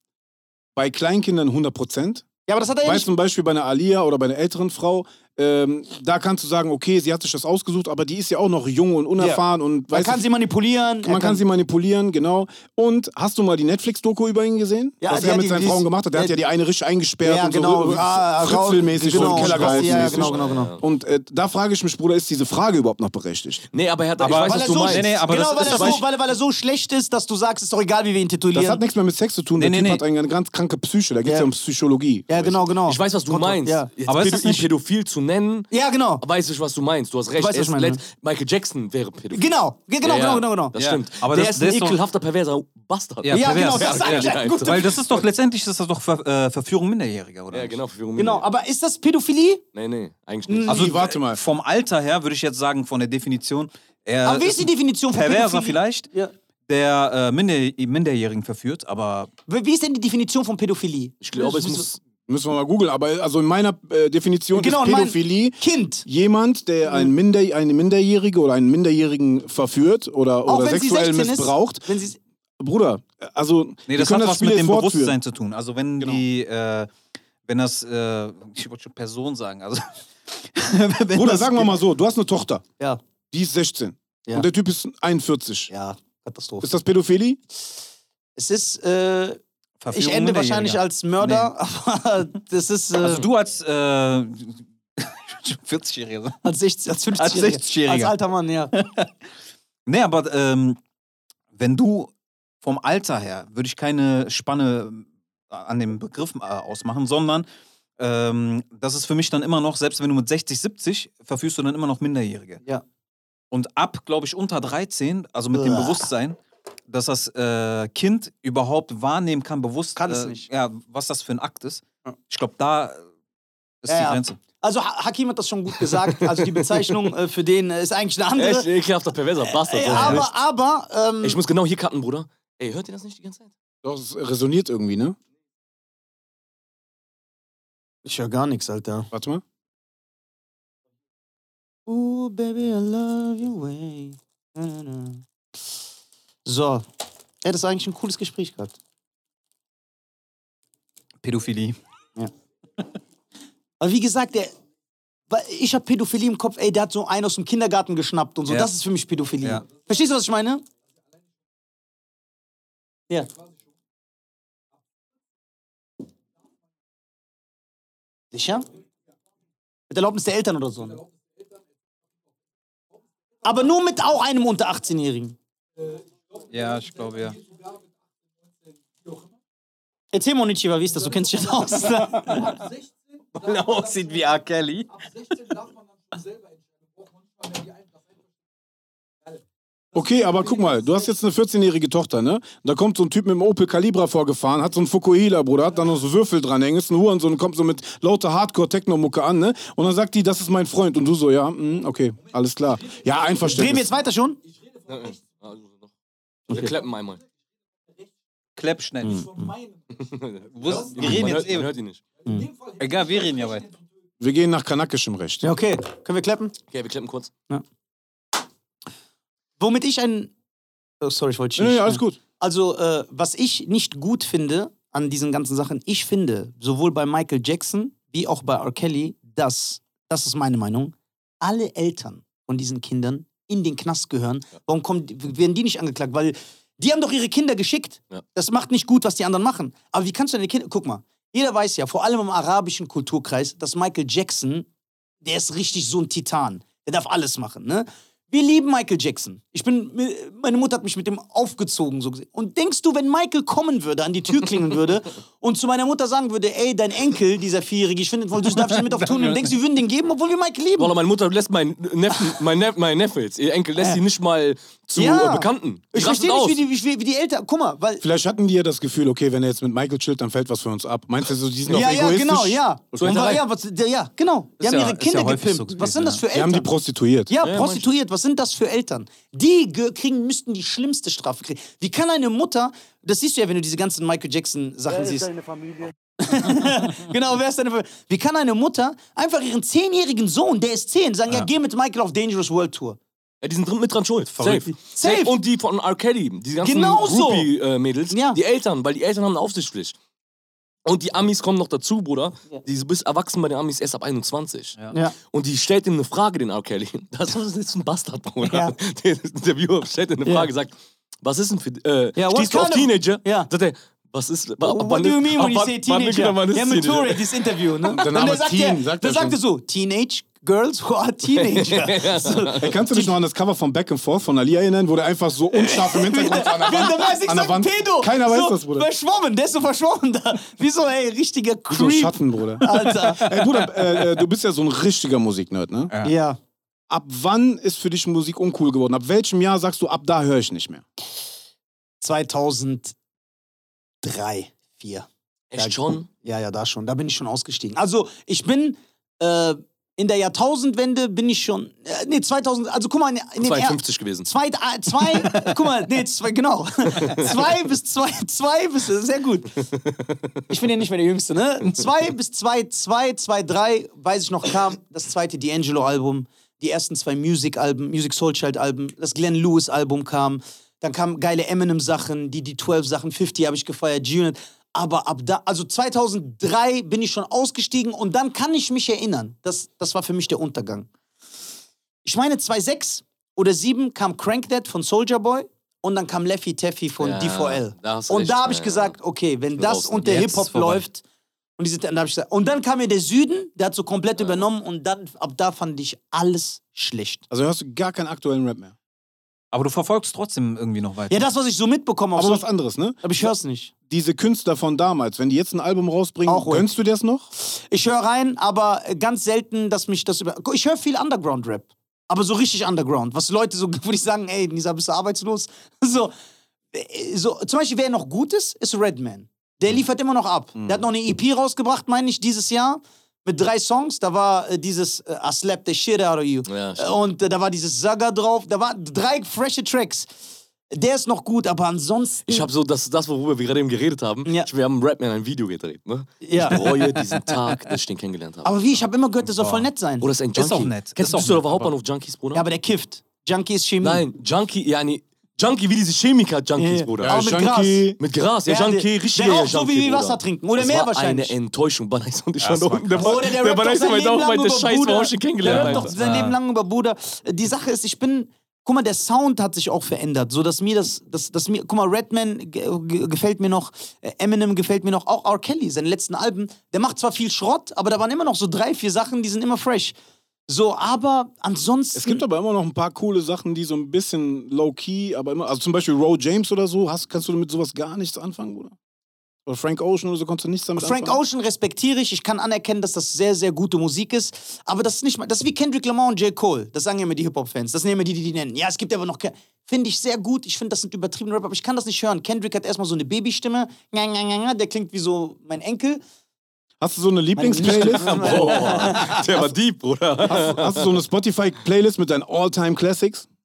Speaker 2: Bei Kleinkindern 100 Prozent.
Speaker 5: ja, aber das hat er ja
Speaker 2: Bei
Speaker 5: nicht.
Speaker 2: zum Beispiel bei einer Alia oder bei einer älteren Frau, ähm, da kannst du sagen, okay, sie hat sich das ausgesucht, aber die ist ja auch noch jung und unerfahren und
Speaker 5: Man
Speaker 2: weißt
Speaker 5: kann
Speaker 2: du,
Speaker 5: sie manipulieren. er
Speaker 2: man kann sie manipulieren, genau. Und hast du mal die Netflix-Doku über ihn gesehen?
Speaker 5: Ja,
Speaker 2: was
Speaker 5: ja,
Speaker 2: er mit
Speaker 5: die-
Speaker 2: seinen
Speaker 5: die
Speaker 2: Frauen
Speaker 5: ist- äh,
Speaker 2: gemacht hat. Der hat ja die eine richtig eingesperrt
Speaker 5: Ja,
Speaker 2: und
Speaker 5: genau.
Speaker 2: so
Speaker 5: Ah,
Speaker 2: äh, fritzelmäßig
Speaker 5: raus-
Speaker 2: so im
Speaker 5: genau,
Speaker 2: Keller gehalten.
Speaker 5: ja, ja,
Speaker 2: mäßig.
Speaker 5: genau, genau, genau.
Speaker 2: Und äh, da frage ich mich, Bruder, ist diese Frage überhaupt noch berechtigt?
Speaker 1: Nee, aber er hat.
Speaker 4: Aber-
Speaker 1: ich weiß, was
Speaker 5: Weil er,
Speaker 1: du
Speaker 5: so,
Speaker 1: meinst.
Speaker 4: Nee, nee, aber
Speaker 5: genau,
Speaker 4: das
Speaker 5: weil,
Speaker 4: ist doch
Speaker 5: er so,
Speaker 4: nicht-
Speaker 5: weil, er- weil er so schlecht ist, dass du sagst, ist doch egal, wie wir ihn titulieren.
Speaker 2: Das hat nichts mehr mit Sex zu tun. Der
Speaker 4: Nee,
Speaker 2: Typ
Speaker 4: nee,
Speaker 2: hat eine ganze kranke Psyche. Da geht es
Speaker 5: Ja.
Speaker 2: ja. um Psychologie.
Speaker 5: ja, genau, genau.
Speaker 1: Ich weiß, was du
Speaker 5: Kontro-
Speaker 1: meinst.
Speaker 5: Ja,
Speaker 1: Jetzt
Speaker 4: Aber ist
Speaker 1: pädo-
Speaker 4: das nicht-
Speaker 1: ihn pädophil zu nennen,
Speaker 5: ja genau.
Speaker 1: weiß ich, was du meinst. Du hast recht.
Speaker 5: weißt,
Speaker 1: Er
Speaker 5: was ich
Speaker 1: ist
Speaker 5: meine.
Speaker 1: let- Michael Jackson wäre pädophil.
Speaker 5: Genau, ge- genau,
Speaker 1: Ja, ja,
Speaker 5: genau, genau, genau.
Speaker 1: Das
Speaker 4: Ja.
Speaker 1: stimmt.
Speaker 4: Aber
Speaker 1: der
Speaker 4: das-
Speaker 1: ist
Speaker 4: der
Speaker 1: ein
Speaker 4: ist doch-
Speaker 1: ekelhafter, perverser Bastard.
Speaker 4: Ja,
Speaker 5: Ja, genau,
Speaker 4: pervers.
Speaker 5: das ist eigentlich
Speaker 1: Ja,
Speaker 5: ein guter
Speaker 4: Weil das ist doch letztendlich ist das doch Ver äh, Verführung Minderjähriger, oder?
Speaker 1: Ja,
Speaker 4: nicht?
Speaker 1: genau. für Jungen.
Speaker 5: Genau, aber ist das Pädophilie?
Speaker 1: Nee, nee, eigentlich nicht.
Speaker 2: Also, warte mal.
Speaker 4: Vom Alter her würde ich jetzt sagen, von der Definition. Er
Speaker 5: aber wie ist
Speaker 4: ist
Speaker 5: die Definition
Speaker 4: ein
Speaker 5: von
Speaker 4: Perverser
Speaker 5: Pädophilie?
Speaker 4: vielleicht,
Speaker 5: Ja.
Speaker 4: der äh, Minder Minderjährigen verführt, aber
Speaker 5: Wie wie ist denn die Definition von Pädophilie?
Speaker 1: Ich glaube, es
Speaker 5: Das
Speaker 1: muss.
Speaker 2: Müssen wir mal googeln. Aber also in meiner äh, Definition
Speaker 5: Genau,
Speaker 2: ist
Speaker 5: in mein- Mhm.
Speaker 2: Pädophilie
Speaker 5: Kind.
Speaker 2: jemand, der ein Minder, eine Minderjährige oder einen Minderjährigen verführt oder,
Speaker 5: Auch
Speaker 2: oder
Speaker 5: wenn sie
Speaker 2: sexuell
Speaker 5: 16 ist.
Speaker 2: missbraucht.
Speaker 5: Wenn sie,
Speaker 2: Bruder, also
Speaker 4: nee,
Speaker 2: wir
Speaker 4: das
Speaker 2: können
Speaker 4: hat
Speaker 2: das
Speaker 4: was
Speaker 2: Spiel
Speaker 4: mit
Speaker 2: jetzt
Speaker 4: dem
Speaker 2: fortführen.
Speaker 4: Bewusstsein zu tun. Also wenn
Speaker 5: Genau.
Speaker 4: die, äh, wenn das, äh, ich wollte schon Person sagen, also wenn
Speaker 2: Bruder,
Speaker 4: das-
Speaker 2: sagen wir mal so, du hast eine Tochter,
Speaker 5: ja,
Speaker 2: die ist 16
Speaker 5: Ja.
Speaker 2: und der Typ ist 41.
Speaker 5: ja, Katastrophe.
Speaker 2: Ist das Pädophilie?
Speaker 5: Es ist, äh, ich
Speaker 4: Verführung
Speaker 5: ende
Speaker 4: Minderjähriger.
Speaker 5: wahrscheinlich als Mörder, aber das ist äh,
Speaker 4: Also du als äh, 40-Jähriger.
Speaker 5: als 60, als 50
Speaker 4: Als 60-Jähriger.
Speaker 5: als alter Mann, ja.
Speaker 4: Nee, aber ähm, wenn du vom Alter her, würde ich keine Spanne an dem Begriff äh, ausmachen, sondern ähm, das ist für mich dann immer noch, selbst wenn du mit 60, 70 verführst du dann immer noch Minderjährige.
Speaker 5: Ja.
Speaker 4: Und ab, glaube ich, unter 13, also mit dem
Speaker 5: Uah.
Speaker 4: Bewusstsein, dass das äh, Kind überhaupt wahrnehmen kann, bewusst,
Speaker 5: Kann es
Speaker 4: äh,
Speaker 5: nicht.
Speaker 4: Ja, was das für ein Akt ist.
Speaker 5: Ja.
Speaker 4: Ich glaube, da äh, ist
Speaker 5: Ja,
Speaker 4: die
Speaker 5: ja.
Speaker 4: Grenze.
Speaker 5: Also Ha- Hakim hat das schon gut gesagt. Also die Bezeichnung äh, für den äh, ist eigentlich eine
Speaker 1: Er ist
Speaker 5: andere.
Speaker 1: ein ekelhafter, perverser Bastard.
Speaker 5: Ey,
Speaker 1: das ist nicht.
Speaker 5: aber, aber, ähm,
Speaker 1: Ich muss genau hier cutten, Bruder. Ey, hört ihr das nicht die ganze Zeit?
Speaker 2: Doch, es resoniert irgendwie, ne?
Speaker 5: ich höre gar nichts, Alter.
Speaker 2: Warte mal.
Speaker 5: Ooh, baby, I love your way. Na, na, na. So. Ey, das ist eigentlich ein cooles Gespräch gerade.
Speaker 4: Pädophilie.
Speaker 5: Aber wie gesagt, der, weil ich habe Pädophilie im Kopf, ey, der hat so einen aus dem Kindergarten geschnappt und so.
Speaker 4: Ja.
Speaker 5: Das ist für mich Pädophilie.
Speaker 4: Ja.
Speaker 5: Verstehst du, was ich meine? Ja. Sicher? Mit Erlaubnis der Eltern oder so. ne? Aber nur mit auch einem unter 18-Jährigen.
Speaker 4: Ja, ich glaube, ja.
Speaker 5: Erzähl mal, Nitschiva, wie ist das? Du kennst dich jetzt aus.
Speaker 4: Weil er aussieht wie R. Kelly.
Speaker 2: Okay, aber guck mal, du hast jetzt eine 14-jährige Tochter, ne? Da kommt so ein Typ mit dem Opel Calibra vorgefahren, hat so einen Fukuhila, Bruder, hat dann noch so Würfel dranhängen, ist ein Hurensohn, kommt so mit lauter Hardcore-Techno-Mucke an, ne? Und dann sagt die, das ist mein Freund. Und du so, ja, mm, okay, alles klar. Ja,
Speaker 5: Drehen wir
Speaker 2: einverstanden.
Speaker 5: jetzt weiter schon?
Speaker 4: also
Speaker 1: Wir klappen einmal.
Speaker 4: Klepp schnell.
Speaker 1: Wir
Speaker 4: wir reden jetzt eben.
Speaker 1: Man hört ihn nicht.
Speaker 4: Egal, wir reden ja weiter.
Speaker 2: Wir gehen nach kanakischem Recht.
Speaker 5: Ja, okay. Können wir klappen?
Speaker 1: Okay, wir klappen kurz.
Speaker 5: Womit ich ein. Oh, sorry, ich wollte dich
Speaker 2: Nee,
Speaker 5: nicht.
Speaker 2: nee, alles gut.
Speaker 5: Also, äh, was ich nicht gut finde an diesen ganzen Sachen, ich finde, sowohl bei Michael Jackson wie auch bei R. Kelly, dass, das ist meine Meinung, alle Eltern von diesen Kindern in den Knast gehören. Warum kommen, die- werden die nicht angeklagt? Weil die haben doch ihre Kinder geschickt.
Speaker 1: Ja.
Speaker 5: Das macht nicht gut, was die anderen machen. Aber wie kannst du deine Kinder. Guck mal, jeder weiß ja, vor allem im arabischen Kulturkreis, dass Michael Jackson, der ist richtig so ein Titan. Der darf alles machen, ne? Wir lieben Michael Jackson. Ich bin, meine Mutter hat mich mit dem aufgezogen, so gesehen. Und denkst du, wenn Michael kommen würde, an die Tür klingeln würde und zu meiner Mutter sagen würde, ey, dein Enkel, dieser Vierjährige, ich finde, voll süß, darf ich den mit auf Tour nehmen? Denkst du, wir würden den geben, obwohl wir Michael lieben?
Speaker 1: Wallah, meine Mutter lässt meinen Neffen, mein Nef, mein Neffe jetzt, ihr Enkel lässt sie nicht mal zu
Speaker 5: Äh. Ja.
Speaker 1: äh, Bekannten. Die
Speaker 5: Ich
Speaker 1: rastet
Speaker 5: verstehe nicht,
Speaker 1: aus.
Speaker 5: wie die, wie, wie die Eltern. Guck mal, weil.
Speaker 2: Vielleicht hatten die ja das Gefühl, okay, wenn er jetzt mit Michael chillt, dann fällt was für uns ab. Meinst du, so, die sind
Speaker 5: Ja,
Speaker 2: auch
Speaker 5: ja,
Speaker 2: egoistisch?
Speaker 5: genau, ja.
Speaker 1: So
Speaker 5: Und war,
Speaker 1: hinterher.
Speaker 5: ja, was, der, ja, genau. Die
Speaker 4: Ist ja-
Speaker 5: haben
Speaker 4: ist
Speaker 5: ihre
Speaker 4: ja
Speaker 5: Kinder
Speaker 4: häufig
Speaker 5: gepimpt.
Speaker 4: so gewesen,
Speaker 5: was sind das für
Speaker 2: Die haben die
Speaker 5: Eltern?
Speaker 2: prostituiert.
Speaker 5: ja,
Speaker 1: Ja, ja,
Speaker 5: prostituiert. Was sind das für Eltern? Die ge- kriegen, müssten die schlimmste Strafe kriegen. Wie kann eine Mutter, das siehst du ja, wenn du diese ganzen Michael Jackson-Sachen siehst. genau, wer ist deine Familie? Wie kann eine Mutter einfach ihren zehnjährigen Sohn, der ist zehn, sagen, ja. geh mit Michael auf Dangerous World Tour?
Speaker 1: Ja, die sind drin- mit dran schuld. Safe.
Speaker 5: Safe.
Speaker 1: Und die von R. Kelly, die ganzen
Speaker 5: Genau so.
Speaker 1: Groupie-Mädels,
Speaker 5: Ja.
Speaker 1: die Eltern, weil die Eltern haben eine Aufsichtspflicht. Und die Amis kommen noch dazu, Bruder. Die du bist erwachsen bei den Amis erst ab 21.
Speaker 5: Ja.
Speaker 1: Und die stellt ihm eine Frage, den R. Kelly. Das ist jetzt ein Bastard, Bruder.
Speaker 5: Ja.
Speaker 1: Der Interviewer stellt ihm eine
Speaker 5: Ja.
Speaker 1: Frage, sagt, was ist denn für... Äh,
Speaker 5: Ja, what
Speaker 1: stehst du auf
Speaker 5: kind of-
Speaker 1: Teenager?
Speaker 5: Ja.
Speaker 1: Sagt er, was ist... wa- ab
Speaker 5: What
Speaker 1: wann
Speaker 5: do you
Speaker 1: ist-
Speaker 5: mean
Speaker 1: ab
Speaker 5: when you
Speaker 1: wann-
Speaker 5: say
Speaker 1: wann
Speaker 5: teenager?
Speaker 1: Wann ist
Speaker 5: ja, mit
Speaker 1: Teenager?
Speaker 5: Tourette, dieses Interview, ne?
Speaker 2: Der Name Teen,
Speaker 5: er,
Speaker 2: sagt
Speaker 5: der
Speaker 2: er schon.
Speaker 5: sagte so, Teenage Girls who are Teenager. so,
Speaker 2: Ey, kannst du dich noch an das Cover von Back and Forth von Alia erinnern, wo der einfach so unscharf im Hintergrund war an der
Speaker 5: Wenn
Speaker 2: Wand?
Speaker 5: der weiß, ich
Speaker 2: an der
Speaker 5: sag
Speaker 2: Wand.
Speaker 5: Pedo.
Speaker 2: Keiner weiß
Speaker 5: so,
Speaker 2: das, Bruder.
Speaker 5: Verschwommen, der ist so verschwommen da. Wie so, ey, richtiger Creep.
Speaker 2: So Schatten, Bruder.
Speaker 5: Alter.
Speaker 2: Ey, Bruder, äh, äh, du bist ja so ein richtiger Musiknerd, ne?
Speaker 5: ja.
Speaker 2: Ab wann ist für dich Musik uncool geworden? Ab welchem Jahr sagst du, ab da höre ich nicht mehr?
Speaker 5: 2003, 4.
Speaker 1: Echt schon?
Speaker 5: Ja, ja, da schon. Da bin ich schon ausgestiegen. Also, ich bin äh, in der Jahrtausendwende bin ich schon. Äh, nee, 2000. Also, guck mal, in, in den er-
Speaker 1: 52 gewesen.
Speaker 5: Zwei, ah, zwei, guck mal, nee, zwei, genau. Zwei bis zwei, zwei bis, sehr gut. Ich bin ja nicht mehr der Jüngste, ne? Zwei bis zwei, zwei, zwei, drei, weiß ich noch, kam das zweite D'Angelo-Album, die ersten zwei Music-Alben, Music Soul Child-Alben, das Glenn Lewis-Album kam, dann kamen geile Eminem-Sachen, die, die 12-Sachen, 50 habe ich gefeiert, G-Unit. Aber ab da, also 2003 bin ich schon ausgestiegen und dann kann ich mich erinnern, das, das war für mich der Untergang ich meine 2.6 oder 7 kam Crank That von Soldier Boy und dann kam Leffy Taffy von
Speaker 1: Ja,
Speaker 5: D4L.
Speaker 1: da hast du
Speaker 5: und
Speaker 1: recht,
Speaker 5: da habe ich
Speaker 1: ja,
Speaker 5: gesagt, okay, wenn
Speaker 1: bin
Speaker 5: das
Speaker 1: draußen.
Speaker 5: und der
Speaker 4: Jetzt ist
Speaker 5: Hip-Hop
Speaker 4: vorbei.
Speaker 5: läuft und, diese, dann hab ich gesagt, und dann kam mir der Süden, der hat so komplett übernommen und dann ab da fand ich alles schlecht.
Speaker 2: Also hörst du gar keinen aktuellen Rap mehr.
Speaker 4: Aber du verfolgst trotzdem irgendwie noch weiter.
Speaker 5: Ja, das, was ich so mitbekomme,
Speaker 2: Aber
Speaker 5: aber,
Speaker 2: was
Speaker 5: so,
Speaker 2: anderes, ne?
Speaker 5: aber ich höre es nicht.
Speaker 2: Diese Künstler von damals, wenn die jetzt ein Album rausbringen,
Speaker 5: Auch wack.
Speaker 2: gönnst du dir das noch?
Speaker 5: Ich höre rein, aber ganz selten, dass mich das über. Ich höre viel Underground-Rap. Aber so richtig Underground. Was Leute so, würde ich sagen, ey, Nisa, bist du arbeitslos? So, äh, so. Zum Beispiel, wer noch gut ist, ist Redman.
Speaker 1: Mhm.
Speaker 5: Der liefert immer noch ab. Der hat noch eine EP rausgebracht, meine ich, dieses Jahr. Mit drei Songs. Da war äh, dieses äh, I slapped the shit out of you.
Speaker 1: Ja,
Speaker 5: Äh,
Speaker 1: stimmt.
Speaker 5: Und äh, da war dieses Saga drauf. Da waren drei frische Tracks. Der ist noch gut, aber ansonsten.
Speaker 1: Ich habe so, das ist das, worüber wir gerade eben geredet haben.
Speaker 5: Ja.
Speaker 1: Ich, wir haben Rapman ein Video gedreht, ne?
Speaker 5: Ja.
Speaker 1: Ich bereue diesen Tag, dass ich den kennengelernt habe.
Speaker 5: aber wie? Ich habe immer gehört, der soll
Speaker 4: Boah.
Speaker 5: voll nett sein.
Speaker 1: Bruder, ist ein Junkie.
Speaker 4: Ist auch nett,
Speaker 1: Kennst
Speaker 4: ist
Speaker 1: du
Speaker 4: auch
Speaker 1: Düsseldorfer
Speaker 4: nett,
Speaker 1: Hauptbahnhof Junkies, Bruder?
Speaker 5: ja, aber der kifft. Junkie ist Chemie.
Speaker 1: Nein, Junkie, ja, nee, Junkie wie diese Chemiker-Junkies,
Speaker 5: Ja,
Speaker 1: Bruder.
Speaker 5: ja. Auch mit Gras.
Speaker 1: Mit Gras, ja,
Speaker 5: Ja,
Speaker 1: Junkie,
Speaker 5: der-
Speaker 1: richtig.
Speaker 5: der raucht so wie wir Wasser trinken, oder
Speaker 1: das
Speaker 5: mehr
Speaker 1: war
Speaker 5: wahrscheinlich.
Speaker 1: eine Enttäuschung, Banais und ich schon
Speaker 4: das war
Speaker 1: unten. Der,
Speaker 5: Oder der,
Speaker 1: der
Speaker 5: rappt doch
Speaker 1: Banais
Speaker 5: sein
Speaker 1: meinte
Speaker 5: Leben
Speaker 1: auch,
Speaker 5: lang
Speaker 1: meinte,
Speaker 5: über
Speaker 1: scheiße,
Speaker 5: Buddha.
Speaker 1: warum ich ihn
Speaker 5: Der
Speaker 1: kennengelernt
Speaker 5: rappt
Speaker 1: habe.
Speaker 5: doch sein Leben lang über Buddha. Die Sache ist, ich bin... Guck mal, der Sound hat sich auch verändert, so dass mir das, dass, dass mir, guck mal, Redman ge- ge- gefällt mir noch, äh, Eminem gefällt mir noch, auch R. Kelly, seine letzten Alben, der macht zwar viel Schrott, aber da waren immer noch so drei, vier Sachen, die sind immer fresh. So, aber ansonsten.
Speaker 2: Es gibt aber immer noch ein paar coole Sachen, die so ein bisschen low-key, aber immer, also zum Beispiel Roe James oder so, hast, kannst du mit sowas gar nichts anfangen, Bruder? Oder Frank Ocean oder so konntest du nichts damit
Speaker 5: Frank
Speaker 2: anfangen?
Speaker 5: Ocean respektiere ich. Ich kann anerkennen, dass das sehr, sehr gute Musik ist. Aber das ist nicht mal. Das ist wie Kendrick Lamar und J. Cole. Das sagen ja immer die Hip-Hop-Fans. Das nehmen immer die, die die nennen. Ja, es gibt aber noch. Ke- Finde ich sehr gut. Ich finde, das sind übertriebene Rapper, aber ich kann das nicht hören. Kendrick hat erstmal so eine Babystimme. Nga, nga, nga, nga. Der klingt wie so mein Enkel.
Speaker 2: Hast du so eine Lieblingsplaylist?
Speaker 1: Boah, der war deep, Bruder.
Speaker 2: hast, hast du so eine Spotify-Playlist mit deinen All-Time-Classics?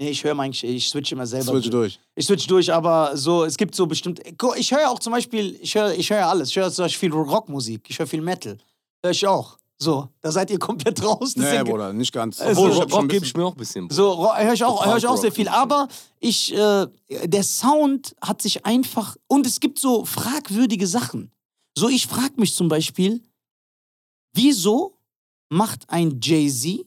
Speaker 5: Nee, ich höre eigentlich, ich switche immer selber.
Speaker 2: Switch durch.
Speaker 5: Ich switch durch, aber so, es gibt so bestimmt. Guck, Ich höre auch zum Beispiel, ich höre ich höre alles. Ich höre zum Beispiel viel Rockmusik, ich höre viel Metal. Hör ich auch. So, da seid ihr komplett raus.
Speaker 2: Nee,
Speaker 5: deswegen-
Speaker 2: Bruder, nicht ganz.
Speaker 1: Obwohl,
Speaker 2: ich hab schon ein
Speaker 1: Rock gebe
Speaker 2: bisschen-
Speaker 1: ich mir auch ein bisschen. Bruder.
Speaker 5: So, ro- höre ich auch, höre ich auch
Speaker 2: Punkrock.
Speaker 5: sehr viel. Aber ich, äh, der Sound hat sich einfach. Und es gibt so fragwürdige Sachen. So, ich frage mich zum Beispiel, wieso macht ein Jay-Z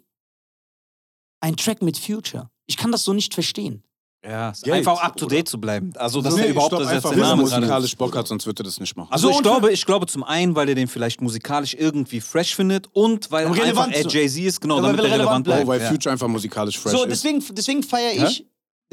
Speaker 5: einen Track mit Future? Ich kann das so nicht verstehen.
Speaker 4: Ja, ist
Speaker 1: Geld,
Speaker 4: einfach up to date zu bleiben. Also, das ist
Speaker 2: Nee,
Speaker 4: überhaupt
Speaker 2: ich
Speaker 4: das
Speaker 2: glaub einfach,
Speaker 4: letzte
Speaker 2: wenn er
Speaker 4: Name gerade.
Speaker 2: musikalisch Bock hat, sonst wird er das nicht machen.
Speaker 4: Also
Speaker 5: So
Speaker 4: ich
Speaker 5: und-
Speaker 4: glaube, ich glaube zum einen, weil er den vielleicht musikalisch irgendwie fresh findet und weil
Speaker 5: Um
Speaker 4: einfach
Speaker 5: relevant
Speaker 4: er
Speaker 5: zu-
Speaker 4: Jay-Z ist, genau,
Speaker 5: Ja, weil
Speaker 4: damit
Speaker 5: wir
Speaker 4: er relevant
Speaker 5: relevant
Speaker 2: oh,
Speaker 4: bleibt.
Speaker 2: weil
Speaker 4: ja.
Speaker 2: Future einfach musikalisch fresh
Speaker 5: so,
Speaker 2: ist.
Speaker 5: deswegen, deswegen feiere ich. das-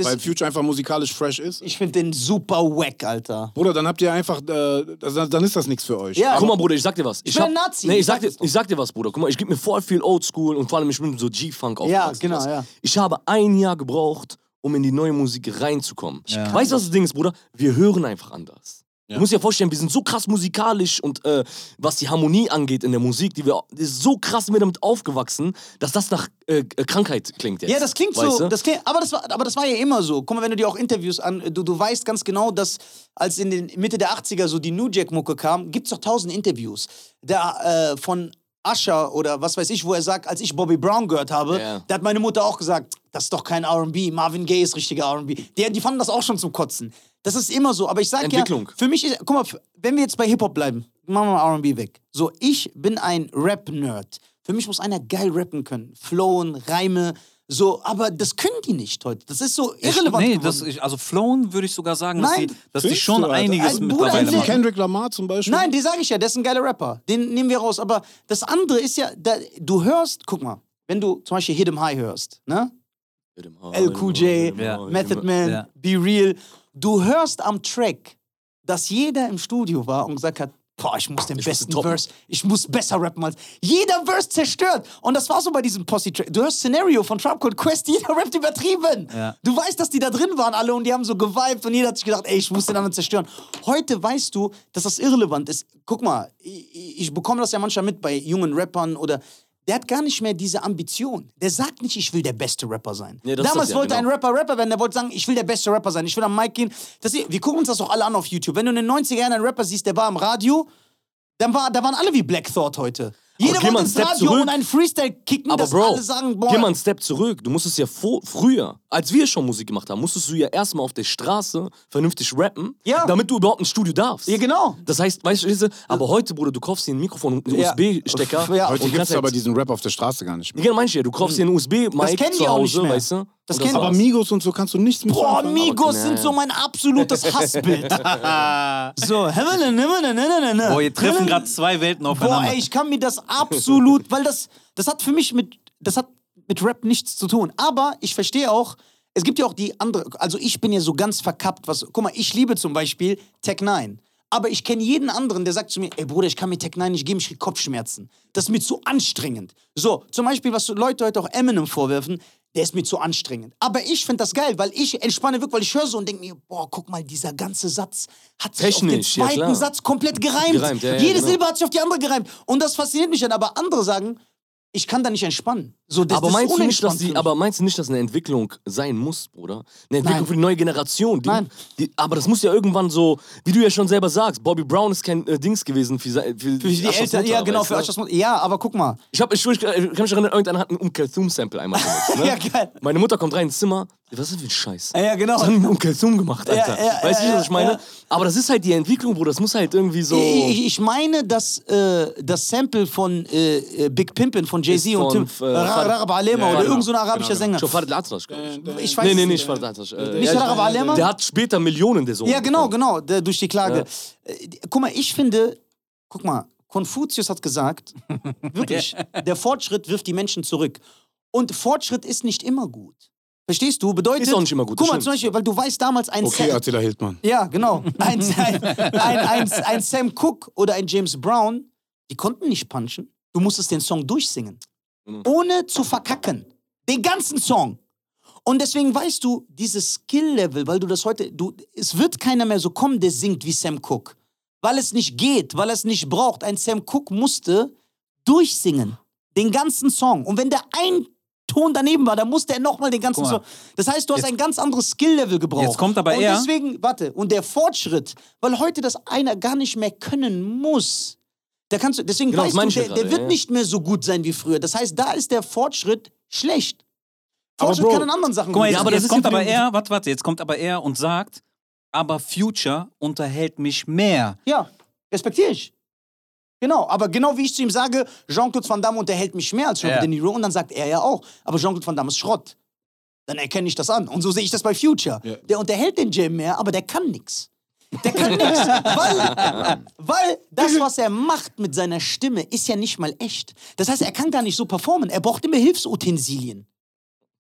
Speaker 2: Weil Future einfach musikalisch fresh ist.
Speaker 5: ich finde den super wack, Alter.
Speaker 2: Bruder, dann habt ihr einfach, äh, also dann ist das nichts für euch.
Speaker 5: Ja.
Speaker 1: Guck mal, Bruder, ich sag dir was. Ich
Speaker 5: bin
Speaker 1: hab-
Speaker 5: ein Nazi,
Speaker 1: Nee, ich
Speaker 5: ich
Speaker 1: sag,
Speaker 5: sag
Speaker 1: dir,
Speaker 5: das doch.
Speaker 1: ich sag dir was, Bruder. Guck mal, ich gebe mir voll viel Oldschool und vor allem ich bin so G-Funk aufgewachsen.
Speaker 5: genau,
Speaker 1: weißt du?
Speaker 5: ja.
Speaker 1: Ich habe ein Jahr gebraucht, um in die neue Musik reinzukommen.
Speaker 4: Ja.
Speaker 1: Weißt du, was das Ding ist, Bruder? Wir hören einfach anders. Du musst dir vorstellen, wir sind so krass musikalisch und äh, was die Harmonie angeht in der Musik, die wir die ist so krass mit damit aufgewachsen, dass das nach äh, Krankheit klingt jetzt.
Speaker 5: Ja, das klingt
Speaker 1: weißt
Speaker 5: so.
Speaker 1: Du?
Speaker 5: Das klingt, aber, das war, aber das war ja immer so. Guck mal, wenn du dir auch Interviews an. Du, du weißt ganz genau, dass als in den Mitte der 80er so die New Jack-Mucke kam, gibt's doch tausend Interviews. Da äh, von Usher oder was weiß ich, wo er sagt, als ich Bobby Brown gehört habe,
Speaker 1: Ja.
Speaker 5: da hat meine Mutter auch gesagt, das ist doch kein RB, Marvin Gaye ist richtiger RB. Die, die fanden das auch schon zum Kotzen. Das ist immer so. Aber ich sag
Speaker 1: Entwicklung.
Speaker 5: ja, für mich ist. Guck mal, f- wenn wir jetzt bei Hip-Hop bleiben, machen wir mal RB weg. So, ich bin ein Rap-Nerd. Für mich muss einer geil rappen können. Flowen, Reime, so, aber das können die nicht heute. Das ist so irrelevant.
Speaker 4: Nee,
Speaker 5: geworden.
Speaker 4: das, ich, also Flown würde ich sogar sagen,
Speaker 5: Nein.
Speaker 4: dass die, dass die
Speaker 2: Findest
Speaker 4: schon
Speaker 2: du, Alter? Also,
Speaker 4: einiges
Speaker 5: Ein Bruder,
Speaker 4: mittlerweile
Speaker 5: ein
Speaker 4: machen.
Speaker 2: Kendrick Lamar zum Beispiel.
Speaker 5: Nein, die sage ich ja, der ist ein geiler Rapper. Den nehmen wir raus. Aber das andere ist ja, da, du hörst, guck mal, wenn du zum Beispiel Hit 'em High hörst, ne? LQJ,
Speaker 4: Ja.
Speaker 5: Method Man,
Speaker 4: Ja.
Speaker 5: Be Real. Du hörst am Track, dass jeder im Studio war und gesagt hat, boah, ich muss den besten
Speaker 1: toppen.
Speaker 5: Verse, ich muss besser rappen als... Jeder Verse zerstört. Und das war so bei diesem Posse-Track. Du hörst Scenario von Trump Called Quest, jeder rappt übertrieben.
Speaker 4: Ja.
Speaker 5: Du weißt, dass die da drin waren alle und die haben so geweibt und jeder hat sich gedacht, ey, ich muss den anderen zerstören. Heute weißt du, dass das irrelevant ist. Guck mal, ich, ich bekomme das ja manchmal mit bei jungen Rappern oder... Der hat gar nicht mehr diese Ambition. Der sagt nicht, ich will der beste Rapper sein.
Speaker 1: Ja, das ist
Speaker 5: Damals
Speaker 1: das ja,
Speaker 5: wollte
Speaker 1: genau.
Speaker 5: ein Rapper Rapper werden, der wollte sagen, ich will der beste Rapper sein, ich will am Mic gehen. Das, wir gucken uns das doch alle an auf YouTube. Wenn du in den 90er Jahren einen Rapper siehst, der war im Radio, dann war, da waren alle wie Black Thought heute. Jeder
Speaker 1: geh mal
Speaker 5: wollte
Speaker 1: einen
Speaker 5: ins
Speaker 1: Step
Speaker 5: Radio
Speaker 1: zurück.
Speaker 5: und einen Freestyle kicken,
Speaker 1: Aber
Speaker 5: dass
Speaker 1: Bro,
Speaker 5: alle sagen, boah,
Speaker 1: geh mal einen Step zurück. Du musstest ja vor, früher, als wir schon Musik gemacht haben, musstest du ja erstmal auf der Straße vernünftig rappen,
Speaker 5: Ja.
Speaker 1: damit du überhaupt ins Studio darfst.
Speaker 5: Ja, genau.
Speaker 1: Das heißt, weißt du, diese- aber heute, Bruder, du kaufst dir ein Mikrofon und einen
Speaker 5: Ja.
Speaker 1: USB-Stecker.
Speaker 5: Ja.
Speaker 1: und
Speaker 2: Heute gibt
Speaker 1: kannst
Speaker 2: es aber
Speaker 1: halt-
Speaker 2: diesen Rap auf der Straße gar nicht mehr.
Speaker 1: Ja, genau, meinst du ja. Du kaufst dir einen USB-Mic
Speaker 5: kennen die
Speaker 1: zu
Speaker 5: auch nicht
Speaker 1: Hause,
Speaker 5: mehr.
Speaker 1: weißt du?
Speaker 5: Das
Speaker 1: Und
Speaker 5: kennen
Speaker 2: Aber
Speaker 5: Was?
Speaker 2: Migos und so kannst du nichts mit
Speaker 5: Boah,
Speaker 2: anfangen.
Speaker 5: Migos
Speaker 1: nee.
Speaker 5: sind so mein absolutes Hassbild. so, Boah,
Speaker 4: Boah, wir treffen gerade zwei Welten
Speaker 5: Boah,
Speaker 4: aufeinander.
Speaker 5: ey, ich kann mir das absolut, weil das, das hat für mich mit, das hat mit Rap nichts zu tun. Aber ich verstehe auch, es gibt ja auch die andere, also ich bin ja so ganz verkappt, was, guck mal, ich liebe zum Beispiel Tech 9. Aber ich kenne jeden anderen, der sagt zu mir, ey Bruder, ich kann mir Tech 9 nicht geben, ich krieg Kopfschmerzen. Das ist mir zu anstrengend. So, zum Beispiel, was Leute heute auch Eminem vorwerfen, der ist mir zu anstrengend. Aber ich finde das geil, weil ich entspanne wirklich, weil ich höre so und denke mir, boah, guck mal, dieser ganze Satz hat sich
Speaker 1: Technisch, ja,
Speaker 5: auf den zweiten
Speaker 1: klar.
Speaker 5: Satz komplett gereimt.
Speaker 1: Gereimt, ja, ja,
Speaker 5: Jede
Speaker 1: genau.
Speaker 5: Silbe hat sich auf die andere gereimt. Und das fasziniert mich dann. Aber andere sagen, ich kann da nicht entspannen. So, das,
Speaker 1: aber
Speaker 5: das
Speaker 1: meinst,
Speaker 5: ist
Speaker 1: du nicht, dass
Speaker 5: unentspannt für
Speaker 1: die,
Speaker 5: mich.
Speaker 1: aber meinst du nicht, dass eine Entwicklung sein muss, Bruder? Eine Entwicklung
Speaker 5: Nein.
Speaker 1: für die neue Generation. Die,
Speaker 5: Nein.
Speaker 1: Die, aber das muss ja irgendwann so, wie du ja schon selber sagst, Bobby Brown ist kein äh, Dings gewesen für, se- für,
Speaker 5: für die
Speaker 1: Aschers
Speaker 5: Eltern, ja
Speaker 1: Mutter,
Speaker 5: genau,
Speaker 1: weißt
Speaker 5: für
Speaker 1: du?
Speaker 5: euch das muss. Ja, aber guck mal.
Speaker 1: Ich, hab, ich, schwör, ich kann mich erinnern, irgendeiner hat ein Umkalthum-Sample einmal benutzt. Ne?
Speaker 5: Ja, geil.
Speaker 1: Meine Mutter kommt rein ins Zimmer, was ist das für ein Scheiß?
Speaker 5: Ja, genau.
Speaker 1: Was haben die mit Umkalthum gemacht, Alter?
Speaker 5: Ja, ja,
Speaker 1: weißt du,
Speaker 5: ja,
Speaker 1: was ich meine?
Speaker 5: ja.
Speaker 1: Aber das ist halt die Entwicklung, Bruder. Das muss halt irgendwie so...
Speaker 5: Ich, ich meine, dass äh, das Sample von äh, äh, Big Pimpin von Jay-Z
Speaker 1: Ist
Speaker 5: und
Speaker 1: von,
Speaker 5: Tim
Speaker 1: äh,
Speaker 5: Ra- Rarab Alema oder
Speaker 1: genau.
Speaker 5: irgendein so ein arabischer Sänger.
Speaker 1: Schofar Atlas, glaube ich.
Speaker 5: Ich weiß
Speaker 1: Nee, nee, nee,
Speaker 5: es nicht.
Speaker 1: ich war das. Äh,
Speaker 5: Nicht Sarah Wahlema?
Speaker 1: Der hat später Millionen, der Sohn.
Speaker 5: Ja, genau,
Speaker 1: bekommen.
Speaker 5: genau, der, durch die Klage. Äh, die- Guck mal, ich finde, guck mal, Konfuzius hat gesagt, wirklich, der Fortschritt wirft die Menschen zurück. Und Fortschritt ist nicht immer gut. Verstehst du? Bedeutet.
Speaker 1: Ist auch nicht immer gut, das
Speaker 5: Guck mal,
Speaker 1: stimmt.
Speaker 5: zum Beispiel, weil du weißt damals ein
Speaker 2: Okay,
Speaker 5: Set.
Speaker 2: Attila Hildmann.
Speaker 5: Ja, genau. Ein, ein, ein, ein, ein Sam Cooke oder ein James Brown, die konnten nicht punchen. Du musstest den Song durchsingen.
Speaker 4: Mhm.
Speaker 5: Ohne zu verkacken. Den ganzen Song. Und deswegen weißt du, dieses Skill-Level, weil du das heute, du, es wird keiner mehr so kommen, der singt wie Sam Cooke. Weil es nicht geht, weil es nicht braucht. Ein Sam Cooke musste durchsingen. Den ganzen Song. Und wenn der ein Ton daneben war, dann musste er nochmal den ganzen
Speaker 4: Guck mal.
Speaker 5: Song. Das heißt, du hast ein ganz anderes Skill-Level gebraucht.
Speaker 4: Jetzt kommt aber
Speaker 5: Und
Speaker 4: er-
Speaker 5: deswegen, warte, und der Fortschritt, weil heute das einer gar nicht mehr können muss. Da kannst du, deswegen
Speaker 1: Genau, das
Speaker 5: weißt
Speaker 1: meine
Speaker 5: du,
Speaker 1: ich ja
Speaker 5: der, der
Speaker 1: gerade,
Speaker 5: wird
Speaker 1: ja.
Speaker 5: nicht mehr so gut sein wie früher. Das heißt, da ist der Fortschritt schlecht. Fortschritt
Speaker 2: Bro,
Speaker 5: kann in anderen Sachen
Speaker 4: Guck mal,
Speaker 5: gut
Speaker 4: jetzt,
Speaker 5: sein.
Speaker 1: aber das
Speaker 4: jetzt
Speaker 1: ist
Speaker 4: kommt
Speaker 1: ja für
Speaker 4: aber
Speaker 1: den-
Speaker 4: er, warte, warte, jetzt kommt aber er und sagt, aber Future unterhält mich mehr.
Speaker 5: Ja, respektiere ich. Genau, aber genau wie ich zu ihm sage, Jean-Claude Van Damme unterhält mich mehr als Robert
Speaker 4: Ja.
Speaker 5: De Niro und dann sagt er ja auch, aber Jean-Claude Van Damme ist Schrott. Dann erkenne ich das an. Und so sehe ich das bei Future.
Speaker 2: Ja.
Speaker 5: Der unterhält den Jim mehr, aber der kann nichts. Der kann nichts. Weil, weil das, was er macht mit seiner Stimme, ist ja nicht mal echt. Das heißt, er kann gar nicht so performen. Er braucht immer Hilfsutensilien.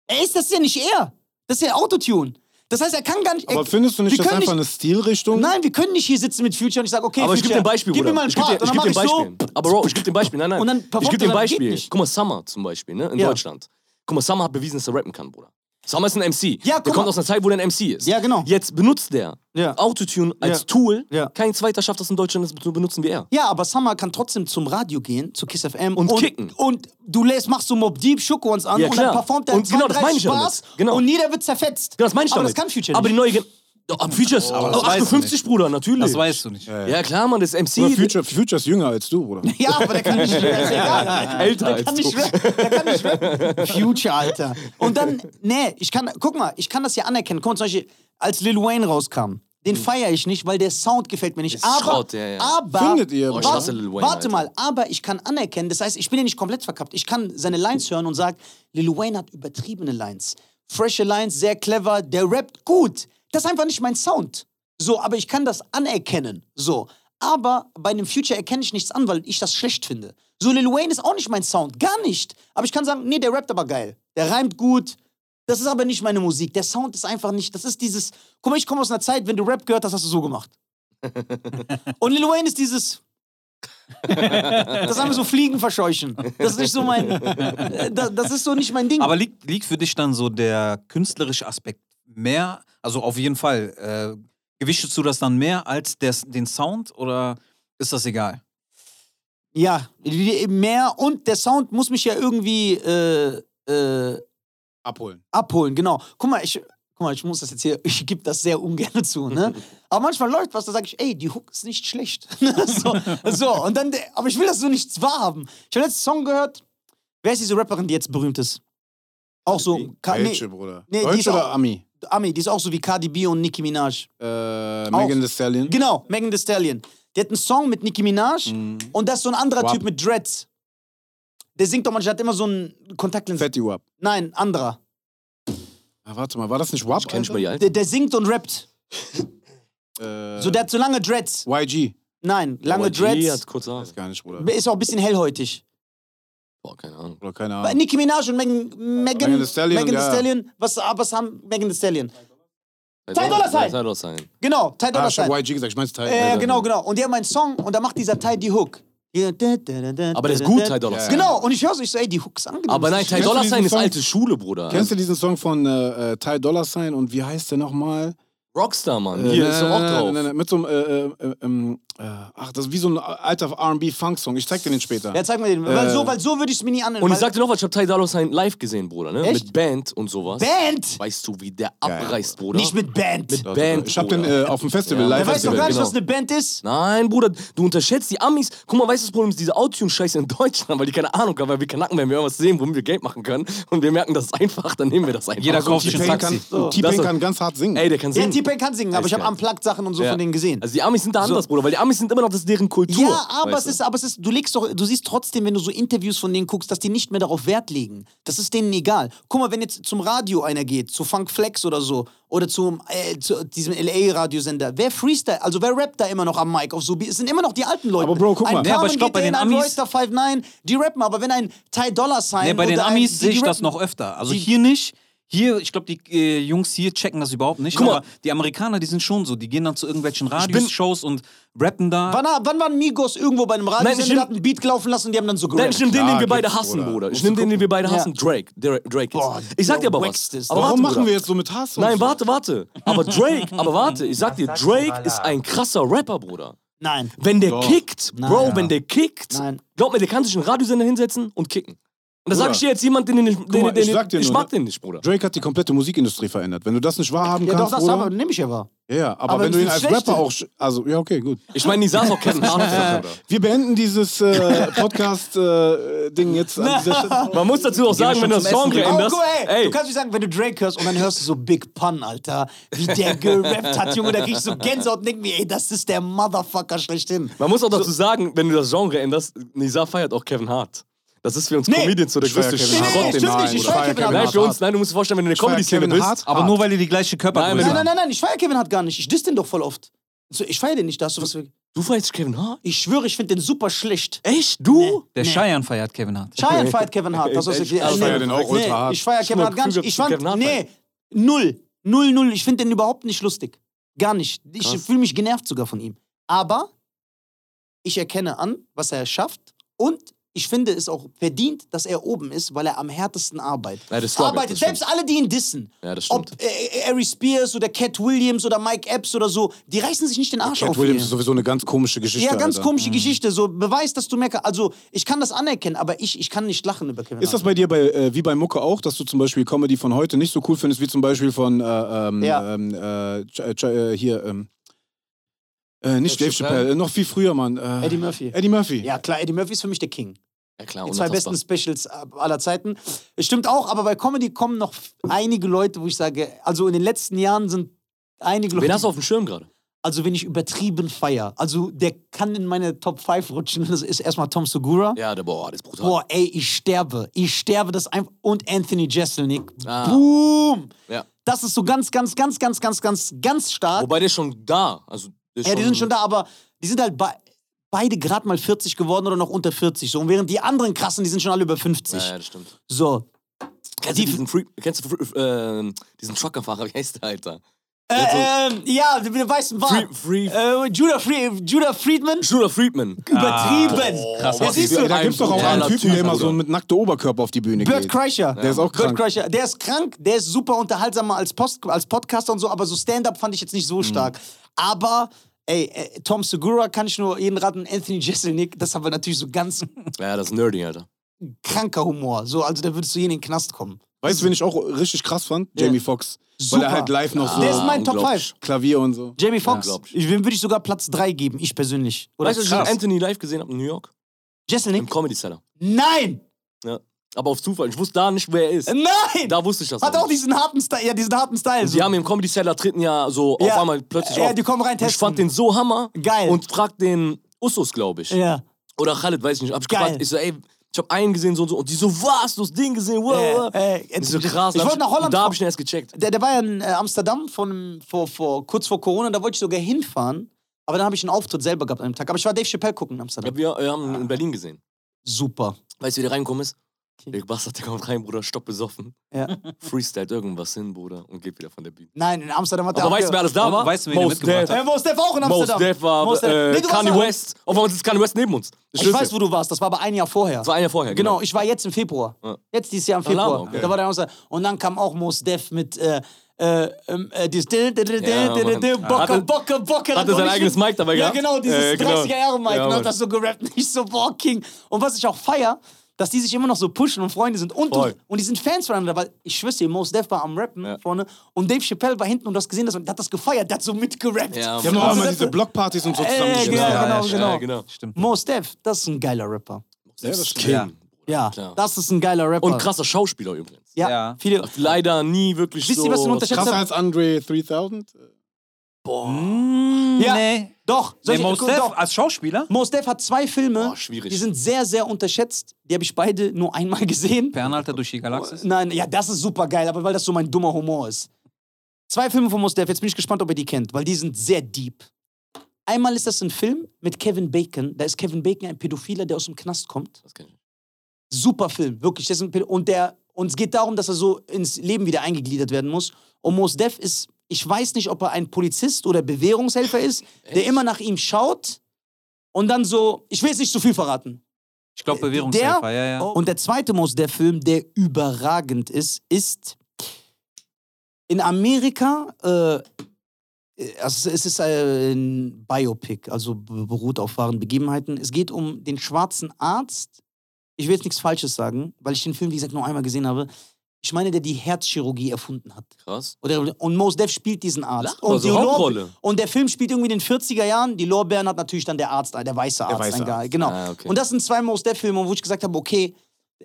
Speaker 5: Er ist, das ist ja nicht er. Das ist ja Autotune. Das heißt, er kann gar nicht.
Speaker 2: Aber
Speaker 5: er,
Speaker 2: findest du nicht,
Speaker 5: wir
Speaker 2: das
Speaker 5: können
Speaker 2: einfach
Speaker 5: nicht-
Speaker 2: eine Stilrichtung?
Speaker 5: Nein, wir können nicht hier sitzen mit Future und ich sage, okay,
Speaker 1: Aber ich gebe
Speaker 5: Future,
Speaker 1: dir ein Beispiel,
Speaker 5: gib mir
Speaker 1: Bruder.
Speaker 5: mal einen
Speaker 1: ich gebe
Speaker 5: Part,
Speaker 1: dir, ich geb dir ein Beispiel.
Speaker 5: So.
Speaker 1: Aber Bro, ich gebe dir ein Beispiel. Nein, nein.
Speaker 5: Und dann
Speaker 1: ich
Speaker 5: performt
Speaker 1: gebe dir ein
Speaker 5: er, das geht
Speaker 1: Beispiel.
Speaker 5: nicht.
Speaker 1: Guck mal, Summer zum Beispiel, ne? In
Speaker 5: Ja.
Speaker 1: Deutschland. Guck mal, Summer hat bewiesen, dass er rappen kann, Bruder. Summer ist ein MC.
Speaker 5: Ja, guck
Speaker 1: der kommt
Speaker 5: mal.
Speaker 1: aus einer Zeit, wo der ein MC ist.
Speaker 5: Ja, genau.
Speaker 1: Jetzt benutzt der
Speaker 5: Ja.
Speaker 1: Autotune als
Speaker 5: Ja.
Speaker 1: Tool.
Speaker 5: Ja.
Speaker 1: Kein zweiter schafft das in Deutschland das zu benutzen wie er.
Speaker 5: Ja, aber Summer kann trotzdem zum Radio gehen, zu Kiss FM
Speaker 1: Und kicken.
Speaker 5: Und du lässt, machst so Mob Deep, Schuck uns an
Speaker 1: Ja,
Speaker 5: und dann
Speaker 1: klar.
Speaker 5: performt er
Speaker 1: Und genau, das
Speaker 5: 32
Speaker 1: meine ich damit.
Speaker 5: Spaß
Speaker 1: Genau.
Speaker 5: und jeder wird zerfetzt.
Speaker 1: Genau, das meine ich
Speaker 5: aber
Speaker 1: damit.
Speaker 5: das kann Future
Speaker 1: Aber die
Speaker 5: nicht.
Speaker 1: neue Gen oh, am Futures. Oh,
Speaker 4: das weißt du
Speaker 1: 58,
Speaker 4: nicht.
Speaker 1: Bruder, natürlich.
Speaker 4: Das weißt du nicht.
Speaker 1: Ja, klar, Mann, das ist
Speaker 2: Oder
Speaker 1: MC.
Speaker 2: Future, Future ist jünger als du, Bruder.
Speaker 5: Ja, aber der kann nicht rappen. Ist egal.
Speaker 1: Älter
Speaker 5: der
Speaker 1: als
Speaker 5: kann
Speaker 1: du.
Speaker 5: nicht rappen. Der kann nicht rappen. Future, Alter. Und dann, nee, ich kann, guck mal, ich kann das ja anerkennen. Guck mal, zum Beispiel, als Lil Wayne rauskam, den feiere ich nicht, weil der Sound gefällt mir nicht.
Speaker 1: Mhm. Ist
Speaker 5: Aber,
Speaker 1: Schrott, ja, ja.
Speaker 5: aber
Speaker 2: Findet ihr,
Speaker 1: Oh, ich
Speaker 2: Bro?
Speaker 1: hasse Lil Wayne,
Speaker 5: warte
Speaker 1: Alter.
Speaker 5: mal, aber ich kann anerkennen, das heißt, ich bin ja nicht komplett verkappt. Ich kann seine Lines hören und sage, Lil Wayne hat übertriebene Lines. Fresche Lines, sehr clever, der rappt gut. Das ist einfach nicht mein Sound. So, aber ich kann das anerkennen. So. Aber bei dem Future erkenne ich nichts an, weil ich das schlecht finde. So, Lil Wayne ist auch nicht mein Sound. Gar nicht. Aber ich kann sagen, nee, der rappt aber geil. Der reimt gut. Das ist aber nicht meine Musik. Der Sound ist einfach nicht. Das ist dieses. Guck mal, ich komme aus einer Zeit, wenn du Rap gehört hast, hast du so gemacht. Und Lil Wayne ist dieses. Das haben wir so Fliegen verscheuchen. Das ist nicht so mein. äh, Das, das ist so nicht mein Ding.
Speaker 4: Aber liegt, liegt für dich dann so der künstlerische Aspekt mehr, also auf jeden Fall, äh, gewichtest du das dann mehr als der, den Sound oder ist das egal?
Speaker 5: ja, mehr. Und der Sound muss mich ja irgendwie äh, äh,
Speaker 2: Abholen.
Speaker 5: abholen, genau. Guck mal, ich. Guck mal, ich muss das jetzt hier, ich gebe das sehr ungern zu, ne? Aber manchmal läuft was, da sage ich, ey, die Hook ist nicht schlecht. so, so, und dann, aber ich will das so nicht wahrhaben. Ich habe letzten Song gehört, wer ist diese Rapperin, die jetzt berühmt ist? Auch so, Ka- nee,
Speaker 2: Welche, Bruder?
Speaker 5: Nee, die ist
Speaker 2: Deutsche oder
Speaker 5: auch-
Speaker 2: Ami?
Speaker 5: Ami, die ist auch so wie Cardi B und Nicki Minaj.
Speaker 2: Äh, Megan Thee Stallion.
Speaker 5: Genau, Megan Thee Stallion. Die hat einen Song mit Nicki Minaj
Speaker 1: Mhm.
Speaker 5: und das ist so ein anderer
Speaker 2: Wap.
Speaker 5: Typ mit Dreads. Der singt doch manchmal, hat immer so einen Kontaktlinsen.
Speaker 2: Fatty Wap.
Speaker 5: Nein, anderer.
Speaker 2: Ah, warte mal, war das nicht Wap?
Speaker 1: Ich kenn nicht mal die Alten.
Speaker 5: Der, der singt und rappt.
Speaker 2: Äh,
Speaker 5: So, der hat so lange Dreads.
Speaker 2: YG.
Speaker 5: Nein, lange
Speaker 1: Die
Speaker 5: Dreads.
Speaker 1: hat kurz Haare.
Speaker 2: Gar nicht, Bruder.
Speaker 5: Ist auch ein bisschen hellhäutig.
Speaker 1: Boah, keine Ahnung.
Speaker 2: Oder keine
Speaker 5: Bei
Speaker 2: Ahnung.
Speaker 5: Nicki Minaj und Megan, Megan,
Speaker 2: Megan Thee Stallion,
Speaker 5: Megan Thee
Speaker 2: ja.
Speaker 5: Stallion. Was, ah, was haben Megan Thee Stallion?
Speaker 1: Sei
Speaker 5: Dollar sein.
Speaker 1: Sei doch sein.
Speaker 5: Genau, Ty Dolla
Speaker 2: Ah, ich hab
Speaker 5: Sign.
Speaker 2: YG gesagt, ich Also, meinte Teil.
Speaker 5: Äh, genau, genau. Und die haben einen Song und da macht dieser Ty die Hook.
Speaker 1: Aber
Speaker 5: Aber
Speaker 1: der ist gut, Ty Dollar
Speaker 2: Ja.
Speaker 1: Sign.
Speaker 5: Genau, und ich höre so, ich so, ey, die Hook ist angenehm.
Speaker 1: Aber nein,
Speaker 5: Das ist
Speaker 1: Ty
Speaker 5: nicht
Speaker 2: Kennst du
Speaker 1: Dollar Sign
Speaker 2: diesen
Speaker 1: ist
Speaker 2: Song?
Speaker 1: alte Schule, Bruder.
Speaker 2: Kennst du diesen Song von äh, äh, Ty Dolla Sign und wie heißt der nochmal?
Speaker 1: Rockstar, Mann.
Speaker 2: Äh,
Speaker 1: Hier
Speaker 2: nein,
Speaker 1: ist er auch
Speaker 2: nein, nein,
Speaker 1: drauf.
Speaker 2: nein, nein, Mit so einem, äh, äh, ähm, äh, ach, das ist wie so ein alter R&B-Funk-Song. Ich zeig dir den später.
Speaker 5: schlecht. Ja, zeig mir den. weil so, weil so würde ich es mir nie anhören.
Speaker 1: Und ich
Speaker 5: weil-
Speaker 1: sagte noch was, ich hab Ty Dolla Sign live gesehen, Bruder, ne?
Speaker 5: Echt?
Speaker 1: Mit Band und sowas.
Speaker 5: Band!
Speaker 1: Weißt du, wie der abreißt, Bruder?
Speaker 5: Nicht mit Band.
Speaker 1: Mit
Speaker 2: Doch, doch,
Speaker 1: Band.
Speaker 2: doch. ich hab den
Speaker 1: Bruder.
Speaker 2: äh, auf dem Festival
Speaker 1: Ja.
Speaker 2: live
Speaker 5: er weiß doch gar nicht,
Speaker 1: Genau.
Speaker 5: was eine Band ist.
Speaker 1: Nein, Bruder, du unterschätzt die Amis. Guck mal, weißt du, das Problem ist diese Autotune-Scheiße in Deutschland, weil die keine Ahnung haben, weil wir kanacken, wenn wir irgendwas sehen, womit wir Geld machen können und wir merken, das ist einfach, dann nehmen wir das einfach.
Speaker 4: Jeder
Speaker 1: So,
Speaker 4: kauft sich
Speaker 1: T-Pain
Speaker 4: ein
Speaker 2: T-Pain
Speaker 1: kann-
Speaker 4: Taxi.
Speaker 2: kann,
Speaker 1: So.
Speaker 2: T-Pain
Speaker 1: Das-
Speaker 2: kann ganz hart singen.
Speaker 1: Ey, der kann
Speaker 5: Ja,
Speaker 1: singen.
Speaker 5: T-Pain kann singen, aber ich habe
Speaker 1: geil.
Speaker 5: Unplugged-Sachen und so
Speaker 1: Ja.
Speaker 5: von denen gesehen.
Speaker 1: Also die Amis sind da anders, Bruder, weil die Amis sind immer noch, das ist deren Kultur.
Speaker 5: Ja, aber es
Speaker 1: weißt du?
Speaker 5: ist, aber es ist, du legst doch, du siehst trotzdem, wenn du so Interviews von denen guckst, dass die nicht mehr darauf Wert legen. Das ist denen egal. Guck mal, wenn jetzt zum Radio einer geht, zu Funk Flex oder so, oder zum, äh, zu diesem LA-Radiosender, wer Freestyle, also wer rappt da immer noch am Mic auf so, es sind immer noch die alten Leute.
Speaker 2: Aber Bro, guck mal.
Speaker 5: Ein
Speaker 2: Nee,
Speaker 5: Carmen
Speaker 4: aber ich glaub, bei
Speaker 5: geht
Speaker 4: den
Speaker 5: hin,
Speaker 4: Amis-
Speaker 5: Ein Royster 59, die rappen, aber wenn ein Ty Dollar Sign.
Speaker 4: Nee, bei den
Speaker 5: oder ein-
Speaker 4: Amis
Speaker 5: äh, die-
Speaker 4: sehe
Speaker 5: die
Speaker 4: ich das
Speaker 5: rappen-
Speaker 4: noch öfter. Also hier nicht. Hier, ich glaube, die äh, Jungs hier checken das überhaupt nicht.
Speaker 1: Guck mal.
Speaker 4: Aber die Amerikaner, die sind schon so. Die gehen dann zu irgendwelchen
Speaker 1: bin-
Speaker 4: Radioshows und rappen da.
Speaker 5: Wann, wann waren Migos irgendwo bei einem
Speaker 1: stimmt.
Speaker 5: Radiosender, hat einen Beat laufen lassen und die haben dann so
Speaker 1: Nein,
Speaker 5: gerappt?
Speaker 1: ich nehme den,
Speaker 2: Klar,
Speaker 1: den wir beide
Speaker 2: gibt's,
Speaker 1: hassen,
Speaker 2: Bruder.
Speaker 1: Bruder. Ich
Speaker 2: Musst
Speaker 1: nehme
Speaker 2: du
Speaker 1: den, den wir beide
Speaker 5: Ja.
Speaker 1: hassen. Drake. Der, Drake
Speaker 5: Boah,
Speaker 1: jetzt. Ich sag dir aber was.
Speaker 5: wackst ist
Speaker 1: Aber
Speaker 5: das.
Speaker 2: Warum
Speaker 1: warte,
Speaker 2: machen
Speaker 1: Bruder.
Speaker 2: wir jetzt so mit Hass? und
Speaker 1: Nein,
Speaker 2: so?
Speaker 1: warte, warte. Aber Drake, aber warte, ich sag dir,
Speaker 6: sagst du,
Speaker 1: Drake
Speaker 6: Alter?
Speaker 1: ist ein krasser Rapper, Bruder.
Speaker 5: Nein.
Speaker 1: Wenn der
Speaker 2: Doch.
Speaker 1: kickt,
Speaker 5: Nein.
Speaker 1: Bro, wenn der kickt,
Speaker 5: Nein.
Speaker 1: glaub mir, der kann sich einen Radiosender hinsetzen und kicken. Und das sag
Speaker 2: Bruder.
Speaker 1: ich dir jetzt jemand, den, den, ich- den, den,
Speaker 2: mal,
Speaker 1: den
Speaker 2: ich sag dir
Speaker 1: ich
Speaker 2: nur,
Speaker 1: mag
Speaker 2: ne?
Speaker 1: den nicht, Bruder.
Speaker 2: Drake hat die komplette Musikindustrie verändert. Wenn du das nicht wahrhaben
Speaker 5: Ja, doch,
Speaker 2: kannst,
Speaker 5: das
Speaker 2: Bruder,
Speaker 5: nehme ich ja wahr.
Speaker 2: ja, aber,
Speaker 5: Aber
Speaker 2: wenn du
Speaker 5: das
Speaker 2: ihn als
Speaker 5: ist schlecht.
Speaker 2: Rapper auch, sch- also ja, okay, gut.
Speaker 1: Ich meine, die saß auch Kevin Hart. Bruder.
Speaker 2: Wir beenden dieses äh, Podcast-Ding jetzt an dieser Stelle.
Speaker 1: Man muss dazu auch sagen,
Speaker 4: schon
Speaker 1: wenn du das
Speaker 4: zum
Speaker 1: Song
Speaker 4: Essen.
Speaker 5: Oh,
Speaker 1: änderst,
Speaker 5: guck, ey,
Speaker 1: ey,
Speaker 5: Du kannst nicht sagen, wenn du Drake hörst und dann hörst du so Big Pun, Alter, wie der gerappt hat, Junge, da krieg ich so Gänsehaut und denk mir, ey, das ist der Motherfucker schlechthin.
Speaker 1: man muss auch dazu sagen, wenn du das Genre änderst, Nisa feiert auch Kevin Hart. Das ist für uns
Speaker 5: Nee.
Speaker 1: Comedians so der
Speaker 2: Ich feier
Speaker 1: größte
Speaker 2: Kevin Hart.
Speaker 1: Schrott,
Speaker 2: Nee,
Speaker 1: den
Speaker 5: stimmt
Speaker 1: wir
Speaker 5: nicht, ich
Speaker 2: Nein,
Speaker 5: feier
Speaker 2: Bruder,
Speaker 5: Kevin
Speaker 2: feier
Speaker 1: Nein,
Speaker 5: Hart.
Speaker 1: für uns, nein, du musst dir vorstellen, wenn du in der
Speaker 2: feier
Speaker 1: Comedy-Szene
Speaker 2: Kevin
Speaker 1: bist.
Speaker 2: Hart.
Speaker 4: aber nur weil ihr die gleiche Körpergröße
Speaker 1: Nein,
Speaker 5: Nein,
Speaker 1: wenn-
Speaker 5: nein, nein, nein, ich feier Kevin Hart gar nicht. Ich diss den doch voll oft. So, ich feier den nicht, da hast du was.
Speaker 1: Du feierst Kevin Hart?
Speaker 5: Ich schwöre, ich finde den super schlecht.
Speaker 1: Echt? Du?
Speaker 4: Der Cheyenne feiert Kevin Hart.
Speaker 5: Cheyenne feiert Kevin Hart. Das ist
Speaker 1: Ich-
Speaker 5: ich
Speaker 1: ich feier
Speaker 2: den auch ultra hart.
Speaker 5: Ich feier Kevin Hart gar nicht. Ich fand,
Speaker 1: Kevin Hart
Speaker 5: nee,
Speaker 1: feiern.
Speaker 5: null. Null, null. Ich finde den überhaupt nicht lustig. Gar nicht. Ich
Speaker 1: Krass.
Speaker 5: fühle mich genervt sogar von ihm. Aber ich erkenne an, was er schafft und ich finde es auch verdient, dass er oben ist, weil er am härtesten arbeitet.
Speaker 1: Ja, das glaube ich,
Speaker 5: arbeitet.
Speaker 1: das
Speaker 5: Selbst alle, die ihn dissen.
Speaker 1: Ja, das
Speaker 5: Ob
Speaker 1: stimmt.
Speaker 5: äh, Ari Spears oder Cat Williams oder Mike Epps oder so, die reißen sich nicht den Arsch auf.
Speaker 2: Cat
Speaker 5: für
Speaker 2: Williams
Speaker 5: ihn.
Speaker 2: ist sowieso eine ganz komische Geschichte.
Speaker 5: Ja, ganz
Speaker 2: Alter.
Speaker 5: komische
Speaker 1: Mhm.
Speaker 5: Geschichte. So Beweis, dass du mehr kann- Also ich kann das anerkennen, aber ich, ich kann nicht lachen über Kevin
Speaker 2: Ist das
Speaker 5: Hart.
Speaker 2: bei dir bei, äh, wie bei Mucke auch, dass du zum Beispiel Comedy von heute nicht so cool findest wie zum Beispiel von äh, ähm,
Speaker 5: Ja.
Speaker 2: ähm, äh, Ch äh, Ch äh, hier ähm, äh, nicht
Speaker 1: Dave
Speaker 2: Dave Chappelle, äh, noch viel früher, Mann. Äh,
Speaker 5: Eddie Murphy.
Speaker 2: Eddie Murphy.
Speaker 5: Ja klar, Eddie Murphy ist für mich der King.
Speaker 1: Ja, klar,
Speaker 5: Die zwei besten Specials äh, aller Zeiten. Es Stimmt auch, aber bei Comedy kommen noch f- einige Leute, wo ich sage, also in den letzten Jahren sind einige
Speaker 1: Wen hast du
Speaker 5: Leute,
Speaker 1: auf dem Schirm gerade?
Speaker 5: also wenn ich übertrieben feier, also der kann in meine Top 5 rutschen, das ist erstmal Tom Segura.
Speaker 1: Ja, der, boah, das ist brutal.
Speaker 5: Boah, ey, ich sterbe. Ich sterbe das einfach. Und Anthony Jeselnik.
Speaker 1: Ah.
Speaker 5: Boom!
Speaker 1: Ja.
Speaker 5: Das ist so ganz, ganz, ganz, ganz, ganz, ganz, ganz stark.
Speaker 1: Wobei der ist schon da. Also, der ist
Speaker 5: Ja, die sind schon da, aber die sind halt be beide gerade mal 40 geworden oder noch unter 40. So. Und während die anderen krassen, die sind schon alle über 50.
Speaker 1: Ja, ja, das stimmt.
Speaker 5: So.
Speaker 1: Kennst du
Speaker 5: Die-
Speaker 1: diesen, Free, kennst du, Free- ähm, diesen Truckerfahrer? Wie heißt der, Alter?
Speaker 5: Äh, ähm, ja, mit dem weißen
Speaker 1: Free,
Speaker 5: Bart.
Speaker 1: Free, Ah,
Speaker 5: Äh, Judah, Free Judah Friedman.
Speaker 1: Shula Friedman.
Speaker 5: Übertrieben.
Speaker 4: krass,
Speaker 5: ja,
Speaker 4: was
Speaker 5: siehst
Speaker 2: Da,
Speaker 5: du,
Speaker 1: die-
Speaker 2: da gibt's doch auch
Speaker 1: Ein
Speaker 2: einen
Speaker 1: brutaler
Speaker 2: Typen, der
Speaker 1: Typ,
Speaker 2: immer so
Speaker 1: Bruder.
Speaker 2: mit nacktem Oberkörper auf die Bühne
Speaker 5: Bert
Speaker 2: geht.
Speaker 5: Kreischer.
Speaker 2: Der ist auch
Speaker 5: Bert
Speaker 2: krank.
Speaker 5: Kreischer. Der ist krank, der ist super unterhaltsamer als, Post als Podcaster und so, aber so Stand-up fand ich jetzt nicht so stark. Aber, ey, äh, Tom Segura kann ich nur jeden raten, Anthony Jeselnik, das haben wir natürlich so ganz
Speaker 1: Ja, das ist nerdy, Alter.
Speaker 5: kranker Humor. So, also da würdest du hier in den Knast kommen.
Speaker 2: Weißt du, wen ich auch richtig krass fand?
Speaker 5: Mhm. Ja.
Speaker 2: Jamie Foxx. Weil
Speaker 5: Super.
Speaker 2: er halt live noch so
Speaker 5: der ist mein Top
Speaker 1: Ah, unglaublich.
Speaker 5: 5.
Speaker 2: Klavier und so.
Speaker 5: Jamie Foxx.
Speaker 1: Ja.
Speaker 5: ich dem würde ich sogar Platz 3 geben, ich persönlich. Oder
Speaker 1: Weißt du, dass ich Anthony live gesehen habe in New York? Im
Speaker 5: Jeselnik?
Speaker 1: Comedy Cellar.
Speaker 5: Nein!
Speaker 1: Aber auf Zufall. Ich wusste da nicht, wer er ist.
Speaker 5: Nein!
Speaker 1: Da wusste ich das.
Speaker 5: Äh, Hat
Speaker 1: noch
Speaker 5: auch
Speaker 1: nicht.
Speaker 5: diesen harten Style. Ja, diesen harten Style. So.
Speaker 1: Die haben im Comedy Cellar treten ja so
Speaker 5: Ja.
Speaker 1: auf einmal plötzlich
Speaker 5: ja,
Speaker 1: auf.
Speaker 5: die kommen rein
Speaker 1: ich
Speaker 5: testen.
Speaker 1: fand den so hammer
Speaker 5: Geil.
Speaker 1: und frag den Usus, glaube ich.
Speaker 5: ja.
Speaker 1: Oder Khaled, weiß ich nicht. Hab ich
Speaker 5: Geil.
Speaker 1: gefragt, ich so, ey, ich hab einen gesehen so und so. Und die so, was? Du hast den gesehen? Wow, wow.
Speaker 5: Äh, äh,
Speaker 1: Und die so krass.
Speaker 5: Ich
Speaker 1: Dann hab
Speaker 5: wollte nach Holland.
Speaker 1: und Da
Speaker 5: fahren.
Speaker 1: hab ich den erst gecheckt.
Speaker 5: der, der war ja in äh, Amsterdam von, vor, vor, kurz vor Corona, da wollte ich sogar hinfahren. Aber dann habe ich einen Auftritt selber gehabt an dem Tag. Aber ich war Dave Chappelle gucken in
Speaker 1: Ich hab,
Speaker 5: Amsterdam.
Speaker 1: wir, wir haben ihn in Berlin gesehen.
Speaker 5: Super.
Speaker 1: Weißt du, wie der reingekommen ist?
Speaker 5: Okay.
Speaker 1: Der Bastard, der kommt rein, Bruder, stopp besoffen.
Speaker 5: Ja.
Speaker 1: Freestylt irgendwas hin, Bruder, und geht wieder von der Bühne.
Speaker 5: Nein, in Amsterdam hat der.
Speaker 1: Aber weißt du, wer alles da
Speaker 4: Und
Speaker 1: war?
Speaker 4: weißt du, wen der
Speaker 1: Mos
Speaker 4: mitgebracht
Speaker 1: Def.
Speaker 5: äh, Wo ist der auch in
Speaker 1: Mos
Speaker 5: Amsterdam?
Speaker 1: Def war
Speaker 5: Mos Def.
Speaker 1: äh,
Speaker 5: Nee, du warst
Speaker 1: Kanye
Speaker 5: da.
Speaker 1: West. Auf einmal sitzt Kanye West neben uns.
Speaker 5: Ich weiß, wo du warst. Das war aber ein Jahr vorher.
Speaker 1: Das war ein Jahr vorher.
Speaker 5: genau. ich war jetzt im Februar.
Speaker 1: Ja.
Speaker 5: Jetzt dieses Jahr im
Speaker 1: Ah, Lama,
Speaker 5: Februar.
Speaker 1: okay.
Speaker 5: Da war der in Amsterdam. Und dann kam auch Mos Def mit. Äh, äh, ähm, äh, dieses Dil- dil- dil-
Speaker 1: Ja,
Speaker 5: dil- dil- dil-
Speaker 1: Mann.
Speaker 5: Bocke,
Speaker 1: Hatte-
Speaker 5: Bocke, Bocke.
Speaker 1: hatte
Speaker 5: Und
Speaker 1: sein
Speaker 5: ich-
Speaker 1: eigenes Mic dabei
Speaker 5: Ja,
Speaker 1: gehabt.
Speaker 5: genau, dieses
Speaker 1: Äh, genau.
Speaker 5: 30er-Jahre-Mic.
Speaker 1: Ja,
Speaker 5: ne,
Speaker 1: Mann.
Speaker 5: das so gerappt, nicht so, boah, King. Und was ich auch feier, dass die sich immer noch so pushen und Freunde sind. Und, du,
Speaker 1: Voll.
Speaker 5: und die sind Fans voneinander, weil ich schwör's dir, Mos Def war am Rappen
Speaker 1: Ja.
Speaker 5: vorne und Dave Chappelle war hinten und du hast gesehen, dass, der hat das gefeiert, der hat so mitgerappt.
Speaker 1: Ja,
Speaker 2: Die haben noch
Speaker 1: Also
Speaker 2: einmal
Speaker 5: das-
Speaker 2: diese Blockpartys und so
Speaker 5: Äh,
Speaker 2: zusammengestellt.
Speaker 5: genau,
Speaker 4: Ja, ja,
Speaker 5: genau,
Speaker 1: Ja,
Speaker 5: genau.
Speaker 1: genau.
Speaker 4: Stimmt.
Speaker 5: Mos Def, das ist ein geiler Rapper.
Speaker 2: Ja, das stimmt.
Speaker 1: King.
Speaker 4: Ja.
Speaker 5: Ja,
Speaker 1: Klar.
Speaker 5: das ist ein geiler Rapper.
Speaker 1: Und krasser Schauspieler übrigens.
Speaker 5: Ja,
Speaker 4: Ja.
Speaker 5: viele.
Speaker 1: Leider nie wirklich
Speaker 5: Wisst
Speaker 1: so...
Speaker 5: ihr, was ein Unterschied-
Speaker 2: Krasser als Andre 3000?
Speaker 4: Mm,
Speaker 5: Ja.
Speaker 4: Nee.
Speaker 5: Doch,
Speaker 4: Nee,
Speaker 5: solche-
Speaker 4: Mos Def
Speaker 5: doch.
Speaker 4: als Schauspieler?
Speaker 5: Mos Def hat zwei Filme,
Speaker 1: Boah, schwierig.
Speaker 5: die sind sehr, sehr unterschätzt. Die habe ich beide nur einmal gesehen.
Speaker 4: Fernhalter durch die Galaxis?
Speaker 5: Nein, ja, das ist super geil, aber weil das so mein dummer Humor ist. Zwei Filme von Mos Def, jetzt bin ich gespannt, ob ihr die kennt, weil die sind sehr deep. Einmal ist das ein Film mit Kevin Bacon. Da ist Kevin Bacon ein Pädophiler, der aus dem Knast kommt.
Speaker 1: Das kenn ich.
Speaker 5: Super Film, wirklich. Das ist ein Pädo- und der Und es geht darum, dass er so ins Leben wieder eingegliedert werden muss. Und Mos Def ist, ich weiß nicht, ob er ein Polizist oder Bewährungshelfer ist, der immer nach ihm schaut und dann so, ich will jetzt nicht zu viel verraten.
Speaker 4: Ich glaube, Bewährungshelfer, ja, ja.
Speaker 5: Und der zweite Mos Def-Film, der überragend ist, ist in Amerika, äh, also es ist äh, ein Biopic, also b- beruht auf wahren Begebenheiten. Es geht um den schwarzen Arzt. Ich will jetzt nichts Falsches sagen, weil ich den Film, wie gesagt, nur einmal gesehen habe. Ich meine, der die Herzchirurgie erfunden hat.
Speaker 1: Krass.
Speaker 5: Oder, und Mos Def spielt diesen Arzt.
Speaker 1: Lach mal,
Speaker 5: und,
Speaker 1: so
Speaker 5: die Lor-
Speaker 1: Hauptrolle.
Speaker 5: und der Film spielt irgendwie in den 40er Jahren. Die Lorbeeren hat natürlich dann der Arzt, äh, der weiße Arzt,
Speaker 2: weiße
Speaker 5: eingehalten. Genau.
Speaker 1: Ah, okay.
Speaker 5: Und das sind zwei Mos Def-Filme, wo ich gesagt habe, okay,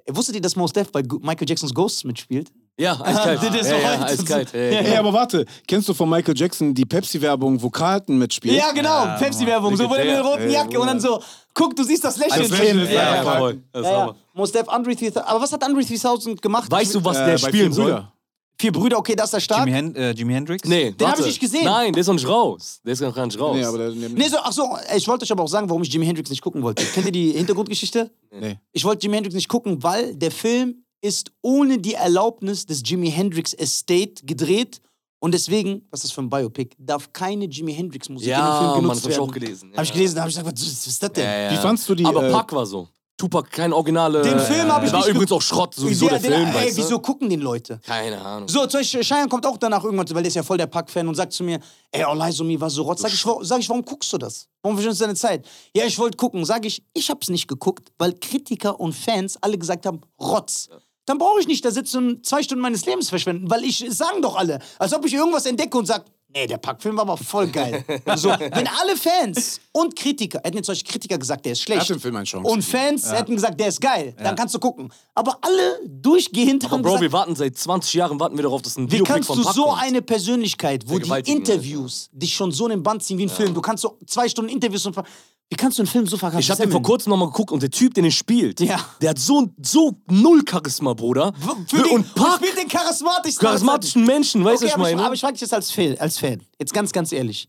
Speaker 5: wusstet ihr, dass Mos Def bei Gu- Michael Jacksons Ghosts mitspielt?
Speaker 1: Ja, eiskalt.
Speaker 5: Das ist
Speaker 1: ja, ja,
Speaker 5: heute.
Speaker 1: eiskalt. Ja, ja,
Speaker 2: Ey, aber warte, kennst du von Michael Jackson die Pepsi-Werbung, wo Carlton mitspielt?
Speaker 5: Ja, genau,
Speaker 4: Ja,
Speaker 5: Pepsi-Werbung, so mit der
Speaker 1: legendär.
Speaker 5: roten Jacke und dann so, guck, du siehst das Lächeln.
Speaker 2: Das Lächeln ist
Speaker 1: ja,
Speaker 2: Ja,
Speaker 1: ja,
Speaker 2: ja.
Speaker 1: voll. Das ist
Speaker 5: Ja, ja.
Speaker 1: Hammer.
Speaker 5: Mos Def, Andre 3000, aber was hat Andre 3000 gemacht?
Speaker 1: Weißt du, was
Speaker 2: Äh,
Speaker 1: der
Speaker 2: bei
Speaker 1: spielen
Speaker 2: Vier
Speaker 1: soll?
Speaker 2: Brüder.
Speaker 5: Vier Brüder, okay, das ist der Stark.
Speaker 4: Jimi, Hen äh, Jimi Hendrix?
Speaker 1: Nee,
Speaker 5: Den hab
Speaker 1: warte.
Speaker 5: ich nicht gesehen.
Speaker 1: Nein, der ist noch nicht raus. Der ist noch gar nicht raus.
Speaker 2: Nee, aber der, der,
Speaker 5: Nee, so, ach so, ey, ich wollte euch aber auch sagen, warum ich Jimi Hendrix nicht gucken wollte. Kennt ihr die Hintergrundgeschichte?
Speaker 2: Nee.
Speaker 5: Ich wollte Jimi Hendrix nicht gucken, weil der Film ist ohne die Erlaubnis des Jimi Hendrix Estate gedreht und deswegen, was ist das für ein Biopic, darf keine Jimi Hendrix Musik in dem Film
Speaker 1: ja, Mann, das
Speaker 5: genutzt
Speaker 1: hab ich
Speaker 5: werden.
Speaker 1: auch gelesen. Ja.
Speaker 5: Hab ich gelesen, da hab ich gesagt, was ist was ist das denn?
Speaker 1: Ja, ja.
Speaker 2: Wie fandst du die,
Speaker 1: Aber
Speaker 2: äh,
Speaker 1: Pac war so. Tupac, kein Originale.
Speaker 5: Den Film hab ich
Speaker 1: War
Speaker 5: nicht ge-
Speaker 1: übrigens auch Schrott, sowieso der,
Speaker 5: den-
Speaker 1: Film.
Speaker 5: ey,
Speaker 1: weißt du?
Speaker 5: wieso gucken den Leute?
Speaker 1: Keine Ahnung.
Speaker 5: So, zum Beispiel, Cheyenne kommt auch danach irgendwann, weil der ist ja voll der Pack-Fan und sagt zu mir, ey, Olaizumi war so rot. Sag ich, wa- sag ich, warum guckst du das? Warum verschwendest du deine Zeit? Ja, ich wollte gucken. Sag ich, ich hab's nicht geguckt, weil Kritiker und Fans alle gesagt haben, Rotz. Dann brauche ich nicht da sitzen und zwei Stunden meines Lebens verschwenden, weil ich es sagen doch alle, als ob ich irgendwas entdecke und sag, nee, der Pack-Film war aber voll geil. so, wenn alle Fans und Kritiker, hätten jetzt solche Kritiker gesagt, der ist schlecht.
Speaker 2: hat dem Film eine Chance.
Speaker 5: und Fans hätten gesagt, der ist geil, dann kannst du gucken. Aber alle durchgehend
Speaker 1: Aber
Speaker 5: haben
Speaker 1: Bro,
Speaker 5: gesagt,
Speaker 1: wir warten seit 20 Jahren, warten wir darauf, dass ein
Speaker 5: wie
Speaker 1: Biopic
Speaker 5: kannst
Speaker 1: von
Speaker 5: du
Speaker 1: Pac
Speaker 5: so
Speaker 1: kommt.
Speaker 5: eine Persönlichkeit, wo die
Speaker 1: Vergewaltigen, ne?
Speaker 5: Interviews dich schon so in den Band ziehen wie ein Film, du kannst so zwei Stunden Interviews und ver- wie kannst du einen Film so verkaufen?
Speaker 1: Ich habe den vor kurzem nochmal geguckt und der Typ, den er spielt,
Speaker 5: Ja.
Speaker 1: der hat so, so null Charisma, Bruder.
Speaker 5: Für den,
Speaker 1: und Pac,
Speaker 5: spielt den charismatischsten.
Speaker 1: charismatischen Menschen, weißt du, was ich ne?
Speaker 5: okay, aber, ich,
Speaker 1: meine?
Speaker 5: aber ich frage dich jetzt als Fan, als Fan, jetzt ganz, ganz ehrlich.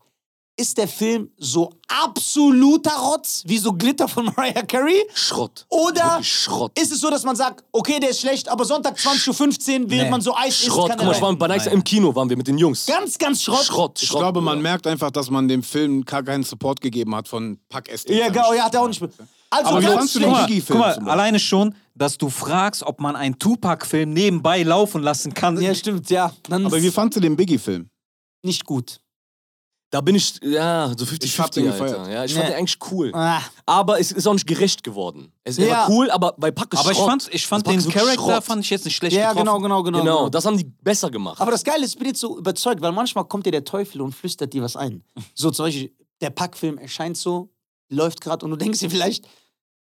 Speaker 5: Ist der Film so absoluter Rotz, wie so Glitter von Mariah Carey?
Speaker 1: Schrott.
Speaker 5: Oder
Speaker 1: Wirklich Schrott.
Speaker 5: ist es so, dass man sagt, okay, der ist schlecht, aber Sonntag 20.15 Uhr, während
Speaker 4: Nee.
Speaker 5: man so Eis isst,
Speaker 1: Schrott.
Speaker 5: kann
Speaker 1: Guck mal,
Speaker 5: er
Speaker 1: ich war bei Nikes im Kino, waren wir mit den Jungs.
Speaker 5: ganz, ganz Schrott.
Speaker 1: Schrott, Schrott.
Speaker 2: Ich glaube, man
Speaker 1: Bruder.
Speaker 2: merkt einfach, dass man dem Film gar keinen Support gegeben hat von Pack SD.
Speaker 5: Ja, genau, ja, hat er auch nicht. be- Also
Speaker 2: Aber wie
Speaker 5: ganz
Speaker 2: fandst du
Speaker 5: schlecht.
Speaker 2: den
Speaker 4: Guck mal,
Speaker 2: Biggie-Film
Speaker 4: guck
Speaker 2: zum
Speaker 4: mal
Speaker 2: Beispiel.
Speaker 4: alleine schon, dass du fragst, ob man einen Tupac-Film nebenbei laufen lassen kann.
Speaker 5: Ja, stimmt, ja. Dann
Speaker 2: Aber wie fandst du den Biggie-Film?
Speaker 5: nicht gut.
Speaker 1: Da bin ich, ja, so 50
Speaker 2: Ich hab den gefeiert.
Speaker 1: Alter. Ja, ich fand
Speaker 5: Nee.
Speaker 1: den eigentlich cool.
Speaker 5: Ah,
Speaker 1: Aber es ist auch nicht gerecht geworden. Es ist
Speaker 5: Ja.
Speaker 1: immer cool, aber bei Pack ist
Speaker 4: Aber ich
Speaker 1: Schrott.
Speaker 4: fand, ich fand
Speaker 1: Das
Speaker 4: den
Speaker 1: Pack ist wirklich
Speaker 4: Charakter
Speaker 1: Schrott.
Speaker 4: fand ich jetzt nicht schlecht
Speaker 5: ja,
Speaker 4: getroffen.
Speaker 5: genau, genau, genau.
Speaker 1: Genau, das haben die besser gemacht.
Speaker 5: Aber das Geile ist, ich bin jetzt so überzeugt, weil manchmal kommt dir der Teufel und flüstert dir was ein. So zum Beispiel, der Packfilm erscheint so, läuft gerade und du denkst dir vielleicht,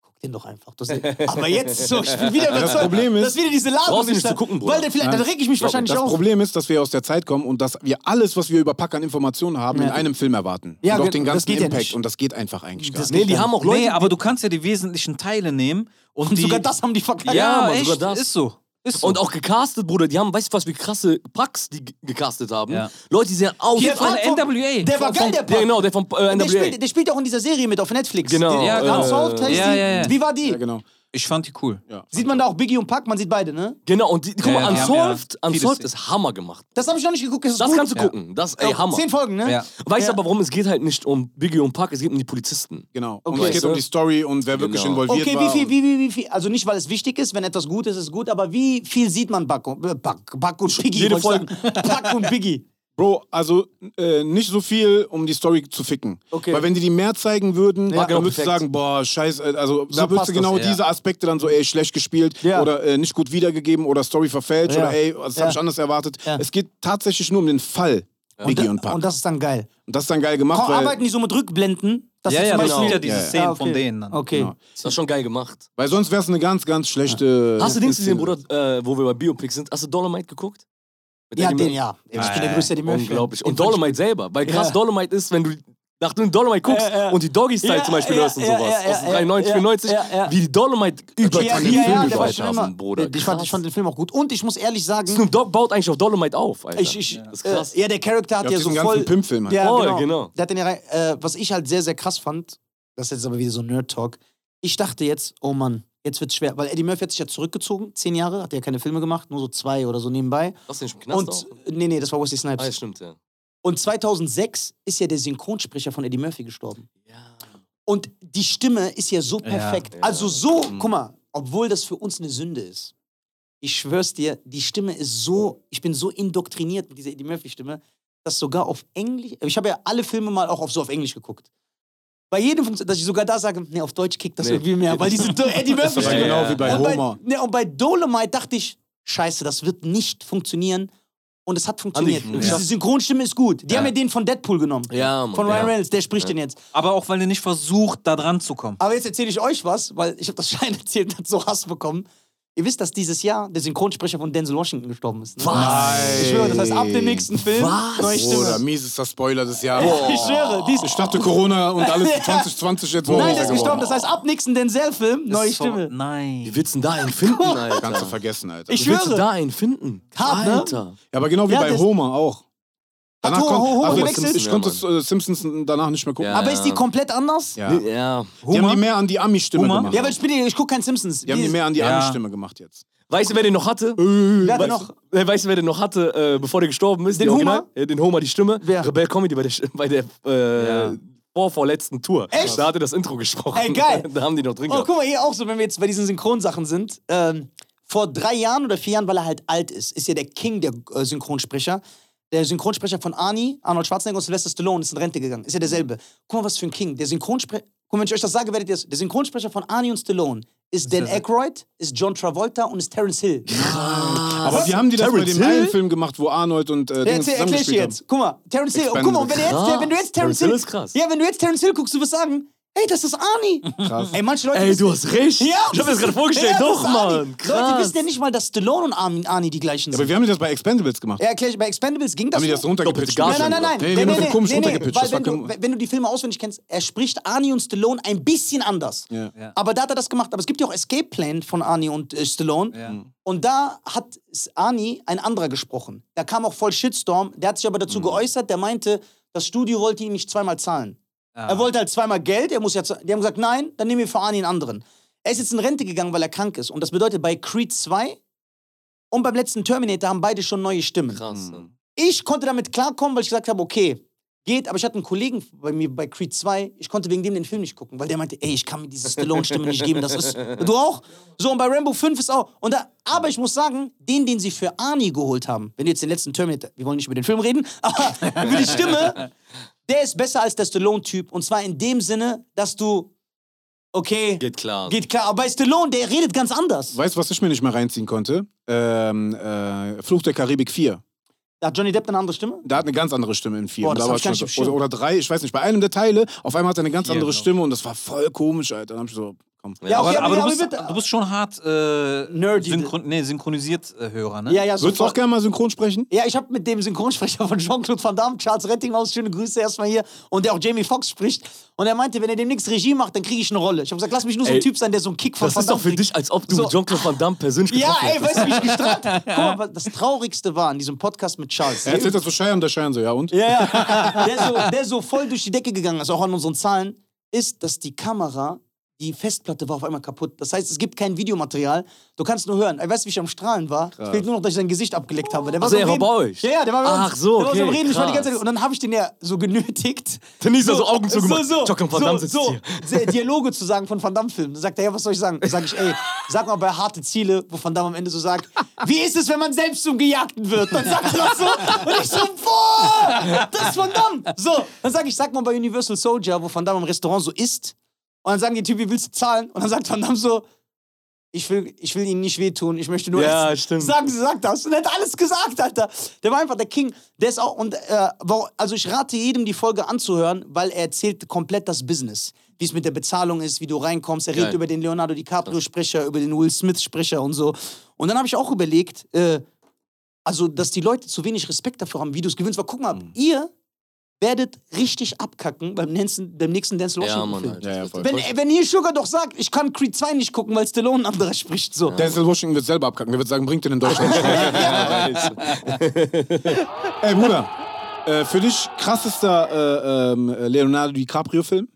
Speaker 5: guck den doch einfach. Du hast den- Aber jetzt so, ich bin wieder überzeugt.
Speaker 2: Problem ist-
Speaker 5: dass wieder diese Laden
Speaker 1: Brauchst du nicht zu gucken, Bruder.
Speaker 5: Weil der vielleicht, dann reg ich mich wahrscheinlich
Speaker 2: Das
Speaker 5: auf.
Speaker 2: Problem ist, dass wir aus der Zeit kommen und dass wir alles, was wir über Pack an Informationen haben,
Speaker 5: Ja.
Speaker 2: in einem Film erwarten.
Speaker 5: Ja,
Speaker 2: und auch
Speaker 5: ge-
Speaker 2: den
Speaker 5: das
Speaker 2: ganzen
Speaker 5: geht ja
Speaker 2: Impact.
Speaker 5: nicht.
Speaker 2: und das geht einfach eigentlich gar
Speaker 5: Das
Speaker 2: nicht.
Speaker 1: nee, die
Speaker 5: dann-
Speaker 1: haben auch Leute.
Speaker 4: Nee, aber du kannst ja die wesentlichen Teile nehmen und,
Speaker 5: Und
Speaker 4: die,
Speaker 5: sogar das haben die verkackt.
Speaker 1: Ja,
Speaker 4: Ja,
Speaker 1: Mann,
Speaker 4: echt,
Speaker 1: sogar das.
Speaker 4: ist so. Ist so.
Speaker 1: und auch gecastet, Bruder. Die haben, weißt du was, wie krasse Packs die ge- gecastet haben?
Speaker 4: Ja.
Speaker 1: Leute, die sehen aus.
Speaker 5: Hier
Speaker 1: von-
Speaker 5: von-
Speaker 4: NWA.
Speaker 5: Der war geil, der
Speaker 1: Ja,
Speaker 5: Pack.
Speaker 1: genau, der vom äh,
Speaker 5: Der
Speaker 1: NWA.
Speaker 5: spielt, der spielt auch in dieser Serie mit auf Netflix.
Speaker 1: Genau,
Speaker 5: Der,
Speaker 4: Ja,
Speaker 5: ja,
Speaker 4: genau.
Speaker 5: Unsolved heißt
Speaker 4: Ja,
Speaker 5: die.
Speaker 4: ja, ja.
Speaker 5: Wie war die?
Speaker 2: Ja, genau.
Speaker 4: ich fand die cool.
Speaker 2: Ja.
Speaker 5: Sieht man da auch Biggie und Pack? Man sieht beide, ne?
Speaker 1: Genau, und die, guck
Speaker 4: Ja,
Speaker 1: mal,
Speaker 4: ja, die haben ja
Speaker 1: Unsolved,
Speaker 4: viele
Speaker 1: Unsolved
Speaker 4: Szenen.
Speaker 1: ist Hammer gemacht.
Speaker 5: Das habe ich noch nicht geguckt. Ist
Speaker 1: Das
Speaker 5: gut?
Speaker 1: kannst du gucken. Das, ey, Hammer.
Speaker 5: Zehn Folgen, ne?
Speaker 4: Ja.
Speaker 1: Weißt du
Speaker 5: Ja.
Speaker 1: aber, warum es geht halt nicht um Biggie und Pac, es geht um die Polizisten.
Speaker 2: Genau. Und
Speaker 5: Okay.
Speaker 2: es geht um die Story und wer wirklich
Speaker 1: Genau.
Speaker 2: involviert
Speaker 5: Okay,
Speaker 2: war.
Speaker 5: wie viel,
Speaker 2: und-
Speaker 5: wie, wie, wie viel? Also nicht, weil es wichtig ist, wenn etwas gut ist, ist gut, aber wie viel sieht man Back und, äh, Back, Back und Biggie?
Speaker 1: Jede
Speaker 5: wollte ich sagen. Back und Biggie.
Speaker 2: Bro, also äh, nicht so viel, um die Story zu ficken.
Speaker 5: Okay.
Speaker 2: Weil wenn die die mehr zeigen würden,
Speaker 1: Ja, genau,
Speaker 2: dann würdest du
Speaker 1: perfekt.
Speaker 2: sagen, boah, scheiße, äh, also da
Speaker 5: passt
Speaker 2: würdest du genau
Speaker 4: das, ja.
Speaker 2: diese Aspekte dann so, ey, schlecht gespielt
Speaker 5: Ja.
Speaker 2: oder äh, nicht gut wiedergegeben oder Story verfälscht
Speaker 5: Ja.
Speaker 2: oder ey, das
Speaker 5: Ja.
Speaker 2: hab ich anders erwartet.
Speaker 5: Ja.
Speaker 2: Es geht tatsächlich nur um den Fall Biggie und Pac.
Speaker 5: Und
Speaker 2: Und
Speaker 5: das ist dann geil.
Speaker 2: das ist dann geil gemacht,
Speaker 5: Komm,
Speaker 2: weil...
Speaker 5: arbeiten die so mit Rückblenden? dass
Speaker 4: Ja,
Speaker 5: sie
Speaker 4: ja,
Speaker 5: zum
Speaker 4: das
Speaker 5: Beispiel-
Speaker 4: sind ja diese
Speaker 2: Ja, ja.
Speaker 4: Szenen
Speaker 5: Ah, okay.
Speaker 4: von denen. Dann.
Speaker 5: Okay.
Speaker 2: Genau.
Speaker 1: Das ist schon geil gemacht.
Speaker 2: Weil sonst wäre es eine ganz, ganz schlechte.
Speaker 1: Hast du den gesehen,
Speaker 2: Inszenierung.
Speaker 1: Bruder, äh, wo wir bei Biopic sind? Hast du Dolomite geguckt? Mit
Speaker 5: Ja,
Speaker 1: Eddie
Speaker 5: den,
Speaker 1: Mur-
Speaker 5: ja. Ich
Speaker 4: Ja,
Speaker 5: bin der
Speaker 4: ja,
Speaker 5: größte Eddie Murphy.
Speaker 1: Ah, Unglaublich. Und Dolomite selber. Weil krass
Speaker 5: Ja.
Speaker 1: Dolomite ist, wenn du nachdem du Dolomite guckst
Speaker 5: Ja, ja.
Speaker 1: und die Doggy-Style
Speaker 5: Ja,
Speaker 1: zum Beispiel
Speaker 5: ja,
Speaker 1: hörst und
Speaker 5: ja,
Speaker 1: sowas.
Speaker 5: ja, ja,
Speaker 1: aus den
Speaker 5: ja,
Speaker 1: 93,
Speaker 5: ja,
Speaker 1: 94,
Speaker 5: ja, ja.
Speaker 1: wie die Dolomite
Speaker 5: Okay, ja,
Speaker 1: übertragen den
Speaker 5: ja, ja,
Speaker 1: Film
Speaker 5: der war
Speaker 1: geweiht
Speaker 5: schon
Speaker 1: haben,
Speaker 5: immer.
Speaker 1: Bruder.
Speaker 5: ich, fand,
Speaker 1: Krass.
Speaker 5: ich fand den Film auch gut. Und ich muss ehrlich sagen,
Speaker 1: Snoop Dogg baut eigentlich auf Dolomite auf, Alter.
Speaker 5: Ich, ich,
Speaker 1: Das ist
Speaker 5: äh,
Speaker 1: krass.
Speaker 5: ja, der Charakter hat
Speaker 2: Ja,
Speaker 5: ja
Speaker 2: auf
Speaker 5: so
Speaker 2: diesen
Speaker 5: voll.
Speaker 2: ganzen Pimpfilm halt.
Speaker 5: Ja,
Speaker 1: Voll,
Speaker 5: genau.
Speaker 1: genau.
Speaker 5: Der hat den ja, rei- äh, was ich halt sehr, sehr krass fand, das ist jetzt aber wieder so Nerd-Talk. Ich dachte jetzt, oh Mann, Jetzt wird's schwer, weil Eddie Murphy hat sich ja zurückgezogen, zehn Jahre, hat ja keine Filme gemacht, nur so zwei oder so nebenbei.
Speaker 1: Hast du nicht im Knast
Speaker 5: Und,
Speaker 1: auch?
Speaker 5: nee, nee, das war Wesley Snipes.
Speaker 1: Ah, ja, stimmt, ja.
Speaker 5: Und 2006 ist ja der Synchronsprecher von Eddie Murphy gestorben.
Speaker 1: Ja.
Speaker 5: Und die Stimme ist ja so perfekt.
Speaker 1: Ja.
Speaker 5: Also so, guck mal, obwohl das für uns eine Sünde ist. Ich schwör's dir, die Stimme ist so, ich bin so indoktriniert mit dieser Eddie Murphy-Stimme, dass sogar auf Englisch, ich habe ja alle Filme mal auch auf, so auf Englisch geguckt. Bei jedem funktioniert, dass ich sogar da sage, nee, auf Deutsch kickt das
Speaker 1: Nee.
Speaker 5: irgendwie mehr, weil diese Do- Eddie
Speaker 2: Das ist
Speaker 1: Ja,
Speaker 2: aber
Speaker 5: Murphy-Stimme.
Speaker 2: genau
Speaker 1: ja.
Speaker 2: wie bei
Speaker 5: und,
Speaker 2: Homer.
Speaker 5: bei, nee, und bei Dolomite dachte ich, scheiße, das wird nicht funktionieren. Und es hat funktioniert.
Speaker 1: Andi,
Speaker 5: Und
Speaker 1: ja.
Speaker 5: diese Synchronstimme ist gut. Die
Speaker 4: Ja.
Speaker 5: haben ja den von Deadpool genommen.
Speaker 1: Ja, Mann.
Speaker 5: Von Ryan
Speaker 1: ja.
Speaker 5: Reynolds, der spricht den jetzt.
Speaker 4: Aber auch, weil der nicht versucht, da dran zu kommen.
Speaker 5: Aber jetzt erzähle ich euch was, weil ich habe das Schein erzählt und hat so Hass bekommen. Ihr wisst, dass dieses Jahr der Synchronsprecher von Denzel Washington gestorben ist. Ne?
Speaker 2: Was?
Speaker 5: Ich schwöre, das heißt, ab dem nächsten Film
Speaker 1: Was?
Speaker 5: neue
Speaker 2: Oder
Speaker 5: Stimme.
Speaker 2: mies ist das Spoiler des Jahres.
Speaker 5: Ich schwöre, dies
Speaker 2: Ich dachte Corona und alles 2020 jetzt
Speaker 5: Nein,
Speaker 2: Homeoffice
Speaker 5: der ist gestorben. Das
Speaker 2: geworden.
Speaker 5: heißt, ab nächsten Denzel-Film
Speaker 4: Das
Speaker 5: neue
Speaker 4: ist so-
Speaker 5: Stimme.
Speaker 1: Wie
Speaker 4: Nein.
Speaker 1: willst du denn da einen finden, Alter?
Speaker 2: Kannst du vergessen, Alter.
Speaker 5: Ich
Speaker 1: Wie willst du
Speaker 5: schwöre.
Speaker 1: da einen finden?
Speaker 5: Hart, ne?
Speaker 1: Alter.
Speaker 2: Ja, aber genau wie
Speaker 5: Ja,
Speaker 2: bei
Speaker 5: das-
Speaker 2: Homer auch.
Speaker 5: Hat
Speaker 2: Danach
Speaker 5: Homer-
Speaker 2: kon-
Speaker 5: Homer
Speaker 2: also
Speaker 5: gewechselt?
Speaker 2: ich konnte es, äh, Simpsons danach nicht mehr gucken.
Speaker 1: Ja.
Speaker 5: Aber ist die komplett anders?
Speaker 2: Ja.
Speaker 1: Ja.
Speaker 2: Die haben die mehr an die Ami-Stimme
Speaker 4: Homer?
Speaker 2: gemacht.
Speaker 5: Ja, weil ich, bin, ich gucke kein Simpsons.
Speaker 2: Die haben die mehr an die
Speaker 4: Ja.
Speaker 2: Ami-Stimme gemacht jetzt.
Speaker 1: Weißt du, wer den noch hatte?
Speaker 5: Wer
Speaker 1: Weißt,
Speaker 5: hat denn noch?
Speaker 1: äh, weißt du, wer den noch hatte, äh, bevor der gestorben ist?
Speaker 5: Den
Speaker 1: Die
Speaker 5: Homer?
Speaker 1: Original- Äh, den Homer, die Stimme.
Speaker 5: Wer?
Speaker 1: Rebell Comedy bei der, Sch- bei der äh,
Speaker 4: Ja.
Speaker 1: vorvorletzten Tour.
Speaker 5: Echt?
Speaker 1: Da hatte das Intro gesprochen.
Speaker 5: Ey, geil.
Speaker 1: da haben die noch drin
Speaker 5: Oh,
Speaker 1: gehabt.
Speaker 5: guck mal, hier auch so, wenn wir jetzt bei diesen Synchronsachen sind. Ähm, vor drei Jahren oder vier Jahren, weil er halt alt ist, ist ja der King der äh, Synchronsprecher. Der Synchronsprecher von Arnie, Arnold Schwarzenegger und Sylvester Stallone ist in Rente gegangen. Ist ja
Speaker 2: Mhm.
Speaker 5: derselbe. Guck mal, was für ein King. Der Synchronsprecher, guck mal, wenn ich euch das sage, werdet ihr das. Der Synchronsprecher von Arnie und Stallone ist Dan Aykroyd, ist John Travolta und ist Terence Hill.
Speaker 2: Aber wie haben die das bei
Speaker 1: Terrence
Speaker 2: dem
Speaker 1: Hill?
Speaker 2: einen Film gemacht, wo Arnold und äh,
Speaker 5: Ja,
Speaker 2: Dingens
Speaker 5: erzähl, erklär ich dir
Speaker 2: zusammengespielt haben?
Speaker 5: jetzt. Guck mal, Terence Hill. Und guck mal, und wenn, du jetzt,
Speaker 1: Krass.
Speaker 5: wenn du jetzt Terence Hill.
Speaker 1: Terence Hill ist krass.
Speaker 5: Ja, wenn du jetzt Terence Hill guckst, du wirst sagen, ey, das ist Arnie.
Speaker 2: Krass.
Speaker 5: Ey, manche Leute.
Speaker 1: Ey,
Speaker 5: wissen-
Speaker 1: du hast recht.
Speaker 5: Ja,
Speaker 1: ich hab mir das gerade vorgestellt.
Speaker 5: Ja, das
Speaker 1: Doch,
Speaker 5: ist Arnie.
Speaker 1: Mann.
Speaker 5: Leute
Speaker 1: Krass.
Speaker 5: wissen ja nicht mal, dass Stallone und Arnie, Arnie die gleichen
Speaker 2: Ja,
Speaker 5: sind.
Speaker 2: aber wir haben das bei Expendables gemacht.
Speaker 5: Ja, erklär ich, bei Expendables ging das
Speaker 2: Haben die das
Speaker 5: so.
Speaker 2: runtergepitcht?
Speaker 1: Doppelt
Speaker 5: Nein, nein, nein, nein.
Speaker 2: Nee, die haben das so komisch runtergepitcht.
Speaker 5: Weil
Speaker 2: Das war
Speaker 5: wenn, du,
Speaker 2: kein-
Speaker 5: wenn du die Filme auswendig kennst, er spricht Arnie und Stallone ein bisschen anders.
Speaker 2: Ja.
Speaker 4: Ja.
Speaker 5: Aber da hat er das gemacht. Aber es gibt ja auch Escape Plan von Arnie und äh, Stallone.
Speaker 4: Ja.
Speaker 5: Und da hat s- Arnie ein anderer gesprochen. Da kam auch voll Shitstorm. Der hat sich aber dazu
Speaker 2: Mhm.
Speaker 5: geäußert, der meinte, das Studio wollte ihm nicht zweimal zahlen.
Speaker 4: Ah.
Speaker 5: Er wollte halt zweimal Geld, er muss ja, z- die haben gesagt, nein, dann nehmen wir für Arnie einen anderen. Er ist jetzt in Rente gegangen, weil er krank ist. Und das bedeutet, bei Creed 2 und beim letzten Terminator haben beide schon neue Stimmen.
Speaker 1: Krass. ne?
Speaker 5: Ich konnte damit klarkommen, weil ich gesagt habe, okay, geht, aber ich hatte einen Kollegen bei mir bei Creed 2, ich konnte wegen dem den Film nicht gucken, weil der meinte, ey, ich kann mir diese Stallone-Stimme nicht geben, das ist. Du auch? So, und bei Rambo 5 ist auch. Und da, aber ich muss sagen, den, den sie für Arnie geholt haben, wenn du jetzt den letzten Terminator, wir wollen nicht über den Film reden, aber über die Stimme, der ist besser als der Stallone-Typ. Und zwar in dem Sinne, dass du, okay,
Speaker 1: Geht klar.
Speaker 5: geht klar, aber bei Stallone, der redet ganz anders.
Speaker 2: Weißt du, was ich mir nicht mehr reinziehen konnte? Ähm, äh, Fluch der Karibik 4.
Speaker 5: Da hat Johnny Depp eine andere Stimme?
Speaker 2: Da hat eine ganz andere Stimme in 4.
Speaker 5: Boah, das
Speaker 2: da
Speaker 5: hab
Speaker 2: war
Speaker 5: ich gar
Speaker 2: schon
Speaker 5: nicht
Speaker 2: so,
Speaker 5: auf
Speaker 2: oder,
Speaker 5: dem genau.
Speaker 2: oder drei, ich weiß nicht. Bei einem der Teile, auf einmal hat er eine ganz
Speaker 4: Vier,
Speaker 2: andere
Speaker 4: glaub ich.
Speaker 2: Stimme und das war voll komisch, Alter. Dann hab ich so, komm.
Speaker 1: Ja,
Speaker 5: okay,
Speaker 4: Aber, aber du,
Speaker 5: aber
Speaker 4: bist,
Speaker 5: bitte-
Speaker 4: du bist schon hart äh,
Speaker 5: Nerdy.
Speaker 4: synchron nee, synchronisiert äh, Hörer, ne?
Speaker 5: Ja, ja,
Speaker 2: Würdest du auch
Speaker 5: sofort.
Speaker 2: gerne mal synchron sprechen?
Speaker 5: Ja, ich habe mit dem Synchronsprecher von Jean-Claude Van Damme, Charles Rettinghaus, schöne Grüße erstmal hier, und der auch Jamie Foxx spricht. Und er meinte, wenn er demnächst Regie macht, dann kriege ich eine Rolle. Ich habe gesagt, lass mich nur so ein
Speaker 1: Ey,
Speaker 5: Typ sein, der so einen Kick von
Speaker 1: Das
Speaker 5: Van
Speaker 1: ist doch
Speaker 5: Damme
Speaker 1: für
Speaker 5: kriegt.
Speaker 1: dich, als ob du
Speaker 5: So.
Speaker 1: Jean-Claude Van Damme persönlich
Speaker 5: Ja,
Speaker 1: getroffen
Speaker 5: ey, weißt du, wie ich gestrahlt habe? Guck mal, was- das Traurigste war an diesem Podcast mit Charles.
Speaker 2: Er erzählt das so Scheiern, der Scheiern so, ja und?
Speaker 5: Ja, ja. Der so, der so voll durch die Decke gegangen ist, auch an unseren Zahlen, ist, dass die Kamera, die Festplatte war auf einmal kaputt. Das heißt, es gibt kein Videomaterial. Du kannst nur hören. Ey, Weißt du, wie ich am Strahlen war? Es fehlt nur noch, dass ich sein Gesicht abgeleckt habe. Der war
Speaker 1: Also,
Speaker 5: am
Speaker 1: er war
Speaker 5: Reden.
Speaker 1: bei euch?
Speaker 5: Ja, ja, der war bei
Speaker 1: Ach
Speaker 5: uns.
Speaker 1: so,
Speaker 5: Der war so am
Speaker 1: okay,
Speaker 5: Reden. Ich war die ganze
Speaker 1: krass.
Speaker 5: Zeit, und dann habe ich den ja so genötigt.
Speaker 1: Dann ist er so also Augen zugemacht.
Speaker 5: So, so,
Speaker 1: Jean-Claude Van Damme
Speaker 5: so,
Speaker 1: sitzt
Speaker 5: so,
Speaker 1: hier.
Speaker 5: Se- Dialoge zu sagen von Van Damme-Filmen. Dann sagt er, ja, was soll ich sagen? Dann sag ich, ey, sag mal bei Harte Ziele, wo Van Damme am Ende so sagt, wie ist es, wenn man selbst zum Gejagten wird? Dann sagt er das so. Und ich so, boah, das ist Van Damme. So, dann sag ich, sag mal bei Universal Soldier, wo Van Damme im Restaurant so isst. Und dann sagen die Typen, wie willst du zahlen? Und dann sagt Van Damme so, ich will, ich will ihnen nicht wehtun, ich möchte nur
Speaker 1: Ja,
Speaker 5: essen.
Speaker 1: stimmt.
Speaker 5: Sagen Sie, sag das. Und er hat alles gesagt, Alter. Der war einfach der King. Der ist auch, und, äh, warum- also ich rate jedem, die Folge anzuhören, weil er erzählt komplett das Business. Wie es mit der Bezahlung ist, wie du reinkommst. Er redet
Speaker 1: Geil.
Speaker 5: über den Leonardo DiCaprio-Sprecher, über den Will Smith-Sprecher und so. Und dann habe ich auch überlegt, äh, also, dass die Leute zu wenig Respekt dafür haben, wie du es gewinnst. Weil guck
Speaker 1: Mhm.
Speaker 5: mal, ihr werdet richtig abkacken beim nächsten, beim nächsten Dance
Speaker 1: Ja,
Speaker 5: Washington
Speaker 1: Mann,
Speaker 5: Film.
Speaker 1: Alter.
Speaker 2: Ja, ja,
Speaker 1: das
Speaker 2: voll.
Speaker 1: wird
Speaker 5: Wenn, wenn hier Sugar doch sagt, ich kann Creed 2 nicht gucken, weil Stallone ein anderer spricht, so.
Speaker 2: Denzel Washington wird selber abkacken. Der wird sagen, bringt den in Deutschland. Ey, Bruder, äh, für dich krassester äh, ähm, Leonardo DiCaprio-Film?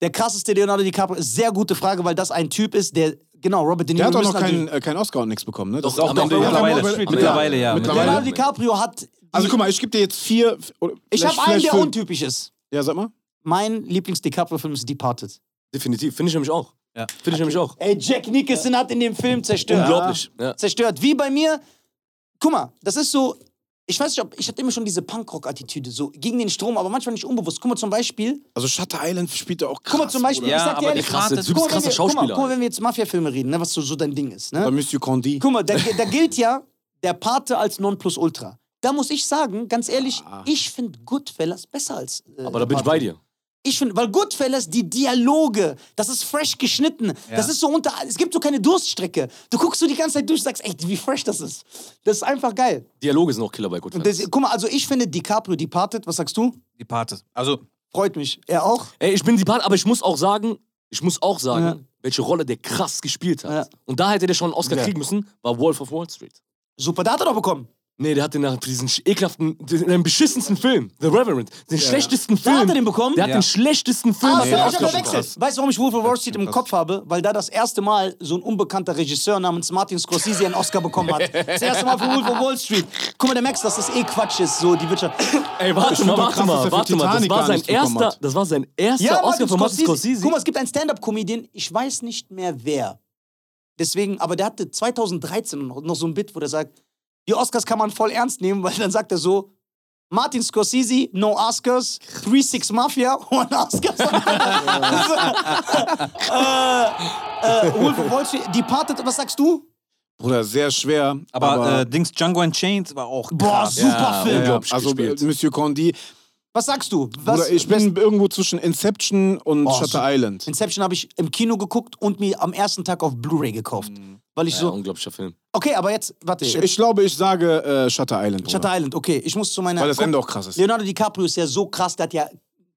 Speaker 5: Der krasseste Leonardo DiCaprio ist sehr gute Frage, weil das ein Typ ist, der genau, Robert De
Speaker 2: Der
Speaker 5: Niro.
Speaker 2: hat auch noch
Speaker 5: müssen
Speaker 2: keinen,
Speaker 5: natürlich-
Speaker 2: äh, keinen Oscar und nichts bekommen, ne? Das
Speaker 1: Doch,
Speaker 2: ist
Speaker 1: doch,
Speaker 2: auch
Speaker 1: doch,
Speaker 4: mittlerweile.
Speaker 2: Aber-
Speaker 4: Mittlerweile, ja.
Speaker 2: Mittlerweile.
Speaker 5: Leonardo DiCaprio hat.
Speaker 2: Also guck mal, ich gebe dir jetzt vier. oder
Speaker 5: ich
Speaker 2: vielleicht-
Speaker 5: habe einen,
Speaker 2: vielleicht
Speaker 5: der
Speaker 2: fünf.
Speaker 5: untypisch ist.
Speaker 2: Ja, sag mal.
Speaker 5: Mein Lieblings-DiCaprio-Film ist Departed.
Speaker 1: Definitiv, finde ich nämlich auch.
Speaker 4: Ja.
Speaker 1: Finde ich nämlich auch.
Speaker 5: Ey, Jack Nicholson hat in dem Film zerstört.
Speaker 1: Unglaublich. Ja.
Speaker 5: zerstört. Wie bei mir, guck mal, das ist so, ich weiß nicht, ob, ich hatte immer schon diese Punkrock-Attitüde, so gegen den Strom, aber manchmal nicht unbewusst. Guck mal zum Beispiel,
Speaker 2: Also Shutter Island spielt er auch krass.
Speaker 5: guck mal zum Beispiel,
Speaker 4: Bruder.
Speaker 5: ich
Speaker 4: Ja,
Speaker 5: sag dir
Speaker 4: aber
Speaker 5: ehrlich,
Speaker 4: der krasse
Speaker 5: guck
Speaker 1: Typ
Speaker 5: mal,
Speaker 1: ist krasser
Speaker 5: wenn wir- guck mal,
Speaker 1: Schauspieler. halt.
Speaker 5: Guck mal, wenn wir jetzt Mafia-Filme reden, ne, was so, so dein Ding ist,
Speaker 2: Bei
Speaker 5: ne?
Speaker 2: Monsieur Condi.
Speaker 5: Guck mal, da, da gilt ja der Pate als Nonplusultra. Da muss ich sagen, ganz ehrlich, ich finde Goodfellas besser als. äh,
Speaker 1: Ah. Aber da bin ich
Speaker 5: Pate.
Speaker 1: bei dir.
Speaker 5: Ich finde, weil Goodfellas, die Dialoge, das ist fresh geschnitten. Das ist so unter. Es gibt so keine Durststrecke. Du guckst so die ganze Zeit durch und sagst, ey, wie fresh das ist. Das ist einfach geil.
Speaker 1: Dialoge sind auch Killer bei Goodfellas.
Speaker 5: Das, guck mal, also ich finde DiCaprio Departed, was sagst du?
Speaker 4: Die Pate. Also,
Speaker 5: Freut mich. Er auch?
Speaker 1: Ey, ich bin die Part, aber ich muss auch sagen, ich muss auch sagen,
Speaker 5: Ja.
Speaker 1: welche Rolle der krass gespielt hat.
Speaker 5: Ja.
Speaker 1: Und da hätte der schon einen Oscar kriegen müssen, war Wolf of Wall Street.
Speaker 5: Super, da hat er doch bekommen.
Speaker 1: Nee, der hat den nach diesen sch- ekelhaften, den den beschissensten Film, The Reverend, den schlechtesten Film.
Speaker 5: Da hat er den bekommen?
Speaker 1: Der hat
Speaker 4: Ja.
Speaker 1: den schlechtesten Film.
Speaker 5: Ah, das
Speaker 1: den
Speaker 5: hab ich
Speaker 1: Oscar
Speaker 5: aber
Speaker 1: bekommen.
Speaker 5: verwechselt. Weißt du, warum ich Wolf of Wall Street im Kopf habe? Weil da das erste Mal so ein unbekannter Regisseur namens Martin Scorsese einen Oscar bekommen hat. Das erste Mal für Wolf of Wall Street. Guck mal, der merkst, dass das eh Quatsch ist, so die Wirtschaft.
Speaker 1: Ey,
Speaker 2: Ich
Speaker 1: warte
Speaker 2: find
Speaker 1: mal,
Speaker 2: doch
Speaker 1: warte
Speaker 2: krass, dass
Speaker 1: mal,
Speaker 2: der für
Speaker 1: warte mal. Das
Speaker 2: Titanic
Speaker 1: war
Speaker 2: gar
Speaker 1: sein
Speaker 2: nichts bekommen
Speaker 1: erster,
Speaker 2: hat.
Speaker 1: das war sein erster Oscar für Martin Scorsese.
Speaker 5: Guck mal, es gibt einen Stand-Up-Comedian, ich weiß nicht mehr wer. Deswegen, aber der hatte 2013 noch, noch so ein Bit, wo der sagt, die Oscars kann man voll ernst nehmen, weil dann sagt er so, Martin Scorsese, no Oscars, 3-6 Mafia, one Oscars. äh, äh, Wolf of Wall Street, Departed, was sagst du?
Speaker 2: Bruder, sehr schwer.
Speaker 4: aber, äh, Dings Django Unchained war auch
Speaker 5: Boah,
Speaker 4: krass.
Speaker 5: super Film.
Speaker 2: ja,
Speaker 1: unglaublich
Speaker 2: also äh,
Speaker 1: gespielt.
Speaker 2: Monsieur Condi.
Speaker 5: Was sagst du? Was,
Speaker 2: Bruder, ich bin irgendwo zwischen Inception und
Speaker 5: Oh,
Speaker 2: Shutter
Speaker 5: so-
Speaker 2: Island.
Speaker 5: Inception habe ich im Kino geguckt und mir am ersten Tag auf Blu-ray gekauft. Weil ich
Speaker 1: Ja,
Speaker 5: so,
Speaker 1: unglaublicher Film.
Speaker 5: okay, aber jetzt, warte.
Speaker 2: Ich,
Speaker 5: jetzt-
Speaker 2: ich glaube, ich sage äh, Shutter Island. Bruder.
Speaker 5: Shutter Island, okay. Ich muss zu meiner.
Speaker 2: Weil das Ende auch krass ist.
Speaker 5: Leonardo DiCaprio ist ja so krass, der hat ja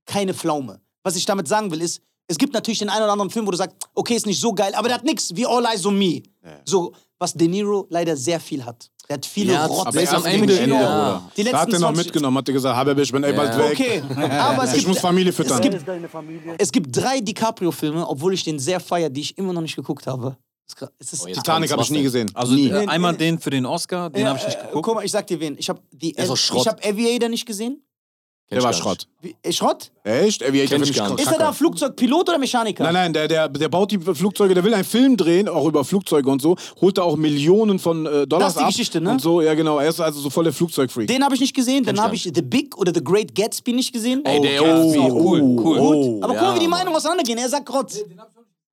Speaker 5: keine Pflaume. Was ich damit sagen will, ist, es gibt natürlich den einen oder anderen Film, wo du sagst, okay, ist nicht so geil, aber der hat nichts, wie All Eyes on Me. So, was De Niro leider sehr viel hat. Der hat viele
Speaker 1: Ja,
Speaker 5: ja,
Speaker 1: aber
Speaker 5: Rotten.
Speaker 2: aber
Speaker 1: Der
Speaker 2: erst
Speaker 1: ist am
Speaker 2: gegen
Speaker 1: Ende,
Speaker 2: Ende,
Speaker 1: ja.
Speaker 2: Bruder.
Speaker 5: Die letzten
Speaker 2: da hat er noch
Speaker 5: 20
Speaker 2: mitgenommen, hat er gesagt, Haber, ich bin ey, bald weg.
Speaker 5: Okay, aber es
Speaker 2: Ich
Speaker 5: gibt,
Speaker 2: muss Familie
Speaker 5: es,
Speaker 2: füttern.
Speaker 5: gibt, es gibt drei DiCaprio-Filme, obwohl ich den sehr feier, die ich immer noch nicht geguckt habe. Es ist gra- Es ist
Speaker 1: Oh, jetzt
Speaker 2: Titanic habe ich nie gesehen.
Speaker 4: Also
Speaker 2: nie.
Speaker 4: äh, einmal den für den Oscar, den
Speaker 5: Ja,
Speaker 4: habe ich nicht
Speaker 5: äh,
Speaker 4: geguckt.
Speaker 5: Guck mal, ich sag dir wen. Ich habe
Speaker 1: ist doch Schrott.
Speaker 5: ich hab Aviator nicht gesehen.
Speaker 1: Kenn
Speaker 2: der
Speaker 1: ich
Speaker 2: war
Speaker 1: gar
Speaker 2: Schrott.
Speaker 5: Wie, äh, Schrott?
Speaker 2: Echt? Ey, wie ich
Speaker 1: Kenn
Speaker 2: finde
Speaker 1: ich
Speaker 2: ich
Speaker 1: gar nicht.
Speaker 5: Ist er da Flugzeugpilot oder Mechaniker?
Speaker 2: Nein, nein, der, der, der baut die Flugzeuge, der will einen Film drehen, auch über Flugzeuge und so, holt da auch Millionen von äh, Dollars
Speaker 5: die
Speaker 2: ab
Speaker 5: Geschichte, ne?
Speaker 2: Und so, ja genau, er ist also so voll der Flugzeugfreak.
Speaker 5: Den habe ich nicht gesehen. Dann
Speaker 1: ich
Speaker 5: habe
Speaker 1: gar
Speaker 5: ich The Big oder The Great Gatsby nicht gesehen.
Speaker 1: Ey, der
Speaker 2: Oh,
Speaker 1: ist auch
Speaker 2: cool,
Speaker 1: cool.
Speaker 2: cool.
Speaker 1: cool.
Speaker 5: Aber guck mal, wie die Meinungen auseinandergehen. Er sagt Rotz.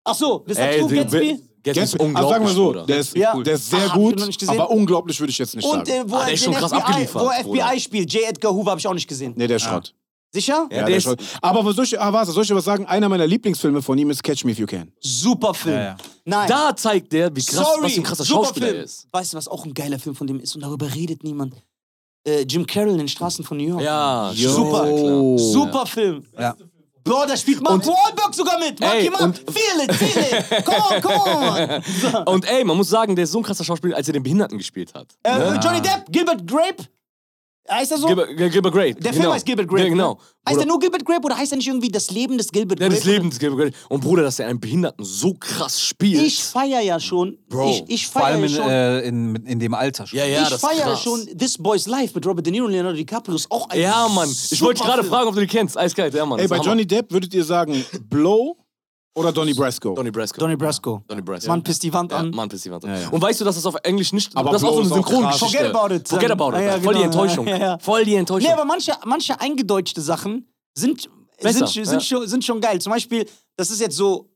Speaker 5: Ach so, was sagst
Speaker 1: Ey,
Speaker 5: du,
Speaker 1: den
Speaker 5: Gatsby?
Speaker 1: Gatsby ist
Speaker 2: Gatsby, also sagen
Speaker 1: unglaublich,
Speaker 2: wir so,
Speaker 1: Bruder.
Speaker 2: der ist,
Speaker 5: Ja.
Speaker 2: der ist sehr
Speaker 5: Ach, hab ich noch nicht
Speaker 2: gut,
Speaker 5: gesehen.
Speaker 2: aber unglaublich würde ich jetzt nicht
Speaker 5: Und
Speaker 2: sagen.
Speaker 5: äh, wo,
Speaker 1: Ah, der
Speaker 5: er
Speaker 1: ist
Speaker 5: den
Speaker 1: schon krass
Speaker 5: FBI,
Speaker 1: abgeliefert,
Speaker 5: wo er
Speaker 1: Bruder.
Speaker 5: FBI spielt. J. Edgar Hoover habe ich auch nicht gesehen.
Speaker 2: Nee, der ist Schrott.
Speaker 5: Sicher?
Speaker 2: Ja,
Speaker 1: Ah. der
Speaker 2: der
Speaker 1: ist-
Speaker 2: ist Schrott. Aber was soll ich, ah, was, soll ich dir was sagen? Einer meiner Lieblingsfilme von ihm ist Catch Me If You Can.
Speaker 5: Super Film.
Speaker 4: Ja, ja.
Speaker 5: Nein.
Speaker 1: Da zeigt der, wie krass,
Speaker 5: Sorry.
Speaker 1: was für ein krasser
Speaker 5: Super
Speaker 1: Schauspieler
Speaker 5: Film.
Speaker 1: er ist.
Speaker 5: Weißt du, was auch ein geiler Film von dem ist? Und darüber redet niemand. Äh, Jim Carroll in den Straßen von New York.
Speaker 1: Ja,
Speaker 5: Super.
Speaker 1: ja, klar.
Speaker 5: Super Film.
Speaker 4: Ja.
Speaker 5: Boah, da spielt Mark Wahlberg sogar mit. Mark,
Speaker 1: Ey,
Speaker 5: Mark, feel it, feel it. Come on, Äh, come on.
Speaker 1: Und ey, man muss sagen, der ist so ein krasser Schauspieler, als er den Behinderten gespielt hat.
Speaker 5: Äh, Johnny Depp, Gilbert Grape. Heißt er so?
Speaker 1: Gilbert, Gilbert Grape.
Speaker 5: der Film heißt Gilbert Grape.
Speaker 1: Ja, genau.
Speaker 5: ne? Heißt
Speaker 1: Bruder,
Speaker 5: er nur Gilbert Grape oder heißt er nicht irgendwie das Leben des Gilbert
Speaker 1: der
Speaker 5: Grape?
Speaker 1: des Lebens Gilbert Grape. Und Bruder, dass er einen Behinderten so krass spielt.
Speaker 5: Ich feier ja schon.
Speaker 1: Bro,
Speaker 5: ich, ich
Speaker 4: Vor
Speaker 5: feier
Speaker 4: allem
Speaker 5: ja
Speaker 4: in,
Speaker 5: schon.
Speaker 4: äh, in, in dem Alter schon.
Speaker 1: ja, ja,
Speaker 5: ich
Speaker 1: das ist
Speaker 5: feiere
Speaker 1: krass.
Speaker 5: schon This Boy's Life mit Robert De Niro und Leonardo DiCaprio. Ist auch ein
Speaker 1: Ja, Mann. Ich wollte dich
Speaker 5: super
Speaker 1: gerade
Speaker 5: Film.
Speaker 1: fragen, ob du den kennst. Eiskalt, ja, Mann.
Speaker 2: Ey,
Speaker 1: Das
Speaker 2: bei
Speaker 1: ist
Speaker 2: Johnny Depp würdet ihr sagen Blow oder Donnie Brasco?
Speaker 1: Hammer. Donny Brasco.
Speaker 5: Donnie Brasco.
Speaker 1: Donny Brasco.
Speaker 5: Mann pisst die Wand
Speaker 1: Ja,
Speaker 5: an.
Speaker 1: Mann, piss die Wand.
Speaker 2: Ja, ja.
Speaker 1: Und weißt du, dass das auf Englisch nicht.
Speaker 2: Aber
Speaker 1: das ist auch so eine
Speaker 2: Blow ist auch
Speaker 1: Synchrongeschichte.
Speaker 5: krass. Forget about it.
Speaker 1: Forget about it.
Speaker 5: Ja, ja,
Speaker 1: Voll die
Speaker 5: genau.
Speaker 1: Enttäuschung.
Speaker 5: Ja, ja.
Speaker 1: Voll die Enttäuschung.
Speaker 5: Nee, aber manche, manche eingedeutschte Sachen sind,
Speaker 1: Besser,
Speaker 5: sind, sind,
Speaker 1: ja.
Speaker 5: schon, sind schon geil. Zum Beispiel, das ist jetzt so,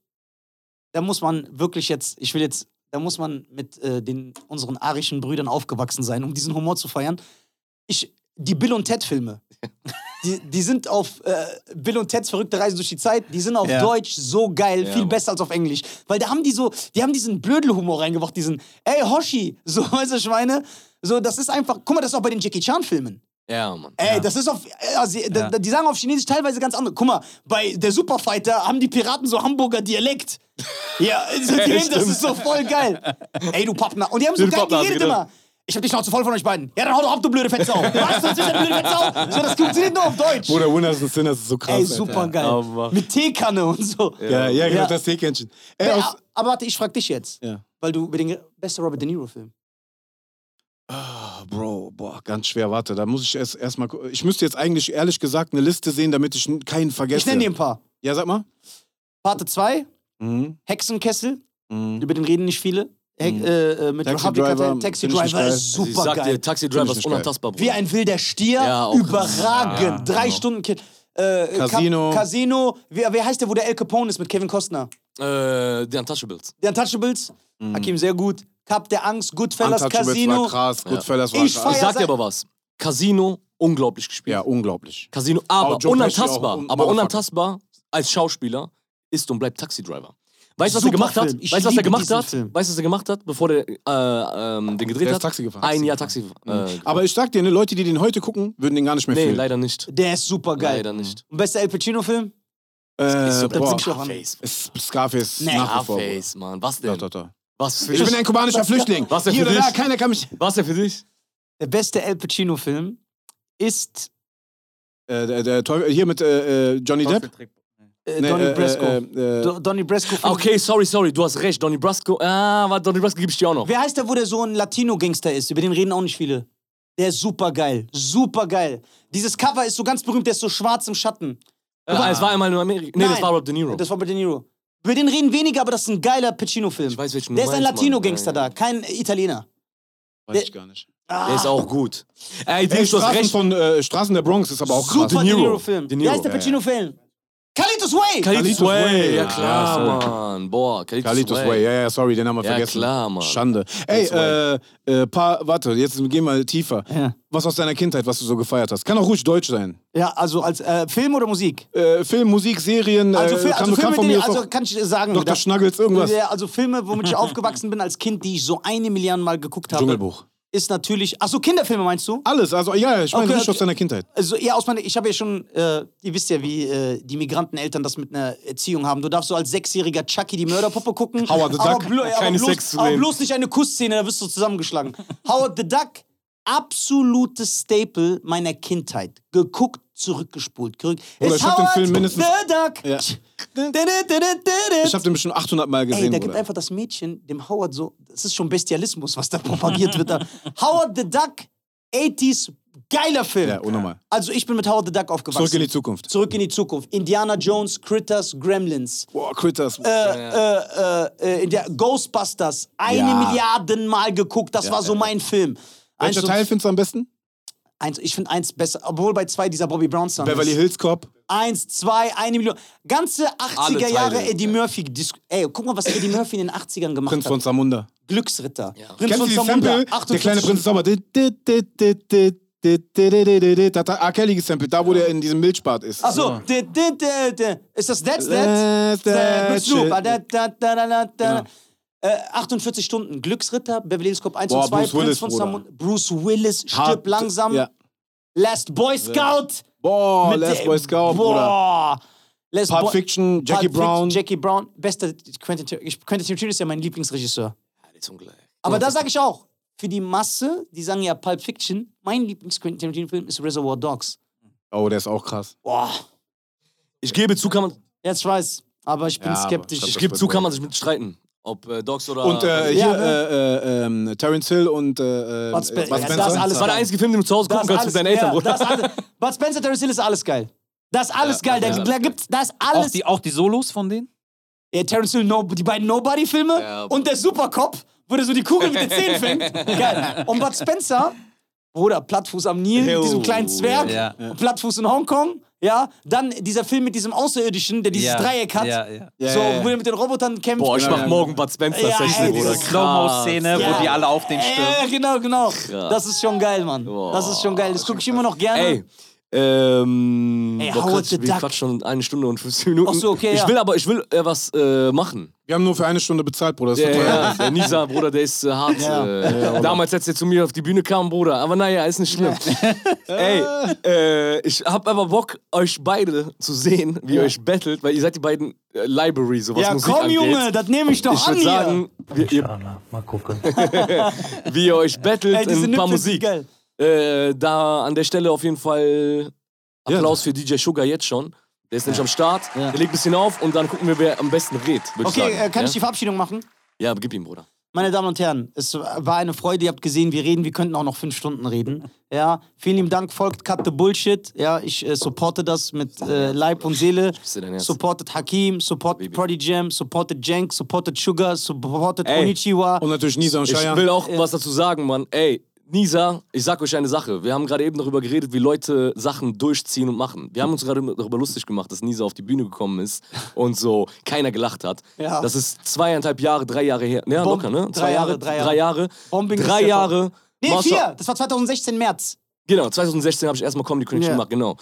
Speaker 5: da muss man wirklich jetzt, ich will jetzt, da muss man mit äh, den, unseren arischen Brüdern aufgewachsen sein, um diesen Humor zu feiern. Ich, die Bill und Ted-Filme, die, die sind auf äh, Bill und Teds verrückte Reise durch die Zeit, die sind auf
Speaker 4: Ja.
Speaker 5: Deutsch so geil, viel
Speaker 1: Mann.
Speaker 5: besser als auf Englisch. Weil da haben die so, die haben diesen Blödelhumor reingebracht, diesen, ey, Hoshi, so, weißt du, Schweine. So, das ist einfach, guck mal, das ist auch bei den Jackie Chan-Filmen.
Speaker 1: Ja, Mann.
Speaker 5: Ey, das ist auf. äh, Also, da- da- Die sagen auf Chinesisch teilweise ganz andere. Guck mal, bei der Superfighter haben die Piraten so Hamburger Dialekt. ja, also die reden, das ist so voll geil. Ey, du Pappner. Und die haben so
Speaker 1: Du
Speaker 5: geil
Speaker 1: Pappnase,
Speaker 5: geredet
Speaker 1: genau.
Speaker 5: immer. Ich hab die Schnauze voll von euch beiden. Ja, dann hau doch ab, du blöde Fettsau. Was, du bist eine blöde Fettsau? So, das funktioniert nur auf Deutsch.
Speaker 2: Bruder, Wundersen Sin, das ist so krass.
Speaker 5: Ey, super geil.
Speaker 1: Ja, aber-
Speaker 5: Mit Teekanne und so.
Speaker 2: Alter. Ja, ja, genau,
Speaker 5: Ja.
Speaker 2: das Teekännchen. Ey,
Speaker 5: Ey,
Speaker 2: aus,
Speaker 5: a- aber warte, ich frag dich jetzt.
Speaker 2: Ja.
Speaker 5: Weil du über den ge- beste Robert De Niro-Film.
Speaker 2: Ah, Bro, boah, ganz schwer. Warte, da muss ich erst erstmal. Ich müsste jetzt eigentlich ehrlich gesagt eine Liste sehen, damit ich n- keinen vergesse.
Speaker 5: Ich nenne dir ein paar.
Speaker 2: Ja, sag mal.
Speaker 5: Pate 2,
Speaker 2: Mhm.
Speaker 5: Hexenkessel,
Speaker 2: Mhm.
Speaker 5: über den reden nicht viele. Hex, äh, äh, mit
Speaker 2: Taxi
Speaker 5: Republic Hotel,
Speaker 2: Driver,
Speaker 5: Taxi
Speaker 2: find ich nicht
Speaker 5: Driver
Speaker 2: geil.
Speaker 5: ist
Speaker 1: Also ich
Speaker 5: super
Speaker 1: sag
Speaker 5: geil.
Speaker 1: dir, Taxi Driver
Speaker 2: Find ich
Speaker 1: ist
Speaker 2: nicht
Speaker 1: unantastbar, Bruder.
Speaker 5: Wie ein wilder Stier,
Speaker 1: Ja, auch krass.
Speaker 5: überragend. Drei
Speaker 1: genau.
Speaker 5: Stunden Kind. Äh,
Speaker 2: Casino.
Speaker 5: Ka Casino. Wer, wer heißt der, wo der El Capone ist mit Kevin Costner?
Speaker 1: Äh, die Untouchables.
Speaker 5: Der Untouchables. Hakim, sehr gut. Cup der Angst, Goodfellas,
Speaker 2: Mhm. Untouchables
Speaker 5: Casino.
Speaker 2: war krass, Goodfellas war
Speaker 5: Ich
Speaker 2: krass.
Speaker 5: feier-
Speaker 1: Ich sag dir
Speaker 5: sei-
Speaker 1: aber was. Casino, unglaublich gespielt.
Speaker 2: Ja, unglaublich.
Speaker 1: Casino, aber
Speaker 2: Auch Joe Pesci
Speaker 1: unantastbar.
Speaker 2: auch, un-
Speaker 1: aber
Speaker 2: Motherfucker.
Speaker 1: unantastbar als Schauspieler ist und bleibt Taxidriver. Weißt du, was er
Speaker 5: Super
Speaker 1: gemacht hat?
Speaker 5: Film.
Speaker 1: Weißt
Speaker 5: Ich
Speaker 1: du, was er
Speaker 5: liebe
Speaker 1: gemacht
Speaker 5: diesen
Speaker 1: hat?
Speaker 5: Film.
Speaker 1: Weißt du, was er gemacht hat, bevor der äh, ähm, den gedreht
Speaker 2: Der ist
Speaker 1: hat?
Speaker 2: Taxi gefahren.
Speaker 1: Ein Jahr Taxi. Äh,
Speaker 2: Aber ich sag dir, ne, Leute, die den heute gucken, würden den gar nicht mehr
Speaker 1: nee,
Speaker 2: fühlen.
Speaker 1: leider nicht.
Speaker 5: Der ist super geil.
Speaker 1: Leider nicht.
Speaker 5: Und bester El Pacino-Film?
Speaker 2: Äh,
Speaker 1: Ist
Speaker 2: boah,
Speaker 5: Da bin ich auch an.
Speaker 1: Scarface.
Speaker 2: ist Scarface
Speaker 5: Nee,
Speaker 2: nach wie vor. Bruder.
Speaker 1: Scarface, Mann. Was denn?
Speaker 2: Doch, doch, doch.
Speaker 1: Was für
Speaker 2: Ich bin
Speaker 1: dich?
Speaker 2: ein kubanischer Flüchtling.
Speaker 1: Was denn
Speaker 2: Hier
Speaker 1: für
Speaker 2: oder da,
Speaker 1: dich?
Speaker 2: keiner kann mich.
Speaker 1: Was denn für dich?
Speaker 5: Der beste El Pacino-Film ist
Speaker 2: Äh, der, der Teufel, hier mit äh, äh, Johnny Depp.
Speaker 5: äh,
Speaker 2: Nee,
Speaker 5: Donny
Speaker 2: äh,
Speaker 5: Brasco.
Speaker 2: Äh, äh,
Speaker 5: Do Donny Brasco. Film.
Speaker 1: Ah, Okay, sorry, sorry, du hast recht. Donny Brasco. Ah, warte, Donny Brasco gebe ich dir auch noch.
Speaker 5: Wer heißt der, wo der so ein Latino-Gangster ist? Über den reden auch nicht viele. Der ist super geil. Super geil. Dieses Cover ist so ganz berühmt, der ist so schwarz im Schatten.
Speaker 1: Ah, es war einmal in Amerika. Nee, das
Speaker 5: Nein.
Speaker 1: war Rob De Niro.
Speaker 5: Das war bei De Niro. Über den reden weniger, aber das ist ein geiler Pacino-Film.
Speaker 1: Ich weiß, welchen du
Speaker 5: Der ist ein
Speaker 1: meinst, Mann.
Speaker 5: Latino-Gangster
Speaker 1: Ja,
Speaker 5: da, kein Italiener.
Speaker 2: weiß ich gar nicht.
Speaker 1: Der ist auch gut. Ey,
Speaker 2: Ey,
Speaker 1: Dings, du hast
Speaker 2: Straßen
Speaker 1: recht.
Speaker 2: von äh, Straßen der Bronx ist aber auch krass.
Speaker 5: Ah, Super
Speaker 1: De
Speaker 5: De
Speaker 1: Niro.
Speaker 5: Niro-Film.
Speaker 1: De
Speaker 5: Wie
Speaker 1: Niro,
Speaker 5: heißt der
Speaker 1: ja, ja.
Speaker 5: Pacino-Film? Carlitos Way!
Speaker 1: Kalitos
Speaker 2: Carlitos Way.
Speaker 1: Way. Ja,
Speaker 2: Ja,
Speaker 1: klar, Mann. Boah,
Speaker 2: Carlitos Way, ja, ja, sorry, den haben wir
Speaker 1: Ja,
Speaker 2: vergessen.
Speaker 1: klar, Mann.
Speaker 2: Schande. Ey, äh, äh, paar, warte, jetzt gehen wir tiefer.
Speaker 5: Ja.
Speaker 2: Was aus deiner Kindheit, was du so gefeiert hast? Kann auch ruhig deutsch sein.
Speaker 5: Ja, also als äh, Film oder Musik?
Speaker 2: Äh, Film, Musik, Serien,
Speaker 5: Also,
Speaker 2: äh,
Speaker 5: Fil-
Speaker 2: kann,
Speaker 5: also
Speaker 2: kann
Speaker 5: Filme,
Speaker 2: von
Speaker 5: die,
Speaker 2: mir aus
Speaker 5: also
Speaker 2: auch
Speaker 5: kann ich sagen,
Speaker 2: Dr.
Speaker 5: da-
Speaker 2: Schnuggles, irgendwas.
Speaker 5: Ja, also Filme, womit ich aufgewachsen bin als Kind, die ich so eine Milliarde Mal geguckt habe,
Speaker 2: Dschungelbuch.
Speaker 5: ist natürlich. Achso, Kinderfilme meinst du?
Speaker 2: Alles, also ja, ich meine
Speaker 5: Okay,
Speaker 2: nicht
Speaker 5: okay.
Speaker 2: aus deiner Kindheit.
Speaker 5: Also eher aus meiner, ich habe ja schon, äh, ihr wisst ja, wie äh, die Migranteneltern das mit einer Erziehung haben. Du darfst so als sechsjähriger Chucky die Mörderpuppe gucken.
Speaker 2: Howard the
Speaker 5: aber
Speaker 2: Duck,
Speaker 5: blo- aber
Speaker 1: keine
Speaker 5: bloß,
Speaker 1: Sexszenen.
Speaker 5: Aber bloß nicht eine Kussszene, da wirst du zusammengeschlagen. Howard the Duck, absolutes Staple meiner Kindheit. Geguckt, zurückgespult. Zurück.
Speaker 2: Bruder, ich hab den Film mindestens-
Speaker 5: the Duck.
Speaker 2: Ja. Ich habe den bestimmt 800 Mal
Speaker 5: Ey,
Speaker 2: gesehen.
Speaker 5: da
Speaker 2: Bruder.
Speaker 5: gibt einfach das Mädchen dem Howard so, das ist schon Bestialismus, was da propagiert wird. da. Howard the Duck, 80s, geiler Film.
Speaker 2: ja, ohne mal.
Speaker 5: Also ich bin mit Howard the Duck aufgewachsen.
Speaker 2: Zurück in die Zukunft.
Speaker 5: Zurück in die Zukunft. Indiana Jones, Critters, Gremlins,
Speaker 2: Boah, Critters.
Speaker 5: äh, äh, in der Ghostbusters, eine
Speaker 2: Ja.
Speaker 5: Milliarde Mal geguckt. Das war so mein Film.
Speaker 2: Welcher
Speaker 5: und-
Speaker 2: Teil findest du am besten?
Speaker 5: Eins, ich finde eins besser, obwohl bei zwei dieser Bobby Brown Song.
Speaker 2: Beverly
Speaker 5: ist.
Speaker 2: Hills Cop.
Speaker 5: Eins, zwei, eine Million. Ganze 80er Jahre
Speaker 1: Teile.
Speaker 5: Eddie Murphy. Dis- Ey, guck mal, was Eddie Murphy in den 80ern gemacht
Speaker 2: Prinz
Speaker 5: hat.
Speaker 2: von Zamunda.
Speaker 5: Glücksritter. Ja.
Speaker 2: Kennst du die Sample? Der kleine Prinz ist aber. Das hat R. Kelly gesampelt, da wo der in diesem Milchbad ist.
Speaker 5: Achso, ist das That's That?
Speaker 2: That's That
Speaker 5: Mit Snoop.
Speaker 2: Shit. Genau.
Speaker 5: Ah, da, da, da, da, da, da. Äh, 48 Stunden, Glücksritter, Beverly Hills Cop 1
Speaker 2: Boah,
Speaker 5: und 2,
Speaker 2: Bruce Willis,
Speaker 5: von
Speaker 2: Bruder.
Speaker 5: Samund- Bruce Willis, stirb
Speaker 2: Hart-
Speaker 5: langsam,
Speaker 2: Ja.
Speaker 5: Last Boy Scout.
Speaker 2: Boah,
Speaker 5: mit
Speaker 2: Last
Speaker 5: der-
Speaker 2: Boy Scout, Bruder.
Speaker 5: Boah. Last
Speaker 2: Pulp
Speaker 5: Boy-
Speaker 2: Fiction,
Speaker 5: Pulp
Speaker 2: Jackie
Speaker 5: Fiction,
Speaker 2: Brown.
Speaker 5: Jackie Brown, bester Quentin, Tar- ich- Quentin Tarantino ist ja mein Lieblingsregisseur.
Speaker 1: Ist ungleich.
Speaker 5: Aber da sage ich auch, für die Masse, die sagen ja Pulp Fiction, mein Lieblings-Quentin Tarantino-Film ist Reservoir Dogs.
Speaker 2: Oh, der ist auch krass.
Speaker 5: Boah,
Speaker 1: Ich gebe zu, kann man,
Speaker 5: jetzt weiß, aber ich bin
Speaker 2: Ja, aber
Speaker 5: skeptisch.
Speaker 2: ich
Speaker 1: ich
Speaker 2: Das
Speaker 1: gebe
Speaker 2: wird
Speaker 1: zu, kann
Speaker 2: wohl.
Speaker 1: man sich mit streiten. Ob äh, Dogs oder.
Speaker 2: Und äh,
Speaker 5: Ah. Ja,
Speaker 2: hier
Speaker 5: ne?
Speaker 2: äh, äh, ähm, Terence Hill und äh, äh,
Speaker 5: Bud Spen-
Speaker 2: Bud
Speaker 5: Ja,
Speaker 2: Spencer.
Speaker 5: das alles-
Speaker 1: das war der einzige Film, den du zu Hause gucken kannst mit deinen Eltern,
Speaker 5: ja, Das
Speaker 1: Bruder.
Speaker 5: alles, Bud Spencer, Terence Hill ist alles geil. Das ist alles geil. Da, da gibt's, da ist
Speaker 4: Auch
Speaker 5: alles.
Speaker 4: die, auch die Solos von denen?
Speaker 5: ja, Terence Hill, no, die beiden Nobody-Filme
Speaker 1: Ja.
Speaker 5: und der Supercop, wo der so die Kugel mit den Zähnen fängt. Geil. Und Bud Spencer, Bruder, Plattfuß am Nil,
Speaker 1: Jo.
Speaker 5: mit diesem kleinen Zwerg,
Speaker 4: Ja.
Speaker 5: Plattfuß in Hongkong. Ja, dann dieser Film mit diesem Außerirdischen, der dieses
Speaker 4: Ja,
Speaker 5: Dreieck hat.
Speaker 4: Ja, ja.
Speaker 2: Ja,
Speaker 5: so,
Speaker 2: ja, ja.
Speaker 5: wo er mit den Robotern kämpft. Genau.
Speaker 1: Boah, ich
Speaker 2: Ja,
Speaker 1: mach
Speaker 2: ja.
Speaker 1: morgen Bud Spencer
Speaker 5: Ja,
Speaker 1: Session,
Speaker 5: ey,
Speaker 1: Bruder.
Speaker 5: diese
Speaker 4: Slow-Mo-Szene,
Speaker 5: Ja.
Speaker 4: wo die alle auf den stürmen.
Speaker 5: Ja, genau, genau. Das ist schon geil, Mann. Das ist schon geil. Das gucke ich immer noch gerne.
Speaker 1: Ey. Ähm,
Speaker 5: Ey,
Speaker 1: boah,
Speaker 5: Howard
Speaker 1: Quatsch,
Speaker 5: the
Speaker 1: wir
Speaker 5: Duck.
Speaker 1: quatschen schon eine Stunde und 15 Minuten.
Speaker 5: Ach so, okay,
Speaker 1: ich
Speaker 5: ja.
Speaker 1: will aber, ich will äh, was äh, machen.
Speaker 2: Wir haben nur für eine Stunde bezahlt, Bruder. Das ist
Speaker 1: Ja,
Speaker 2: so teuer.
Speaker 1: ja, der Nisa, Bruder, der ist äh, hart. äh, damals, als er zu mir auf die Bühne kam, Bruder. Aber naja, ist nicht schlimm. Ey, äh, ich hab aber Bock, euch beide zu sehen, wie ihr euch battelt, weil ihr seid die beiden äh, Library, sowas
Speaker 5: Ja,
Speaker 1: Musik
Speaker 5: komm,
Speaker 1: angeht.
Speaker 5: Junge, das nehme ich doch
Speaker 1: Ich
Speaker 5: an
Speaker 1: würde
Speaker 5: hier.
Speaker 1: sagen, wir, ihr,
Speaker 3: Inshallah, mal gucken.
Speaker 1: wie ihr euch battelt
Speaker 5: Ey, diese
Speaker 1: in ein paar
Speaker 5: Nippel sind
Speaker 1: Musik.
Speaker 5: geil.
Speaker 1: Äh, da an der Stelle auf jeden Fall Applaus für DJ Sugar jetzt schon. Der ist nämlich am Start.
Speaker 5: Ja.
Speaker 1: Der legt ein bisschen auf und dann gucken wir, wer am besten redet, würde ich
Speaker 5: Okay,
Speaker 1: sagen.
Speaker 5: äh, kann
Speaker 1: ja?
Speaker 5: ich die Verabschiedung machen?
Speaker 1: Ja, gib ihm, Bruder.
Speaker 5: Meine Damen und Herren, es war eine Freude. Ihr habt gesehen, wir reden, wir könnten auch noch fünf Stunden reden. Ja, vielen lieben Dank. Folgt Cut the Bullshit. Ja, ich äh, supporte das mit äh, Leib und Seele.
Speaker 1: du dein Herz?
Speaker 5: Supportet Hakim, supportet Prodigy Jam, supportet Jenk, supportet Sugar, supportet
Speaker 1: Ey.
Speaker 5: Onichiwa.
Speaker 2: Und natürlich Nisa und
Speaker 1: Ich
Speaker 2: Scheier.
Speaker 1: will auch was dazu sagen, Mann. Ey, Nisa, ich sag euch eine Sache. Wir haben gerade eben darüber geredet, wie Leute Sachen durchziehen und machen. Wir haben uns gerade darüber lustig gemacht, dass Nisa auf die Bühne gekommen ist und so keiner gelacht hat.
Speaker 5: Ja.
Speaker 1: Das ist zweieinhalb Jahre, drei Jahre her. Ja,
Speaker 5: Bomb-
Speaker 1: locker, ne?
Speaker 5: drei
Speaker 1: Zwei
Speaker 5: Jahre, drei Jahre.
Speaker 1: Drei Jahre.
Speaker 5: Bombing ist
Speaker 1: drei
Speaker 5: der
Speaker 1: Jahre.
Speaker 5: Nee,
Speaker 1: Mascha-
Speaker 5: vier. Das war 2016 März.
Speaker 1: Genau, 2016 habe ich erstmal Comedy Connection
Speaker 5: Ja.
Speaker 1: gemacht, genau.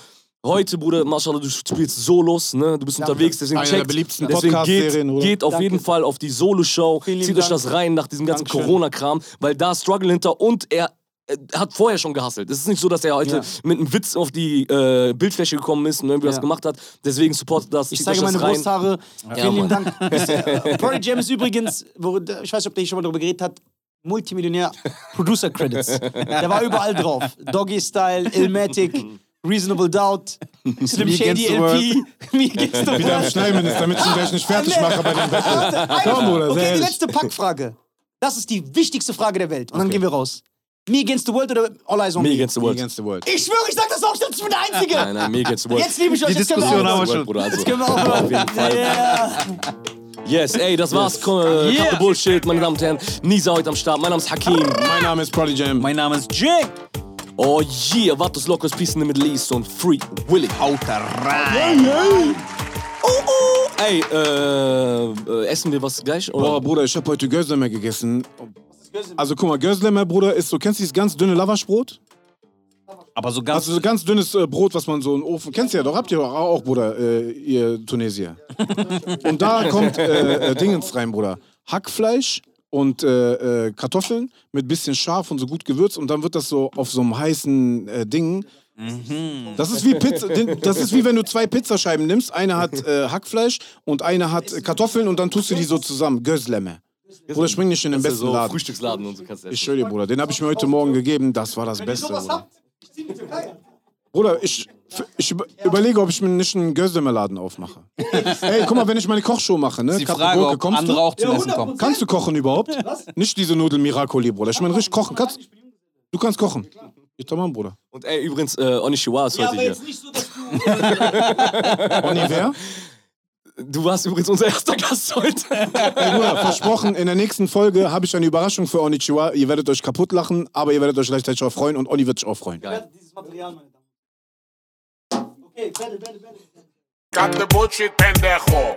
Speaker 1: Heute, Bruder, mashallah, du spielst Solos, ne? Du bist
Speaker 5: Danke.
Speaker 1: unterwegs, deswegen
Speaker 2: Eine der
Speaker 1: checkt.
Speaker 2: beliebtesten
Speaker 1: deswegen
Speaker 2: Podcast-Serien,
Speaker 1: geht,
Speaker 2: Bruder.
Speaker 1: geht auf
Speaker 5: Danke.
Speaker 1: jeden Fall auf die Solo-Show,
Speaker 5: Vielen
Speaker 1: zieht
Speaker 5: lieben
Speaker 1: euch das
Speaker 5: Dank.
Speaker 1: rein nach diesem ganzen
Speaker 2: Dankeschön.
Speaker 1: Corona-Kram, weil da Struggle hinter und er äh, hat vorher schon gehasselt. Es ist nicht so, dass er heute
Speaker 5: Ja.
Speaker 1: mit einem Witz auf die äh, Bildfläche gekommen ist und irgendwie was
Speaker 5: Ja.
Speaker 1: gemacht hat. Deswegen supportet das,
Speaker 5: Ich
Speaker 1: zieht
Speaker 5: zeige
Speaker 1: euch das
Speaker 5: meine
Speaker 1: rein.
Speaker 5: Brusthaare. Vielen lieben
Speaker 1: Mann.
Speaker 5: Dank. Prodigy Jam ist übrigens, wo, ich weiß nicht, ob der hier schon mal drüber geredet hat, Multimillionär Producer Credits. Der war überall drauf. Doggy Style, Illmatic, Reasonable Doubt, Slim
Speaker 4: Me
Speaker 5: Shady
Speaker 4: Against the
Speaker 5: LP, Me Against the
Speaker 2: Wieder am
Speaker 5: World.
Speaker 2: Schneiden ist, damit ich ihn gleich nicht fertig mache bei dem Battle. Komm, Bruder, sehr
Speaker 5: Okay, die
Speaker 2: ehrlich.
Speaker 5: letzte Packfrage. Das ist die wichtigste Frage der Welt. Und dann gehen wir raus. Me Against the World oder All Eyes on
Speaker 1: Me
Speaker 5: Me?
Speaker 1: against the
Speaker 2: Me
Speaker 1: world.
Speaker 2: Against the world.
Speaker 5: ich schwöre, ich sag das auch, ich bin der Einzige.
Speaker 1: Nein, nein, me against the world.
Speaker 5: Ah, Jetzt liebe ich euch,
Speaker 4: Die
Speaker 5: jetzt können wir
Speaker 4: Diskussion
Speaker 5: aufhören.
Speaker 4: haben wir schon.
Speaker 1: Bruder, also,
Speaker 5: Jetzt können wir
Speaker 1: auf jeden
Speaker 5: aufhören.
Speaker 1: Fall.
Speaker 5: Yeah.
Speaker 1: Yes, ey, das war's. Yes.
Speaker 4: Yeah.
Speaker 1: Bullshit, meine Damen und Herren. Nisa heute am Start. Mein Name ist Hakim.
Speaker 2: Mein Name ist Prodigy Jam.
Speaker 4: Mein Name ist Jake.
Speaker 1: Oh yeah, Vatos Locos, Peace in the Middle East und Free Willy.
Speaker 4: Haut rein.
Speaker 1: Oh, oh. Ey, äh, äh, essen wir was gleich? Oder?
Speaker 2: Boah, Bruder, ich habe heute Gözleme gegessen. Also guck mal, Gözleme, Bruder, ist so, kennst du dieses ganz dünne Lavaschbrot?
Speaker 4: Aber so ganz.
Speaker 2: Also so ganz dünnes äh, Brot, was man so in den Ofen. Kennst du ja doch, habt ihr doch auch, Bruder, äh, ihr Tunesier. und da kommt äh, äh, Dingens rein, Bruder. Hackfleisch und äh, äh, Kartoffeln mit bisschen scharf und so gut gewürzt und dann wird das so auf so einem heißen äh, Ding. Das ist wie Pizza, den- das ist wie wenn du zwei Pizzascheiben nimmst. Eine hat äh, Hackfleisch und eine hat äh, Kartoffeln und dann tust du die so zusammen. Gözleme. Bruder, spring nicht in den besten
Speaker 1: so
Speaker 2: Laden.
Speaker 1: Frühstücksladen und so kannst du
Speaker 2: Ich
Speaker 1: essen.
Speaker 2: schwöre dir, Bruder, den habe ich mir heute Morgen gegeben. Das war das Beste. Bruder. Bruder, ich, f- ich über- überlege, ob ich mir nicht einen Gözleme-Laden aufmache. Ey, guck mal, wenn ich meine Kochshow mache, ne?
Speaker 4: die
Speaker 2: Kappe
Speaker 4: Frage,
Speaker 2: Gurke,
Speaker 4: ob
Speaker 2: kommst
Speaker 4: andere
Speaker 2: du?
Speaker 4: auch zum Essen kommen.
Speaker 2: Kannst du kochen überhaupt? Nicht diese Nudel Miracoli, Bruder. Ich meine, richtig kochen. Kannst, du kannst kochen. Ja, tamam, Bruder.
Speaker 1: Und ey, übrigens, äh, Onishiwa ist
Speaker 5: Ja,
Speaker 1: heute
Speaker 5: aber
Speaker 1: hier.
Speaker 5: jetzt nicht so, dass du.
Speaker 2: Oliver?
Speaker 1: Du warst übrigens unser erster Gast heute.
Speaker 2: Ey, Bruder, versprochen, in der nächsten Folge habe ich eine Überraschung für Onichiwa. Ihr werdet euch kaputt lachen, aber ihr werdet euch gleichzeitig auch freuen und Oni wird sich auch freuen.
Speaker 5: Dieses Material, meine Damen. Okay, Battle, Battle, Battle.
Speaker 6: Cut the bullshit, pendejo.